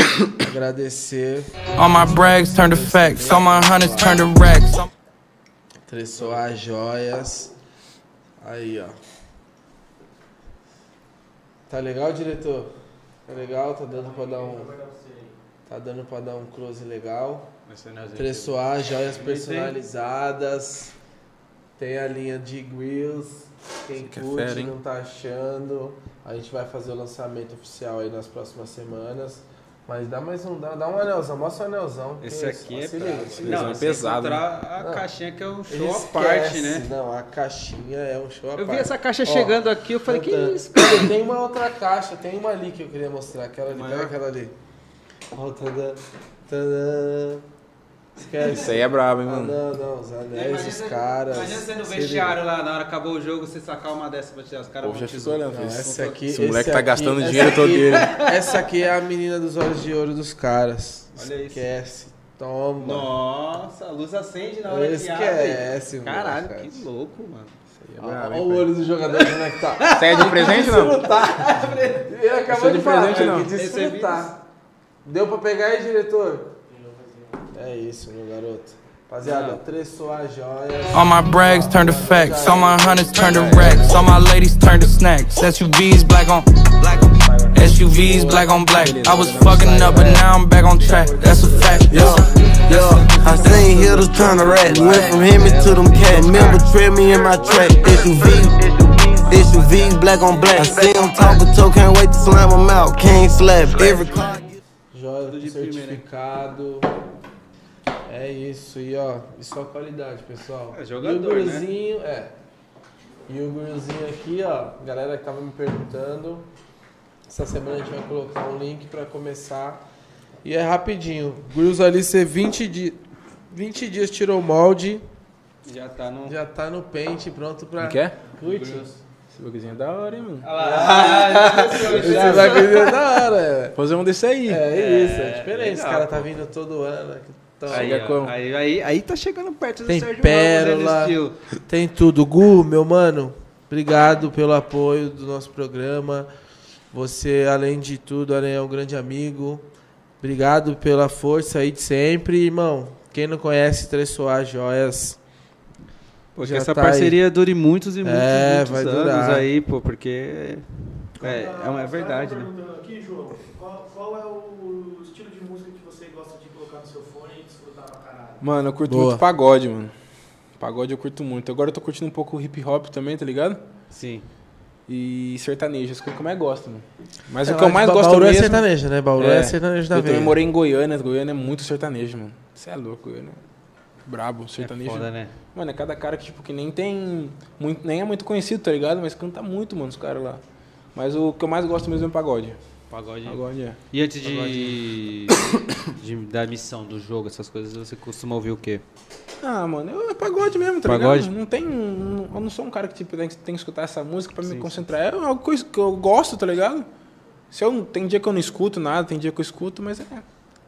B: agradecer.
E: All my brags turn to facts, all my hundreds turn to racks.
B: Tressou as joias. Aí, ó. Tá legal, diretor? Tá legal? Tá dando pra dar um. Tá dando pra dar um close legal.
A: Mas foi nas-
B: Tressoar, joias personalizadas. Tem a linha de grills. Quem
C: que é
B: curte,
C: fera, hein?
B: não tá achando. A gente vai fazer o lançamento oficial aí nas próximas semanas. Mas dá mais um, dá, dá um anelzão, mostra o anelzão. que
C: Esse
B: isso,
C: aqui é
B: se
C: pra-
B: liga, se liga.
C: Não,
A: Não,
C: é
A: você
C: pesado,
A: encontrar a
B: Não.
A: caixinha que é um
B: Ele
A: show à
B: esquece.
A: parte, né?
B: Não, a caixinha é um show à
A: Eu vi
B: parte.
A: essa caixa
B: Ó,
A: chegando aqui, eu falei, que
B: tantã.
A: isso?
B: Tem uma outra caixa, tem uma ali que eu queria mostrar. Aquela ali, pega
A: Maior?
B: aquela ali. Ó, o tadã, tadã. Esquece.
C: Isso aí é brabo, hein,
B: Ah,
C: mano.
B: não, não, os anéis, os
A: você-
B: caras.
A: Imagina você no
B: se liga.
A: vestiário lá, na hora que acabou o jogo, você sacar uma dessa pra tirar os caras.
C: Pô, já
A: vão te
C: ficou
A: zoar.
C: olhando.
B: Não,
C: Esse,
B: essa aqui,
C: esse moleque
B: essa
C: tá gastando
B: aqui-
C: dinheiro
B: essa
C: todo né?
B: aqui-
C: dele.
B: Essa aqui é a menina dos olhos de ouro dos caras.
A: Olha isso.
B: Esquece. Toma.
A: Nossa, a luz acende na hora que
B: Esquece,
A: abre.
B: mano,
A: Caralho,
B: cara.
A: que louco, mano.
B: Olha o olho do jogador como é que tá.
C: Isso aí é de presente, não?
B: Ele acabou
C: Isso é
B: de
C: de
B: falar,
C: presente,
B: tem
C: não.
B: que desfrutar. é tá. Deu pra pegar aí, diretor? É isso, meu garoto. Rapaziada,
A: Não.
B: tressou a joia.
E: All my brags turn to facts. All my hunters turn to racks. All my ladies turn to snacks. SUVs black on black. on- SUVs black on black. I was fucking up, but now I'm back on track. That's a fact.
F: Yo, yo, I seen hitters trying to rat. Went from him to them cat. Member trail me in my track. SUV, SUV, black on black. I seen him talk but toe, can't wait to slam him out. King slap every clock.
B: Joia
A: Tudo
B: com
A: de primeira, hein?
B: certificado. É isso, e ó, e só qualidade, pessoal.
A: É, jogador,
B: e o guruzinho, é. E o guruzinho aqui, ó, galera que tava me perguntando, essa semana a gente vai colocar um link pra começar. E é rapidinho. Gurus ali ser 20 dias. 20 dias tirou o molde,
A: Já tá no.
B: já tá no pente pronto pra.
C: Não quer?
B: Curte.
C: Esse bugzinho é da hora, hein, mano.
A: Olha lá. Ah, impressionante.
B: Você vai ver da hora, é.
C: Fazer um desse aí.
B: É isso, é diferente. Esse
A: legal,
B: cara
A: pô. É,
B: tá vindo todo ano. aqui, Então,
A: Aí,
C: Chega
A: ó,
C: como?
A: aí, aí, aí tá chegando perto do
B: Tem
A: Sérgio
B: pérola.
A: Ramos, ele estilo.
B: Tem tudo. Gu, meu mano, obrigado pelo apoio do nosso programa. Você, além de tudo, além é um grande amigo. Obrigado pela força aí de sempre, irmão. Quem não conhece Tressoar Joias,
A: Pô, que
B: Já
A: essa
B: tá
A: parceria dure muitos e muitos,
B: É,
A: muitos
B: vai
A: anos
B: durar.
A: aí, pô, porque. É, é, uma- é verdade, né?
G: perguntando aqui, João, qual, qual é o estilo de música que você gosta de colocar no seu fone e desfrutar pra caralho?
C: Mano, eu curto
B: Boa.
C: muito pagode, mano. Pagode eu curto muito. Agora eu tô curtindo um pouco hip hop também, tá ligado?
A: Sim.
C: E sertanejo, as coisas que eu mais gosto, mano. Mas o
B: É,
C: que eu mais
B: Ba-
C: gosto
B: Bauru é
C: mesmo...
B: sertanejo, né? Bauru é, sertanejo da
C: Eu também
B: veia.
C: morei em Goiânia, Goiânia é muito sertanejo, mano. Você é louco, Goiânia. Brabo, sertanejo.
A: É foda, né?
C: Mano, é cada cara que, tipo, que nem tem. Muito, nem é muito conhecido, tá ligado? Mas canta muito, mano, os caras lá. Mas o que eu mais gosto mesmo é pagode.
A: Pagode.
C: Pagode é.
A: E antes de, de- da missão do jogo, essas coisas, você costuma ouvir o quê?
C: Ah, mano, eu, é pagode mesmo, tá
A: Pagode?
C: ligado? Não tem. não- eu não sou um cara que tipo, tem, que- tem que escutar essa música pra me concentrar. É uma coisa que eu gosto, tá ligado? Se eu, não- tem dia que eu não escuto nada, tem dia que eu escuto, mas é.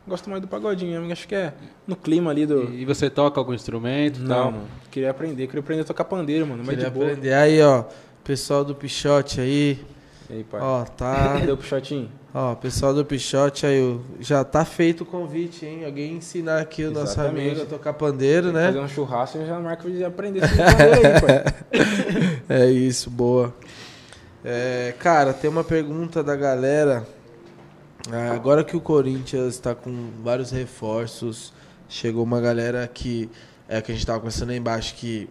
C: Gosto mais do pagodinho mesmo, acho que é no clima ali do.
A: E você toca algum instrumento? e
C: Não,
A: tal?
C: mano. Queria aprender, queria aprender a tocar pandeiro, mano. Mas
B: Queria
C: de boa.
B: aprender. Aí, ó, pessoal do Pichote aí,
C: E aí, pai?
B: ó, tá...
C: Deu pro shotinho?
B: Ó, pessoal do Pichote aí, ó, já tá feito o convite, hein? Alguém ensinar aqui o nosso
C: Exatamente.
B: amigo a tocar pandeiro, né?
C: Fazer um churrasco e já marca de aprender esse pandeiro aí, pai.
B: É isso, boa. É, cara, tem uma pergunta da galera. Ah, Agora que o Corinthians está com vários reforços, chegou uma galera que é que a gente estava conversando aí embaixo que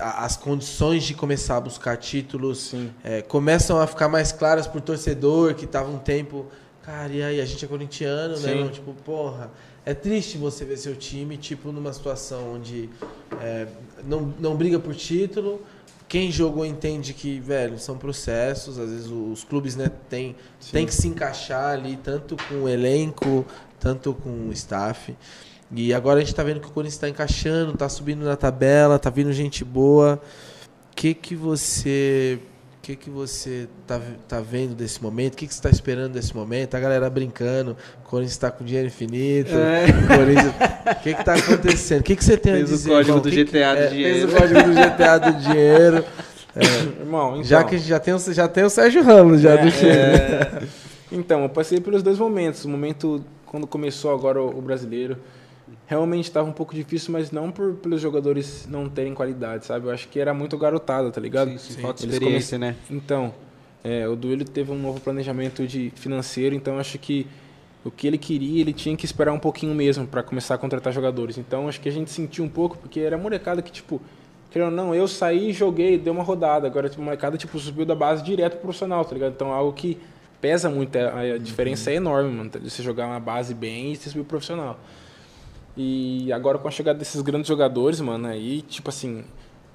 B: a- as condições de começar a buscar títulos
C: Sim.
B: é, começam a ficar mais claras pro torcedor que tava um tempo, cara, e aí a gente é corintiano, né?
C: Sim.
B: Não, tipo, porra, é triste você ver seu time tipo numa situação onde é, não, não briga por título. Quem jogou entende que, velho, são processos, às vezes o- os clubes, né, tem, tem que se encaixar ali, tanto com o elenco, tanto com o staff. E agora a gente tá vendo que o Corinthians tá encaixando, tá subindo na tabela, tá vindo gente boa. O que que você o que que você tá, v- tá vendo desse momento? O que que você tá esperando desse momento? A galera brincando, o Corinthians tá com dinheiro infinito. O Corinthians- o que que tá acontecendo? O que que você tem
A: Fez
B: a
A: o
B: dizer?
A: código
B: irmão?
A: do
B: O que
A: GTA do
B: é,
A: dinheiro.
B: Fez o código do GTA do dinheiro.
C: Irmão, então,
B: já que a gente já tem o, já tem o Sérgio Ramos já
A: É,
B: do time.
C: então, eu passei pelos dois momentos. O momento quando começou agora o, o brasileiro. Realmente estava um pouco difícil, mas não por, pelos jogadores não terem qualidade, sabe? Eu acho que era muito garotada, tá ligado?
A: Sim, sim. Assim, Falta
C: Eles
A: experiência, né?
C: Então, é, o Duílio teve um novo planejamento de financeiro, então acho que o que ele queria, ele tinha que esperar um pouquinho mesmo para começar a contratar jogadores. Então acho que a gente sentiu um pouco, porque era molecada que, tipo, querendo ou não, eu saí, joguei, dei uma rodada. Agora, tipo, molecada, tipo, subiu da base direto pro profissional, tá ligado? Então algo que pesa muito, a, a diferença é enorme, mano. Você jogar uma base bem e você subir pro profissional. E agora com a chegada desses grandes jogadores, mano, aí, tipo assim,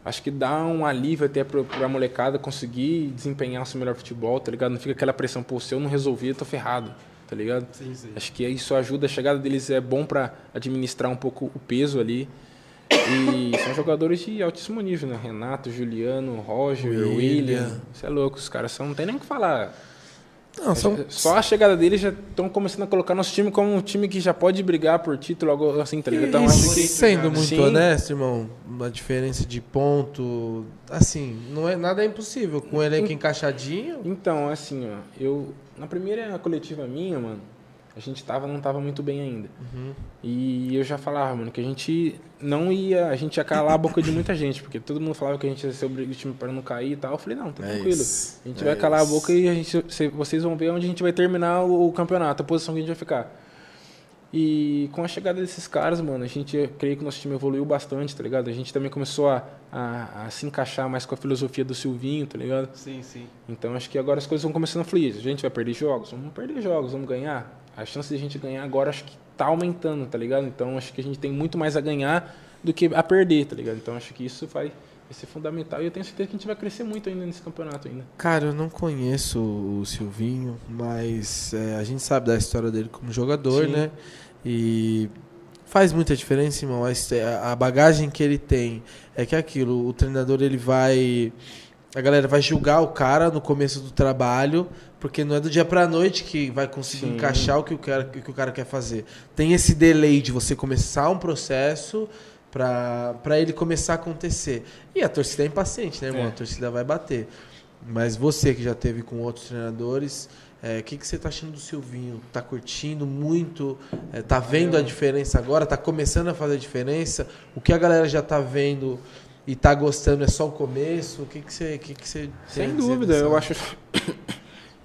C: acho que dá um alívio até pra, pra molecada conseguir desempenhar o seu melhor futebol, tá ligado? Não fica aquela pressão, pô, se eu não resolver, eu tô ferrado, tá ligado?
A: Sim, sim.
C: Acho que isso ajuda, a chegada deles é bom pra administrar um pouco o peso ali. E são jogadores de altíssimo nível, né? Renato, Juliano, Roger,
B: William.
C: William. Você é louco, os caras são, não tem nem o que falar.
B: Não, são,
C: Então, Só a chegada deles já estão começando a colocar nosso time como um time que já pode brigar por título, algo assim, tá ligado? Então,
B: E
C: acho que
B: sendo muito né?
C: Sim.
B: honesto, irmão, a diferença de ponto, assim, não é nada é impossível. Com o elenco encaixadinho,
C: Então, assim, ó, eu. Na primeira coletiva minha, mano, a gente tava, não tava muito bem ainda.
B: Uhum.
C: E eu já falava, mano, que a gente não ia. A gente ia calar a boca de muita gente, porque todo mundo falava que a gente ia ser o bri- o time pra não cair e tal. Eu falei, não, tá
B: É
C: tranquilo.
B: isso,
C: a gente
B: é
C: vai calar
B: isso.
C: a boca e a gente, cê- vocês vão ver onde a gente vai terminar o, o campeonato, a posição que a gente vai ficar. E com a chegada desses caras, mano, a gente eu creio que nosso time evoluiu bastante, tá ligado? A gente também começou a, a, a se encaixar mais com a filosofia do Silvinho, tá ligado?
A: Sim, sim.
C: Então acho que agora as coisas vão começando a fluir. A gente vai perder jogos? Vamos perder jogos, vamos ganhar. A chance de a gente ganhar agora acho que tá aumentando, tá ligado? Então acho que a gente tem muito mais a ganhar do que a perder, tá ligado? Então acho que isso vai, vai ser é fundamental e eu tenho certeza que a gente vai crescer muito ainda nesse campeonato ainda.
B: Cara, eu não conheço o Silvinho, mas é, a gente sabe da história dele como jogador,
C: Sim.
B: né? E faz muita diferença, irmão. A his- A, a bagagem que ele tem é que é aquilo, o treinador ele vai. A galera vai julgar o cara no começo do trabalho, porque não é do dia pra noite que vai conseguir
C: Sim.
B: encaixar o que o, cara, o que o cara quer fazer. Tem esse delay de você começar um processo pra pra ele começar a acontecer. E a torcida é impaciente, né, irmão?
C: É.
B: A torcida vai bater. Mas você que já teve com outros treinadores, é, o que, que você tá achando do Silvinho? Tá curtindo muito? É, tá vendo a diferença agora? Tá começando a fazer a diferença? O que a galera já tá vendo e tá gostando é só o começo? O que, que você. o Que que você tem a
C: Sem
B: dizer
C: dúvida,
B: dessa-
C: eu acho.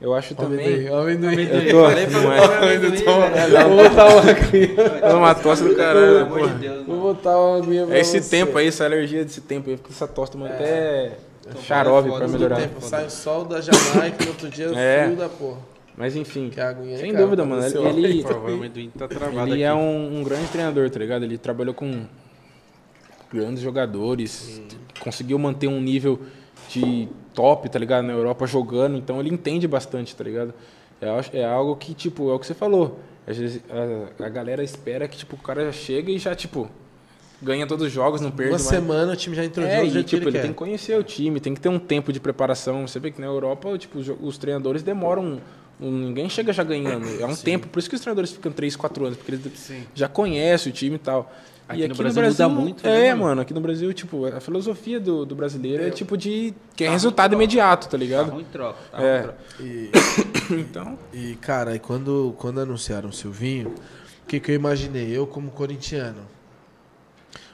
C: eu acho
B: Ó,
C: também.
B: amendoim, ó, amendoim.
C: Eu tô-
A: Falei pra
C: não é-
A: botar
B: eu
A: amendoim,
B: tô-
A: velho.
C: Vou botar uma aqui. Uma tosse do
A: Pelo
C: caralho,
A: amor
C: porra.
A: de Deus,
B: Vou
A: mano.
B: botar uma aguinha pra
C: É esse
B: você.
C: tempo aí, essa alergia desse tempo aí, fica essa tosse tomando até xarope
A: foda
C: pra
A: do
C: melhorar.
B: Tempo, sai o sol da Jamaica, no outro dia o
C: É.
B: frio da porra.
C: Mas enfim.
B: Que a tá aguinha aí,
C: Sem
B: cara,
C: dúvida,
B: pra
C: mano.
B: você, ó.
C: Ele, é
A: Por favor, o amendoim tá travado
C: ele
A: aqui.
C: é um, um grande treinador, tá ligado? Ele trabalhou com grandes jogadores, conseguiu manter um nível de top, tá ligado? Na Europa jogando, então ele entende bastante, tá ligado? É, al- é algo que, tipo, é o que você falou. Às vezes a, a galera espera que, tipo, o cara já chega e já, tipo, ganha todos os jogos, não perde
B: Uma
C: mais.
B: semana o time já entrou
C: É,
B: no
C: e,
B: jeito que
C: tipo,
B: ele,
C: ele
B: quer.
C: tem que conhecer o time, tem que ter um tempo de preparação. Você vê que na Europa, tipo, os jo- os treinadores demoram. um- Ninguém chega já ganhando. É um tempo. Por isso que os treinadores ficam 3, 4 anos, porque eles já conhecem o time e tal.
A: Aqui
C: e
A: no Brasil muda muito, né,
C: É,
A: mano?
C: mano? aqui no Brasil, tipo, a filosofia do, do brasileiro é, tipo de. que é resultado imediato, tá
A: Tá
C: ligado?
A: ruim troca, tá
C: É.
A: ruim troca.
B: E-
C: então.
B: E, cara, e quando, quando anunciaram o Silvinho, o que, que eu imaginei? Eu, como corintiano,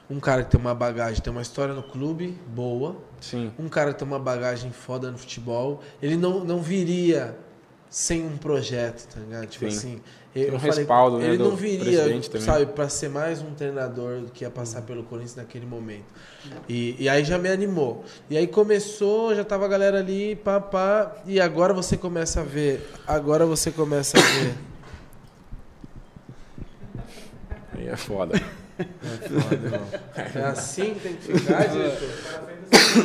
B: um cara que tem uma bagagem, tem uma história no clube boa,
C: Sim.
B: um cara que tem uma bagagem foda no futebol, ele não, não viria sem um projeto, tá ligado? Tipo
C: Sim.
B: assim, eu,
C: Tem um
B: eu falei,
C: respaldo, né,
B: ele
C: do
B: não viria,
C: presidente também.
B: sabe, pra ser mais um treinador que ia passar pelo Corinthians naquele momento. E, e aí já me animou. E aí começou, já tava a galera ali, pá, pá, e agora você começa a ver, agora você começa a ver.
C: Aí é foda.
B: É assim que tem que ficar, diretor?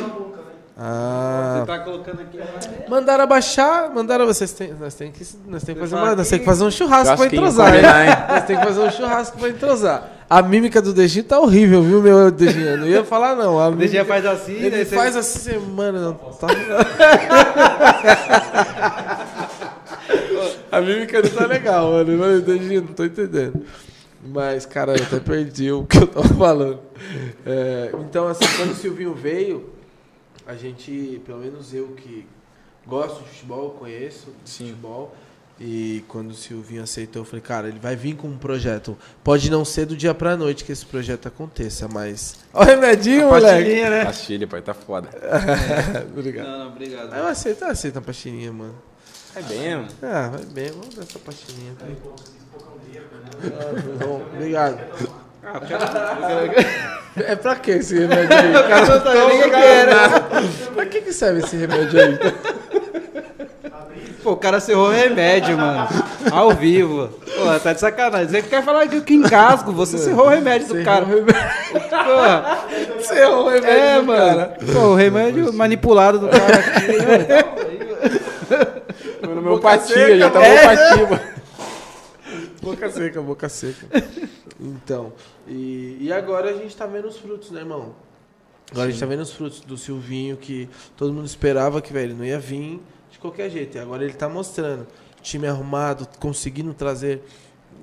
A: Você
B: Ah,
A: tá colocando aqui. né?
B: mandaram abaixar, mandaram vocês tem, nós tem que nós tem que fazer uma,
A: fala
B: nós tem
A: que-
B: que fazer um churrasco pra
C: Churrasquinho,
B: entrosar, hein?
C: combinar, hein?
B: Nós tem que fazer um churrasco pra entrosar. A mímica do Dejinho tá horrível, viu, meu Dejinho? Eu Não ia falar não. A
A: O DG
B: mímica-
A: faz assim,
B: ele
A: né? Você-
B: faz essa semana, não tá. A mímica não tá legal, mano. Mano, Dejinho, não tô entendendo. Mas, cara, eu até perdi o que eu tava falando. É, então, assim, quando o Silvinho veio, a gente, pelo menos eu que gosto de futebol, conheço de
C: Sim.
B: futebol. E quando o Silvinho aceitou, eu falei, cara, ele vai vir com um projeto. Pode não ser do dia pra noite que esse projeto aconteça, mas. Olha o remedinho, moleque!
A: Pastilhinha, né?
C: Pastilha, pai, tá foda.
B: Obrigado.
A: Não, não, obrigado.
B: Ah, eu aceito, eu aceito a pastilhinha, mano.
C: É bem, mano.
B: Ah, vai bem, vamos dar essa pastilhinha. Tá? Ah, tá bom, obrigado. Ah, É pra que esse remédio aí? O cara não
A: né?
B: sabe nem o que era. Pra que, que serve esse remédio aí?
A: Pô, o cara serrou remédio, mano. Ao vivo. Pô, tá de sacanagem. Você quer falar que, que engasgo? Você serrou o remédio do cara. Pô,
B: Você é um remédio,
A: é,
B: do
A: mano.
B: cara.
A: Pô, o remédio manipulado do cara aqui.
C: Foi no
B: Boca
C: meu patia,
B: seca,
C: já tá
B: é.
C: homeopatia.
B: Boca seca, boca seca. Então, e, e agora a gente tá vendo os frutos, né, irmão? Agora a gente tá vendo os frutos do Silvinho, que todo mundo esperava que, velho, ele não ia vir de qualquer jeito. E agora ele tá mostrando. Time arrumado, conseguindo trazer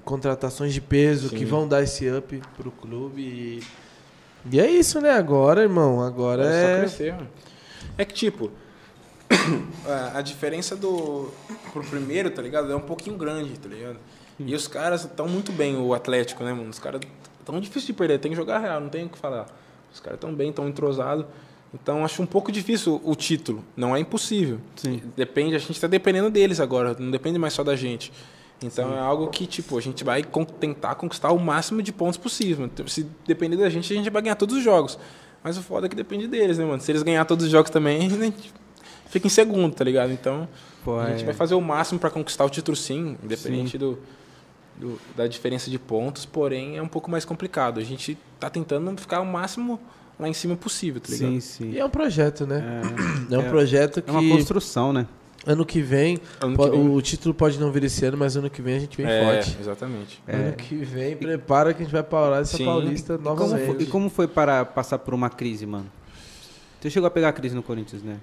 B: contratações de peso que vão dar esse up pro clube. E, e é isso, né? Agora, irmão, agora
C: É. Só
B: é...
C: crescer, mano. É que, tipo, É, a- a diferença do pro primeiro, tá ligado? É um pouquinho grande, tá ligado? E os caras estão muito bem, o Atlético, né, mano? Os caras tão difícil de perder, tem que jogar real, não tem o que falar. Os caras tão bem, tão entrosados. Então acho um pouco difícil o título, não é impossível.
A: Sim.
C: Depende, a gente tá dependendo deles agora, não depende mais só da gente. Então é algo que, tipo, a gente vai con- tentar conquistar o máximo de pontos possível. Então, Se depender da gente, a gente vai ganhar todos os jogos. Mas o foda é que depende deles, né, mano? Se eles ganhar todos os jogos também, a gente fica em segundo, tá ligado? Então
A: Pô,
C: a gente
A: é.
C: vai fazer o máximo para conquistar o título sim, independente Do, do- da diferença de pontos, porém é um pouco mais complicado. A gente tá tentando ficar o máximo lá em cima possível, tá ligado?
A: Sim,
B: E
A: sim.
B: é um projeto, né? É, um
A: é-
B: projeto que
A: É uma construção, né?
B: ano que vem,
C: Ano
B: po-
C: que vem.
B: o título pode não vir esse ano, mas ano que vem a gente vem
C: É,
B: forte.
C: exatamente.
B: Ano que vem, prepara que a gente vai paular essa
C: É. Sim.
B: paulista
A: E como, foi,
B: novamente.
A: e como foi para passar por uma crise, mano? Você chegou a pegar a crise no Corinthians, né?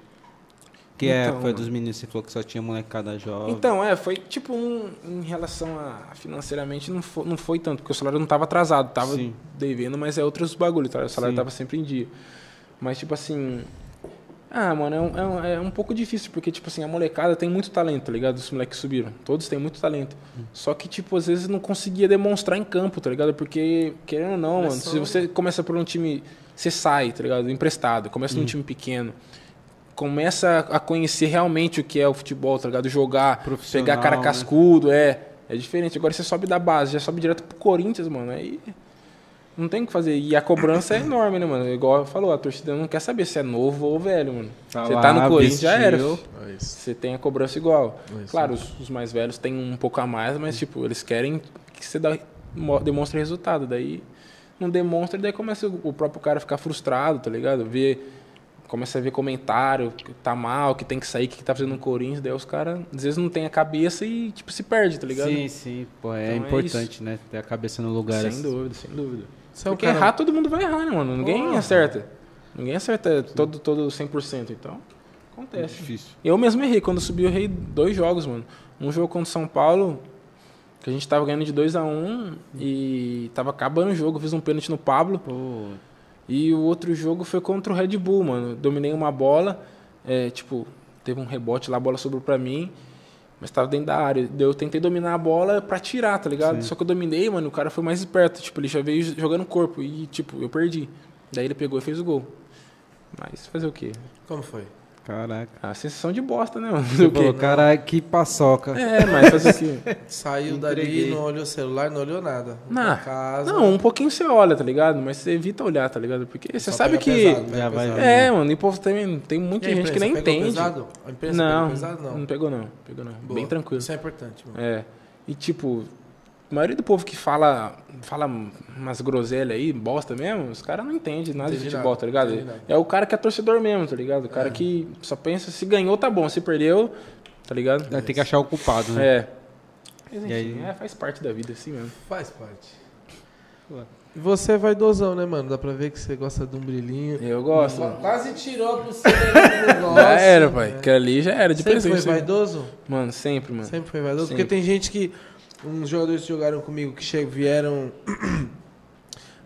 A: Que é,
C: Então,
A: foi
C: mano.
A: dos meninos, você falou que só tinha molecada jovem.
C: Então, é, foi tipo um, em relação a financeiramente não foi, não foi tanto, porque o salário não tava atrasado, tava
A: Sim.
C: devendo, mas é outros bagulho, tá? O salário
A: Sim.
C: tava sempre em dia. Mas tipo assim, ah, mano, é um, é um- é um pouco difícil, porque tipo assim, a molecada tem muito talento, tá ligado? Os moleques que subiram, todos têm muito talento. Só que tipo, às vezes não conseguia demonstrar em campo, tá ligado? Porque querendo ou não, mano, se você começa por um time, você sai, tá ligado? Emprestado, começa
A: Hum.
C: num time pequeno começa a conhecer realmente o que é o futebol, tá ligado? Jogar,
A: Profissional,
C: pegar cara
A: né?
C: cascudo, é. É diferente. Agora você sobe da base, já sobe direto pro Corinthians, mano. Aí não tem o que fazer. E a cobrança é enorme, né, mano? Igual falou, a torcida não quer saber se é novo ou velho, mano.
A: Tá
C: você
A: lá,
C: tá no Corinthians, já era.
A: vestiu.
B: É isso.
C: Você tem a cobrança igual.
B: É isso.
C: claro, os, os mais velhos têm um pouco a mais, mas, tipo, eles querem que você dá- mo- demonstre resultado. Daí não demonstra, daí começa o, o próprio cara a ficar frustrado, tá ligado? Ver, começa a ver comentário que tá mal, que tem que sair, que tá fazendo no Corinthians. Daí os caras, às vezes, não tem a cabeça e, tipo, se perde, tá ligado?
A: Sim, sim. Pô, é
C: Então é
A: importante, né? Ter a cabeça no lugar.
C: Sem
A: assim.
C: dúvida, sem dúvida.
B: Você é um
C: Porque
B: cara-
C: errar, todo mundo vai errar, né, mano? Ninguém
B: Porra.
C: acerta. Ninguém acerta é todo, todo 100%,
B: É
C: então acontece.
A: Difícil.
C: Eu mesmo errei. Quando eu subi, eu errei dois jogos, mano. Um jogo contra o São Paulo, que a gente tava ganhando de 2 a 1 e tava acabando o jogo. Eu Fiz um pênalti no Pablo.
A: Pô,
C: E o outro jogo foi contra o Red Bull, mano. Dominei uma bola, é, tipo, teve um rebote lá, a bola sobrou pra mim, mas tava dentro da área. Daí Eu tentei dominar a bola pra tirar, tá ligado? Só que eu dominei, mano, o cara foi mais esperto, tipo, ele já veio jogando o corpo e, tipo, eu perdi. Daí ele pegou e fez o gol. Mas fazer o quê?
B: Como foi?
A: caraca.
C: A sensação de bosta, né, mano? Fazer
A: Você
C: o quê?
A: falou, caraca, que paçoca.
C: É, mas fazer o quê?
B: Saiu
A: Entreguei.
B: dali, não olhou o celular, não olhou nada. Foi
C: Não.
B: pra casa.
C: Não, um pouquinho você olha, tá ligado? Mas você evita olhar, tá ligado? Porque você
B: Só
C: sabe
B: pega
C: que.
B: pesado, pega
A: Já vai-
B: pesado.
C: É, mano, e o povo também. Tem
B: E
C: muita
B: a
C: gente que
B: imprensa,
C: nem
B: pegou
C: entende.
B: Pesado? A imprensa
C: Não,
B: pegou pesado, não.
C: não pegou não, pegou não.
B: Boa.
C: Bem tranquilo.
B: Isso é importante, mano.
C: É. E tipo, a maioria do povo que fala, fala umas groselhas aí, bosta mesmo, os caras não entendem nada de
B: Entendi
C: futebol,
B: nada,
C: tá ligado?
B: entendi nada.
C: É o cara que é torcedor mesmo, tá ligado? O cara que só pensa se ganhou tá bom, se perdeu, tá ligado?
A: Vai ter É, que achar o culpado, né?
C: É. Mas,
A: E
C: enfim,
A: aí?
C: é, faz parte da vida assim mesmo.
B: Faz parte.
A: Boa.
B: E você é vaidosão, né, mano? Dá pra ver que você gosta de um brilhinho.
C: Eu gosto.
B: Qua-
C: mano.
B: Quase tirou pro seu negócio. É.
C: Já era, pai. Que ali já era, de
B: Sempre foi
C: presente. né?
B: vaidoso?
C: Mano, sempre, mano.
B: Sempre foi vaidoso?
C: Sempre.
B: Porque tem gente que. Uns jogadores que jogaram comigo que che- vieram.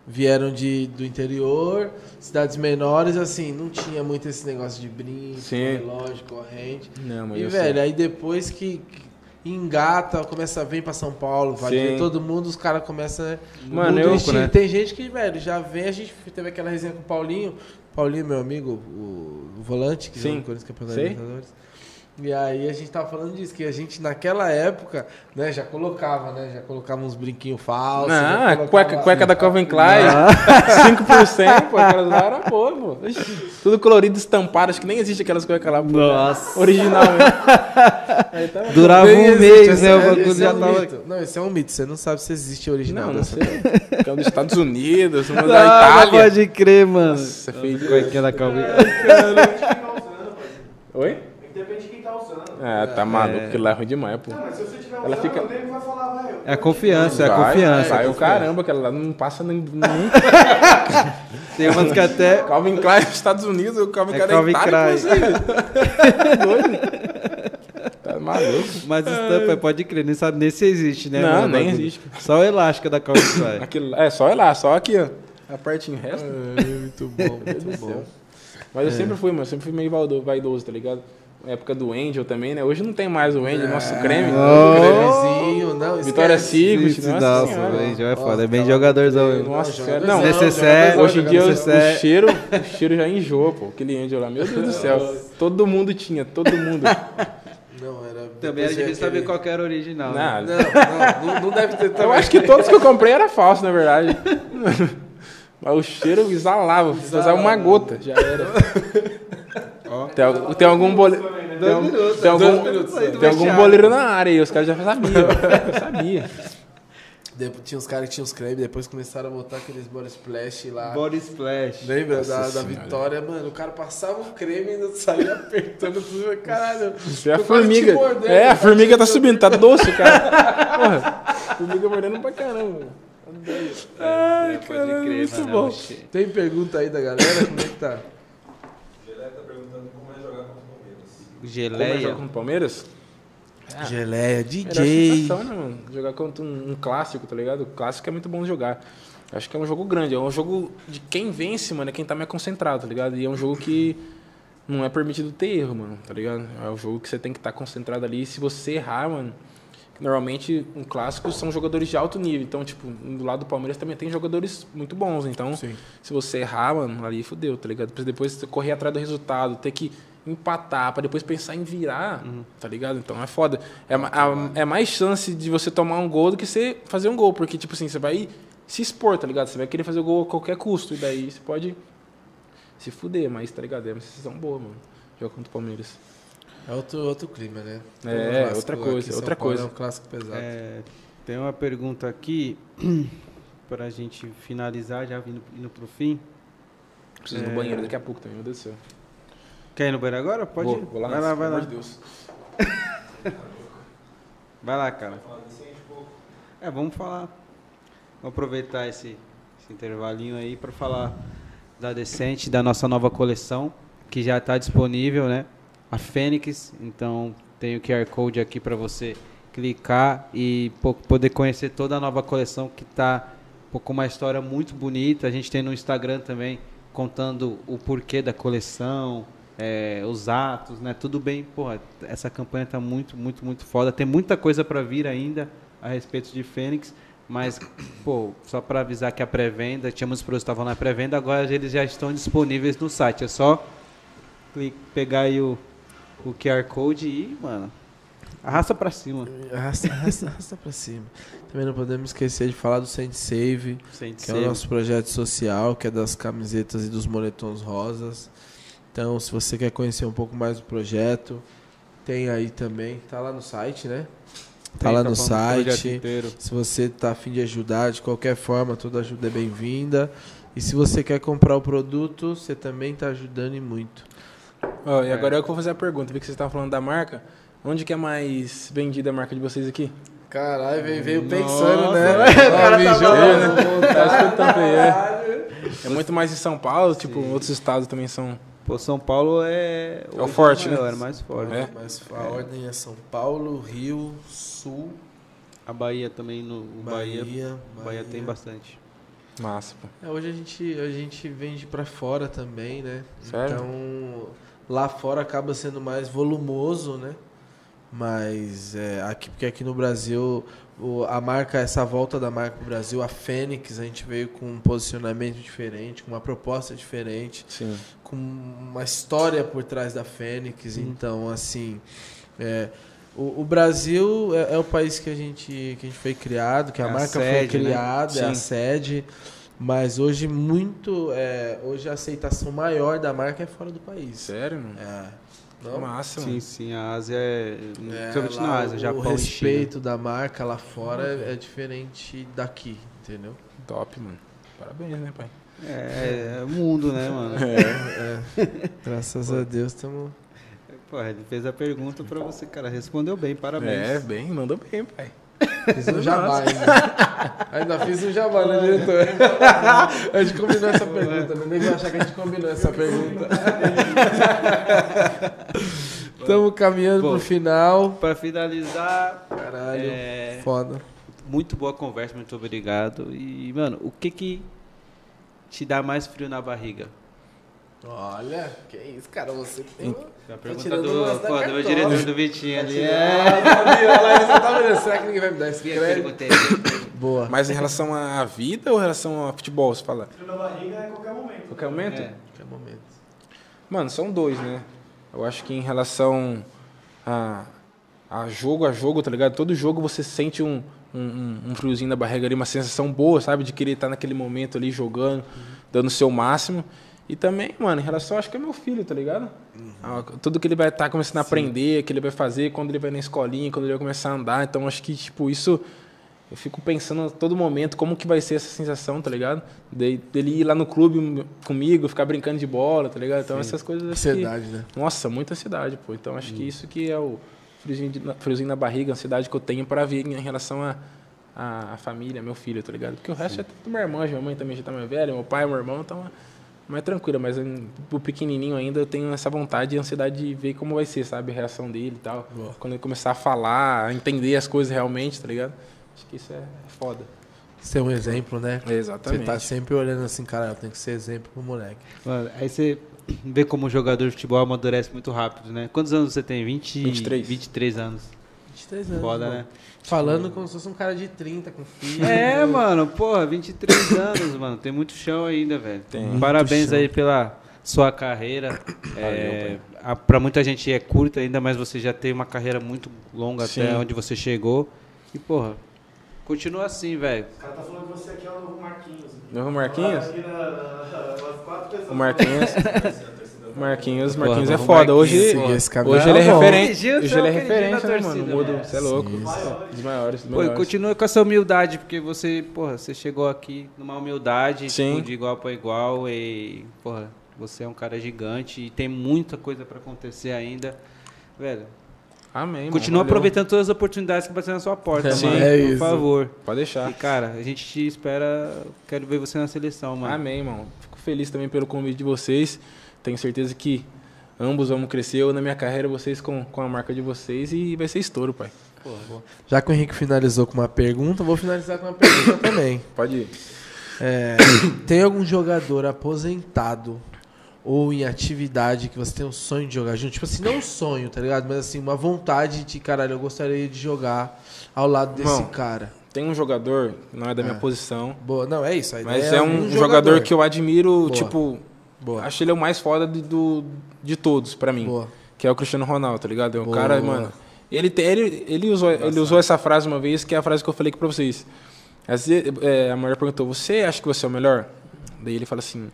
B: vieram de, do interior, cidades menores, assim, não tinha muito esse negócio de brinco,
C: Sim.
B: relógio, corrente.
C: Não, mas
B: E,
C: eu
B: velho,
C: sei.
B: aí depois que que engata, começa a vir pra São Paulo, vai
C: Sim.
B: ver todo mundo, os caras começam, né?
C: Mano,
B: muda o
C: eu-
B: estilo.
C: né?
B: Tem gente que, velho, já vem, a gente teve aquela resenha com o Paulinho, Paulinho, meu amigo, o, o volante, que jogou
C: Sim.
B: no Corinthians Campeonato
C: Sei.
B: Libertadores. E aí a gente tava falando disso, que a gente naquela época, né, já colocava, né? Já colocava uns brinquinhos falsos. já assim,
C: Não, a
B: colocava-
C: cueca, cueca da Calvin Klein, 5%, pô, aquelas lá era boa, pô. Ixi, Tudo colorido, estampado, acho que nem existe aquelas cuecas lá, pô.
A: Nossa.
C: Original, né? Aí tava-
A: Durava
B: Nem
A: um
B: existe,
A: mês,
B: esse
A: né?
B: é-
A: O bagulho
B: esse é
A: já
B: um
A: tava.
B: mito. Não, esse é um mito, você não sabe se existe original.
C: Não, não
B: dessa-
C: sei. Que é um dos Estados Unidos, uma da
A: Ah, não
C: Itália.
A: pode crer, mano.
C: Nossa, feio demais.
A: Cuequinha da É Calvin.
G: Depende de quem tá usando, parceiro.
C: Oi?
G: Depende de quem tá usando.
C: Ah, tá maluco, aquilo lá é ruim demais, pô.
G: Não, mas se você tiver
C: Ela
G: usando,
C: fica-
G: o nego vai falar, vai. eu-
A: É a confiança, é a
C: Vai,
A: confiança.
C: Vai,
A: é a
C: o
A: confiança.
C: caramba, aquela lá não passa nem. nem-
A: Tem umas que até.
C: Calvin Klein nos Estados Unidos, o Calvin
A: É
C: Klein
A: Calvin
C: é Itália, como assim? Doido. Tá maluco.
A: Mas estampa, pode crer, nem sabe nem se existe, né?
C: Não,
A: mano, o
C: nem
A: bagulho.
C: existe.
A: Só o elástico da Calvin Klein.
C: Aquilo, é, só lá, só aqui, ó. A parte em resto.
B: É, um muito bom, muito bom.
C: Mas eu sempre fui, mano, eu sempre fui meio valdo- vaidoso, tá ligado? Na época do Angel também, né? Hoje não tem mais o Angel, nosso Grêmio.
A: não.
B: Cremezinho, não,
C: Vitória
B: esquece.
C: Secret,
A: Isso, é
C: nossa,
A: nossa,
C: senhora.
A: velho, já é foda. É
B: Nossa,
A: bem
B: tá
A: jogadorzão.
B: louco.
C: Nossa
B: Não,
C: senhora,
B: jogadorzão,
C: não, é
A: necessaire,
B: jogadorzão,
C: Hoje em dia
B: jogadorzão.
A: CC.
C: o cheiro, o cheiro já enjoa, pô. Aquele Angel lá, meu Deus do céu. Todo mundo tinha, todo mundo.
B: Não, era.
A: Também
B: depois
A: era difícil
B: aquele-
A: saber qual que era o original. né?
C: Nada.
B: Não, não, não, não deve ter
C: Eu acho que todos que eu comprei era falso, na verdade. Mas o cheiro exalava, fazia uma gota, já era. Tem, al- tem algum boleiro.
A: um
C: Tem, al-
A: minutos,
C: tem
A: dois
C: algum,
A: minutos aí do
C: tem algum
A: vestiário.
C: boleiro na área aí, os caras já sabiam. sabia.
B: Depois, tinha uns caras que tinham os cremes, depois começaram a botar aqueles body splash lá.
A: Body Splash.
B: Lembra da, da
C: senhora.
B: Vitória, mano? O cara passava o creme e ainda saía apertando tudo. eu falei, Caralho,
C: Você é a
B: tô quase te
C: formiga.
B: mordendo,
C: É, a
B: cara.
C: formiga tá subindo, tá doce, cara. Porra, formiga mordendo pra caramba. Ai, caramba, muito bom.
B: Tem pergunta aí da galera? Como é que tá?
H: Geleia tá perguntando como é jogar contra o Palmeiras.
C: Como
I: Geleia.
C: jogar com o Palmeiras?
A: Ah.
B: Geleia,
C: Melhor sensação, né, mano? Jogar contra um, um clássico, tá ligado? O clássico é muito bom de jogar. Acho que é um jogo grande. É um jogo de quem vence, mano, é quem tá mais concentrado, tá ligado? E é um jogo que não é permitido ter erro, mano, tá ligado? É um jogo que você tem que estar concentrado ali. E se você errar, mano. Normalmente, um clássico são jogadores de alto nível. Então, tipo, do lado do Palmeiras também tem jogadores muito bons. Então, se você errar, mano, ali fodeu, tá ligado? Pra Depois você correr atrás do resultado, ter que empatar, pra depois pensar em virar,
A: Uhum.
C: tá ligado? Então é foda. É, ma- a- é mais chance de você tomar um gol do que você fazer um gol. Porque, tipo assim, você vai se expor, tá ligado? Você vai querer fazer o gol a qualquer custo. E daí você pode se fuder, mas, tá ligado? É uma sensação boa, mano. Jogar contra o Palmeiras.
B: É outro, outro clima, né?
C: É,
B: um clássico
C: outra
B: aqui
C: coisa,
B: em São
C: outra
B: Paulo
C: coisa.
B: É um clássico pesado.
A: É, tem uma pergunta aqui pra gente finalizar, já vindo, indo pro fim.
C: Preciso
A: É.
C: ir no banheiro daqui a pouco também, meu Deus do céu.
A: Quer ir no banheiro agora? Pode
C: Vou,
A: ir.
C: vou lá,
A: vai
C: nessa,
A: lá, vai
C: pelo
A: lá.
C: amor de Deus.
A: Vai lá, cara. É, vamos falar. Vamos aproveitar esse, esse intervalinho aí para falar da Decente, da nossa nova coleção, que já está disponível, né? A Fênix. Então, tem o QR Code aqui para você clicar e po- poder conhecer toda a nova coleção que está com uma história muito bonita. A gente tem no Instagram também contando o porquê da coleção, é, os atos, né? Tudo bem, porra, essa campanha tá muito, muito, muito foda. Tem muita coisa para vir ainda a respeito de Fênix, mas, pô, só para avisar que a pré-venda, tínhamos produtos que estavam na pré-venda, agora eles já estão disponíveis no site. É só cli- pegar aí o, o QR Code e, mano, arrasta para cima.
B: Arrasta, arrasta, arrasta pra cima. Também não podemos esquecer de falar do Send Save,
A: Sente
B: que é o nosso projeto social, que é das camisetas e dos moletons rosas. Então, se você quer conhecer um pouco mais do projeto, tem aí também. Tá lá no site, né? Tá lá no site. Se você tá afim de ajudar, de qualquer forma, toda ajuda é bem-vinda. E se você quer comprar o produto, você também tá ajudando e muito.
C: Ó,
A: É.
C: e agora eu que vou fazer a pergunta, vi que vocês estavam falando da marca. Onde que é mais vendida a marca de vocês aqui?
B: Caralho, veio, veio pensando, né? o cara né?
C: Tá escutando aí, é. É muito mais em São Paulo, tipo, outros estados também são.
A: Pô, São Paulo é...
C: o
A: hoje
C: forte,
A: maior,
C: né?
A: É mais forte.
C: É.
B: Mas a ordem é São Paulo, Rio, Sul,
A: A Bahia também, no o
B: Bahia.
A: Bahia, Bahia, tem bastante.
C: Massa, pô.
B: É, hoje a gente, a gente vende pra fora também, né?
C: Sério?
B: Então, lá fora acaba sendo mais volumoso, né? Mas é, aqui, porque aqui no Brasil, o- a marca, essa volta da marca pro Brasil, a Fênix, a gente veio com um posicionamento diferente, com uma proposta diferente
C: Sim.
B: com uma história por trás da Fênix. Então, assim, é, o, o Brasil é, é o país que a gente que a gente foi criado, que a
A: É a
B: marca foi
A: sede, né?
B: criada, é a
A: Sim.
B: sede. Mas hoje muito, é, hoje a aceitação maior da marca é fora do país.
C: Sério, mano?
B: É.
C: É. Massa, mano.
A: Sim, sim, a Ásia é.
B: É,
A: Principalmente
B: lá
A: na Ásia,
B: o-
A: Japão Uhum.
B: o
A: respeito.
B: respeito da marca lá fora é, é diferente daqui, entendeu?
C: Top, mano. Parabéns, né, pai?
A: e China. É, é o mundo, né, mano? É.
B: Graças a Deus estamos
A: Pô, ele fez a pergunta pra você, cara. Respondeu bem, parabéns.
C: É, bem, mandou bem, pai.
B: Fiz um jabá ainda. Ainda fiz um jabá, né, diretor? A gente combinou essa pergunta, né? Nem vai achar que a gente combinou essa pergunta. Estamos caminhando
A: Bom.
B: pro final.
A: Pra finalizar,
B: Caralho,
A: é,
B: foda.
A: muito boa conversa, muito obrigado. E, mano, o que que te dá mais frio na barriga?
B: Olha, que isso, cara. Você que tem um uma...
A: A pergunta
B: Tá tirando umas
A: do,
B: da
A: pô, do
B: cartola. Tá
A: diretor do Vitinho ali. É.
B: Será que ninguém vai me dar esse
A: Eu
B: crédito?
A: perguntei.
B: Boa.
C: Mas em relação à vida ou em relação a futebol, você fala?
G: Frio na barriga é qualquer momento.
C: Qualquer momento?
A: É.
B: Que momento.
C: Mano, são dois, né? Eu acho que em relação a, a jogo a jogo, tá ligado? Todo jogo você sente um, um, um- um friozinho na barriga ali, uma sensação boa, sabe? De querer estar naquele momento ali jogando, dando o seu máximo. E também, mano, em relação, acho que é meu filho, tá ligado? Ah, Tudo que ele vai estar começando a aprender, que ele vai fazer, quando ele vai na escolinha, quando ele vai começar a andar. Então, acho que, tipo, isso eu fico pensando a todo momento como que vai ser essa sensação, tá ligado? De, dele ir lá no clube comigo, ficar brincando de bola, tá ligado? Então essas coisas acho que-
B: Ansiedade, né?
C: Nossa, muita ansiedade, pô. Então acho que isso que é o friozinho, de- na- friozinho na barriga, a ansiedade que eu tenho pra vir em relação a, a, a família, meu filho, tá ligado? Porque o resto é tudo minha irmã, já minha mãe também já tá mais velha, meu pai, meu irmão, então é mais tranquila, mas em- o pequenininho ainda eu tenho essa vontade e ansiedade de ver como vai ser, sabe? A reação dele e tal. Quando ele começar a falar, a entender as coisas realmente, tá ligado? Acho que isso é foda.
B: Ser um exemplo, né? Você
C: Exatamente.
B: tá sempre olhando assim, cara, eu tenho que ser exemplo pro moleque.
A: Mano, aí você vê como o jogador de futebol amadurece muito rápido, né? Quantos anos você tem? 20...
C: 23.
A: 23 anos.
B: 23 anos.
A: Foda,
B: mano.
A: né?
B: Falando como se fosse um cara de 30 com filho.
A: É, mano, porra, 23 anos, mano. Tem muito chão ainda, velho.
C: Tem.
A: Parabéns
B: Muito chão.
A: aí pela sua carreira. É, a- pra muita gente é curta ainda, mas você já tem uma carreira muito longa
C: Sim.
A: até onde você chegou. E, porra, continua assim, velho.
G: O cara tá falando que você aqui é o novo Marquinhos.
C: Novo tá- Marquinhos?
G: Aqui na- na- nas quatro pessoas.
C: O Marquinhos. Marquinhos, Marquinhos é
A: Porra,
C: foda.
A: o
C: Hoje,
B: Marquinhos, esse cara
C: hoje
B: não
C: ele é
B: é bom.
C: referente.
A: Gil,
C: Hoje ele é
A: seu queridinho
C: referência,
A: da
C: né, mano?
A: torcida,
C: Mudo,
A: mano.
C: você é louco.
B: Isso.
C: Dos maiores, dos
A: Pô, e
C: melhores.
A: continua com essa humildade, porque você, porra, você chegou aqui numa humildade,
C: Sim.
A: tipo, de igual para igual, e, porra, você é um cara gigante e tem muita coisa pra acontecer ainda. Velho,
C: Amém, mano.
A: continua
C: Valeu.
A: aproveitando todas as oportunidades que bater na sua porta,
B: Sim,
A: mano.
B: é
A: por
B: isso.
A: favor.
C: Pode deixar.
A: E, cara, a gente te espera. Quero ver você na seleção, mano.
C: Amém, irmão. Fico feliz também pelo convite de vocês. Tenho certeza que ambos vamos crescer. Eu na minha carreira, vocês com, com a marca de vocês. E vai ser estouro, pai.
B: Já que o Henrique finalizou com uma pergunta, eu vou finalizar com uma pergunta também.
C: Pode ir.
B: É, tem algum jogador aposentado ou em atividade que você tem um sonho de jogar junto? Tipo assim, não um sonho, tá ligado? Mas assim, uma vontade de, caralho, eu gostaria de jogar ao lado desse
C: Irmão.
B: cara.
C: Tem um jogador, não é da minha
B: É.
C: posição,
B: Boa, não, é isso. a
C: mas
B: ideia
C: é um, jogador. que eu admiro,
B: Boa.
C: tipo,
B: Boa.
C: acho ele é o mais foda de, do, de todos, pra mim.
B: Boa.
C: que é o Cristiano Ronaldo, tá ligado? É um
B: Boa.
C: cara, mano. Ele, tem- ele, ele, usou, ele usou essa frase uma vez, que é a frase que eu falei aqui pra vocês. Às vezes, é, a mulher perguntou: Você acha que você é o melhor? Daí ele fala assim: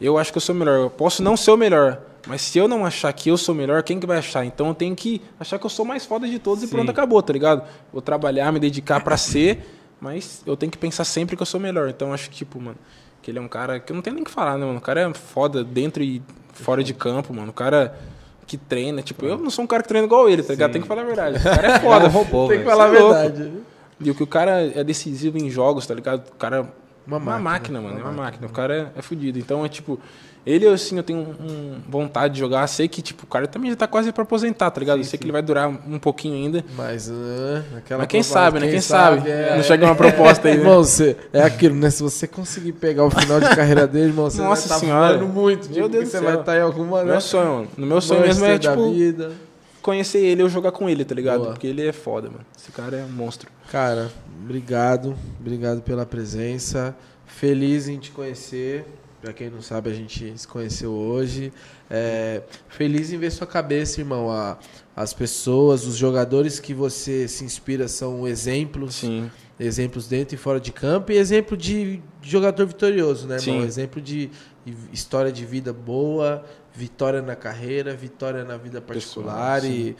C: Eu acho que eu sou o melhor. Eu posso não ser o melhor, mas se eu não achar que eu sou o melhor, quem que vai achar? Então eu tenho que achar que eu sou o mais foda de todos e pronto, acabou, tá ligado? Vou trabalhar, me dedicar pra ser, mas eu tenho que pensar sempre que eu sou o melhor. Então eu acho que, tipo, mano, que ele é um cara que eu não tenho nem o que falar, né, mano? O cara é foda dentro e fora de campo, mano. O cara que treina. Tipo, eu não sou um cara que treina igual ele, tá ligado? Tem que falar a verdade. O cara é foda. robô,
B: Tem que falar a
C: Você é louco.
B: verdade.
C: E o que o cara é decisivo em jogos, tá ligado? O cara é
B: Uma
C: uma,
B: máquina,
C: máquina, mano.
B: uma
C: é uma máquina. O cara é, é fudido. Então é tipo. Ele, assim, eu tenho um- um vontade de jogar. Sei que, tipo, o cara também já tá quase pra aposentar, tá ligado? eu sei que ele vai durar um pouquinho ainda.
B: Mas, ah, aquela
C: Mas quem
B: proposta,
C: sabe, né? Quem, sabe?
B: é,
C: não chega uma proposta aí, né?
B: Irmão, você, é aquilo, né? Se você conseguir pegar o final de carreira dele, irmão, você
C: Nossa
B: vai estar
C: senhora.
B: muito.
C: Meu
B: digo
C: Deus
B: que
C: do
B: você
C: céu.
B: vai estar em alguma...
C: Meu
B: né?
C: sonho, mano. No meu sonho mesmo é,
B: Manchester da
C: tipo,
B: vida.
C: conhecer ele ou jogar com ele, tá ligado?
B: Boa.
C: Porque ele é foda, mano. Esse cara é um monstro.
B: Cara, obrigado. Obrigado pela presença. Feliz em te conhecer. Pra quem não sabe, a gente se conheceu hoje. É, feliz em ver sua cabeça, irmão. A- as pessoas, os jogadores que você se inspira são exemplos.
C: Sim.
B: Exemplos dentro e fora de campo. E exemplo de jogador vitorioso, né, irmão?
C: Sim.
B: Exemplo de história de vida boa, vitória na carreira, vitória na vida particular.
C: Pessoal,
B: e,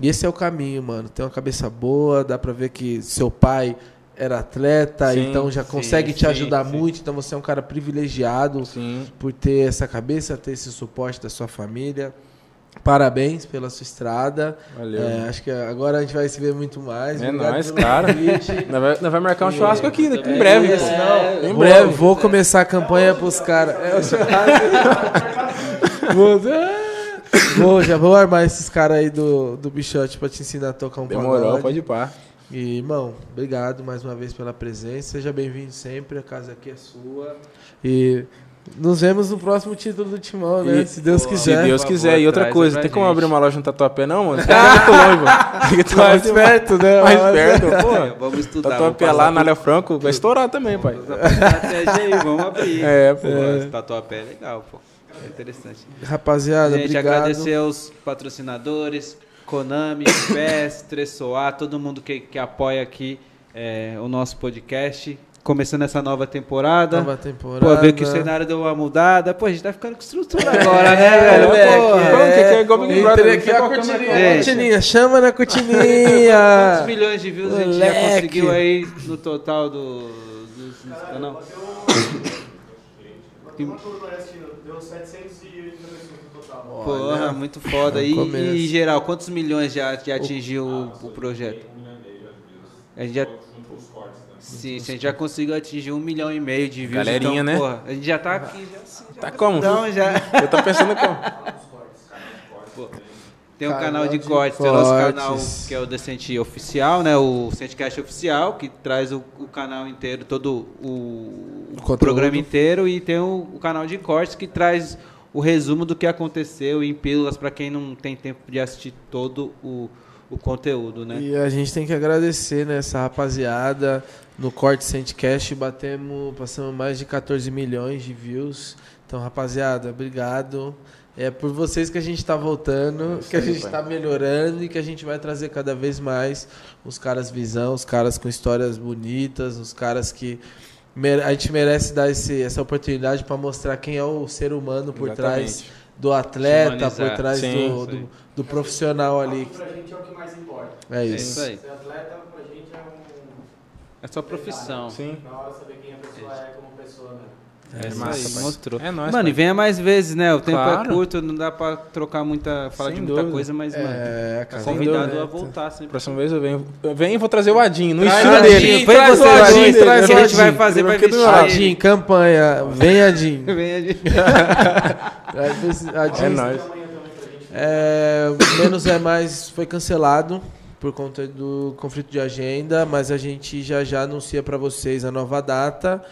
B: e esse é o caminho, mano. Tem uma cabeça boa, dá pra ver que seu pai era atleta,
C: Sim,
B: então já
A: sim,
B: consegue te
A: sim,
B: ajudar
A: sim.
B: muito. Então você é um cara privilegiado
C: Sim.
B: por ter essa cabeça, ter esse suporte da sua família. Parabéns pela sua estrada.
C: Valeu.
B: É, acho que agora a gente vai se ver muito mais.
C: É
B: Obrigado
C: nóis,
B: pelo
C: cara.
B: convite.
C: Nós vai, nós vai marcar um
B: E-
C: churrasco aqui, daqui
B: É
C: em breve.
B: isso, não.
C: em
B: Vou-
C: breve.
B: Vou, começar a campanha pros caras. É o churrasco. Vou- vou, já vou armar esses caras aí do, do bichote pra te ensinar a tocar um
C: Demorou,
B: pagode.
C: pode ir pá.
B: E, irmão, obrigado mais uma vez pela presença. Seja bem-vindo sempre. A casa aqui é sua. E nos vemos no próximo título do Timão, né?
C: E-
B: se Deus
C: Se
B: quiser.
C: Deus
A: por
C: quiser.
A: favor,
C: E outra
A: traz
C: coisa,
A: pra
C: tem como
A: gente.
C: abrir uma loja no Tatuapé, não, mano? Você tá muito longe, mano. Tem que tomar
B: mais
C: esse-
B: perto, né?
C: mais
B: Mas-
C: perto,
A: É,
C: pô.
A: vamos estudar.
C: Tatuapé
A: vamos
C: lá
A: passar
C: na Léo Franco vai estourar também, pai.
A: por- vamos passar a estratégia aí, vamos abrir.
C: É,
A: pô. É. Tatuapé é legal, pô. É interessante.
B: Rapaziada,
A: Gente,
B: obrigado.
A: agradecer aos patrocinadores, Konami, PES, Tressoar, todo mundo que, que apoia aqui é, o nosso podcast. Começando essa nova temporada.
B: Nova temporada.
A: Pô, ver que o cenário deu uma mudada. Pô, a gente tá ficando com estrutura agora,
B: É,
A: né, velho?
B: moleque,
A: Pô,
B: é.
C: Como que é? Igual Big
B: Entre
C: Brother,
B: aqui
C: você
B: a
C: coloca na
B: cortininha,
A: câmera.
B: a cortininha, chama na cortininha.
A: Quantos milhões de views a gente já
B: Moleque.
A: conseguiu aí no total do, dos- do canal?
G: Bateu tudo no Nordestino, deu 780 pessoas no total.
A: Porra, muito foda. E,
B: começo.
A: e, em geral, quantos milhões já, já atingiu o, o projeto? A gente já. Sim, sim, a gente já conseguiu atingir um milhão e meio de views.
C: Galerinha,
A: então,
C: né?
A: Porra, a gente já tá aqui, já, assim, já
C: Tá como?
A: grandão, já.
C: Eu tô pensando como.
A: Tem um
B: Canal
A: canal de
B: de
A: cortes, tem o nosso
B: cortes.
A: canal que é o Decente Oficial, né? O Centcast Oficial, que traz o, o canal inteiro, todo o,
B: conteúdo.
A: programa inteiro, e tem o, o canal de cortes que traz o resumo do que aconteceu em pílulas para quem não tem tempo de assistir todo o, o conteúdo, né?
B: E a gente tem que agradecer, né, essa rapaziada. No corte Sandcast batemos, passamos mais de 14 milhões de views. Então, rapaziada, obrigado. É por vocês que a gente tá voltando, que a
C: É aí,
B: gente
C: pai.
B: tá melhorando e que a gente vai trazer cada vez mais os caras visão, os caras com histórias bonitas, os caras que mere- a gente merece dar esse- essa oportunidade para mostrar quem é o ser humano por trás
C: Exatamente.
B: do atleta,
A: Humanizar.
B: por trás
C: Sim,
B: do,
A: isso aí.
B: do- do profissional ali.
G: Aqui pra gente é o que mais importa.
B: É
A: É
B: isso.
A: isso aí.
G: Ser atleta pra gente é um.
A: É só profissão.
C: Sim.
G: Na hora saber quem a pessoa é como pessoa, né?
A: É isso
C: massa,
A: aí,
C: pai.
A: mostrou.
C: É nóis,
A: mano,
C: pai.
A: e venha mais vezes, né? O tempo
C: Claro.
A: é curto, não dá pra trocar muita. falar
C: Sem
A: de muita
C: dúvida.
A: coisa, mas, mano.
B: É,
A: Tá
B: cara.
C: Sem
A: convidado
C: dúvida.
A: a voltar sempre.
C: Próxima vez eu venho. Eu venho e vou trazer o Adinho, no
B: Traz
C: estilo
B: o
C: dele.
B: Adinho,
C: Vem
B: traz
C: você,
B: o Adinho,
C: dele.
B: traz
A: que
B: o
A: a gente vai
B: Adinho.
A: fazer pra
C: Fica do
A: vestir.
C: lado.
A: ele.
B: Adin, campanha. Vem, Adin.
A: Vem, Adinho.
B: Adin.
C: É nóis.
B: É, Menos é Mais foi cancelado por conta do conflito de agenda, mas a gente já já anuncia pra vocês a nova data.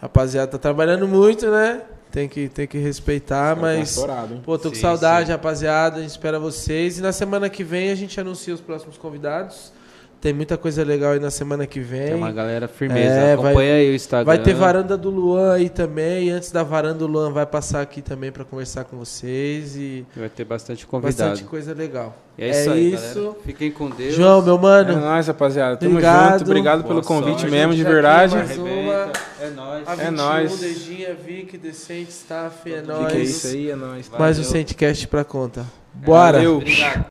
B: Rapaziada, tá trabalhando muito, né? Tem que, tem que respeitar, mas.
C: Estourado, hein?
B: Pô, tô com
A: Sim,
B: saudade, rapaziada. A gente espera vocês. E na semana que vem a gente anuncia os próximos convidados. Tem muita coisa legal aí na semana que vem.
A: Tem uma galera firmeza.
B: É, vai-
A: Acompanha aí o Instagram.
B: Vai ter varanda do Luan aí também. E antes da varanda, o Luan vai passar aqui também pra conversar com vocês. E
A: Vai ter bastante convidado.
B: bastante coisa legal.
A: E é isso aí, galera. Fiquem com Deus.
B: João, meu
C: É
B: mano.
C: nóis, rapaziada. Tamo
B: Obrigado.
C: junto. Obrigado
A: Boa
C: pelo convite
A: sorte.
C: mesmo, de
B: Aqui,
C: verdade.
B: mano.
A: Arrebenta. É nóis.
B: A um,
C: É nóis.
B: Dedinha, Vic, Decente, Staff, é
C: Fica
B: nóis.
C: isso aí, é nóis.
B: Mais
A: Valeu.
B: um
A: É
B: Centcast pra conta. Bora.
C: Valeu.
A: Obrigado.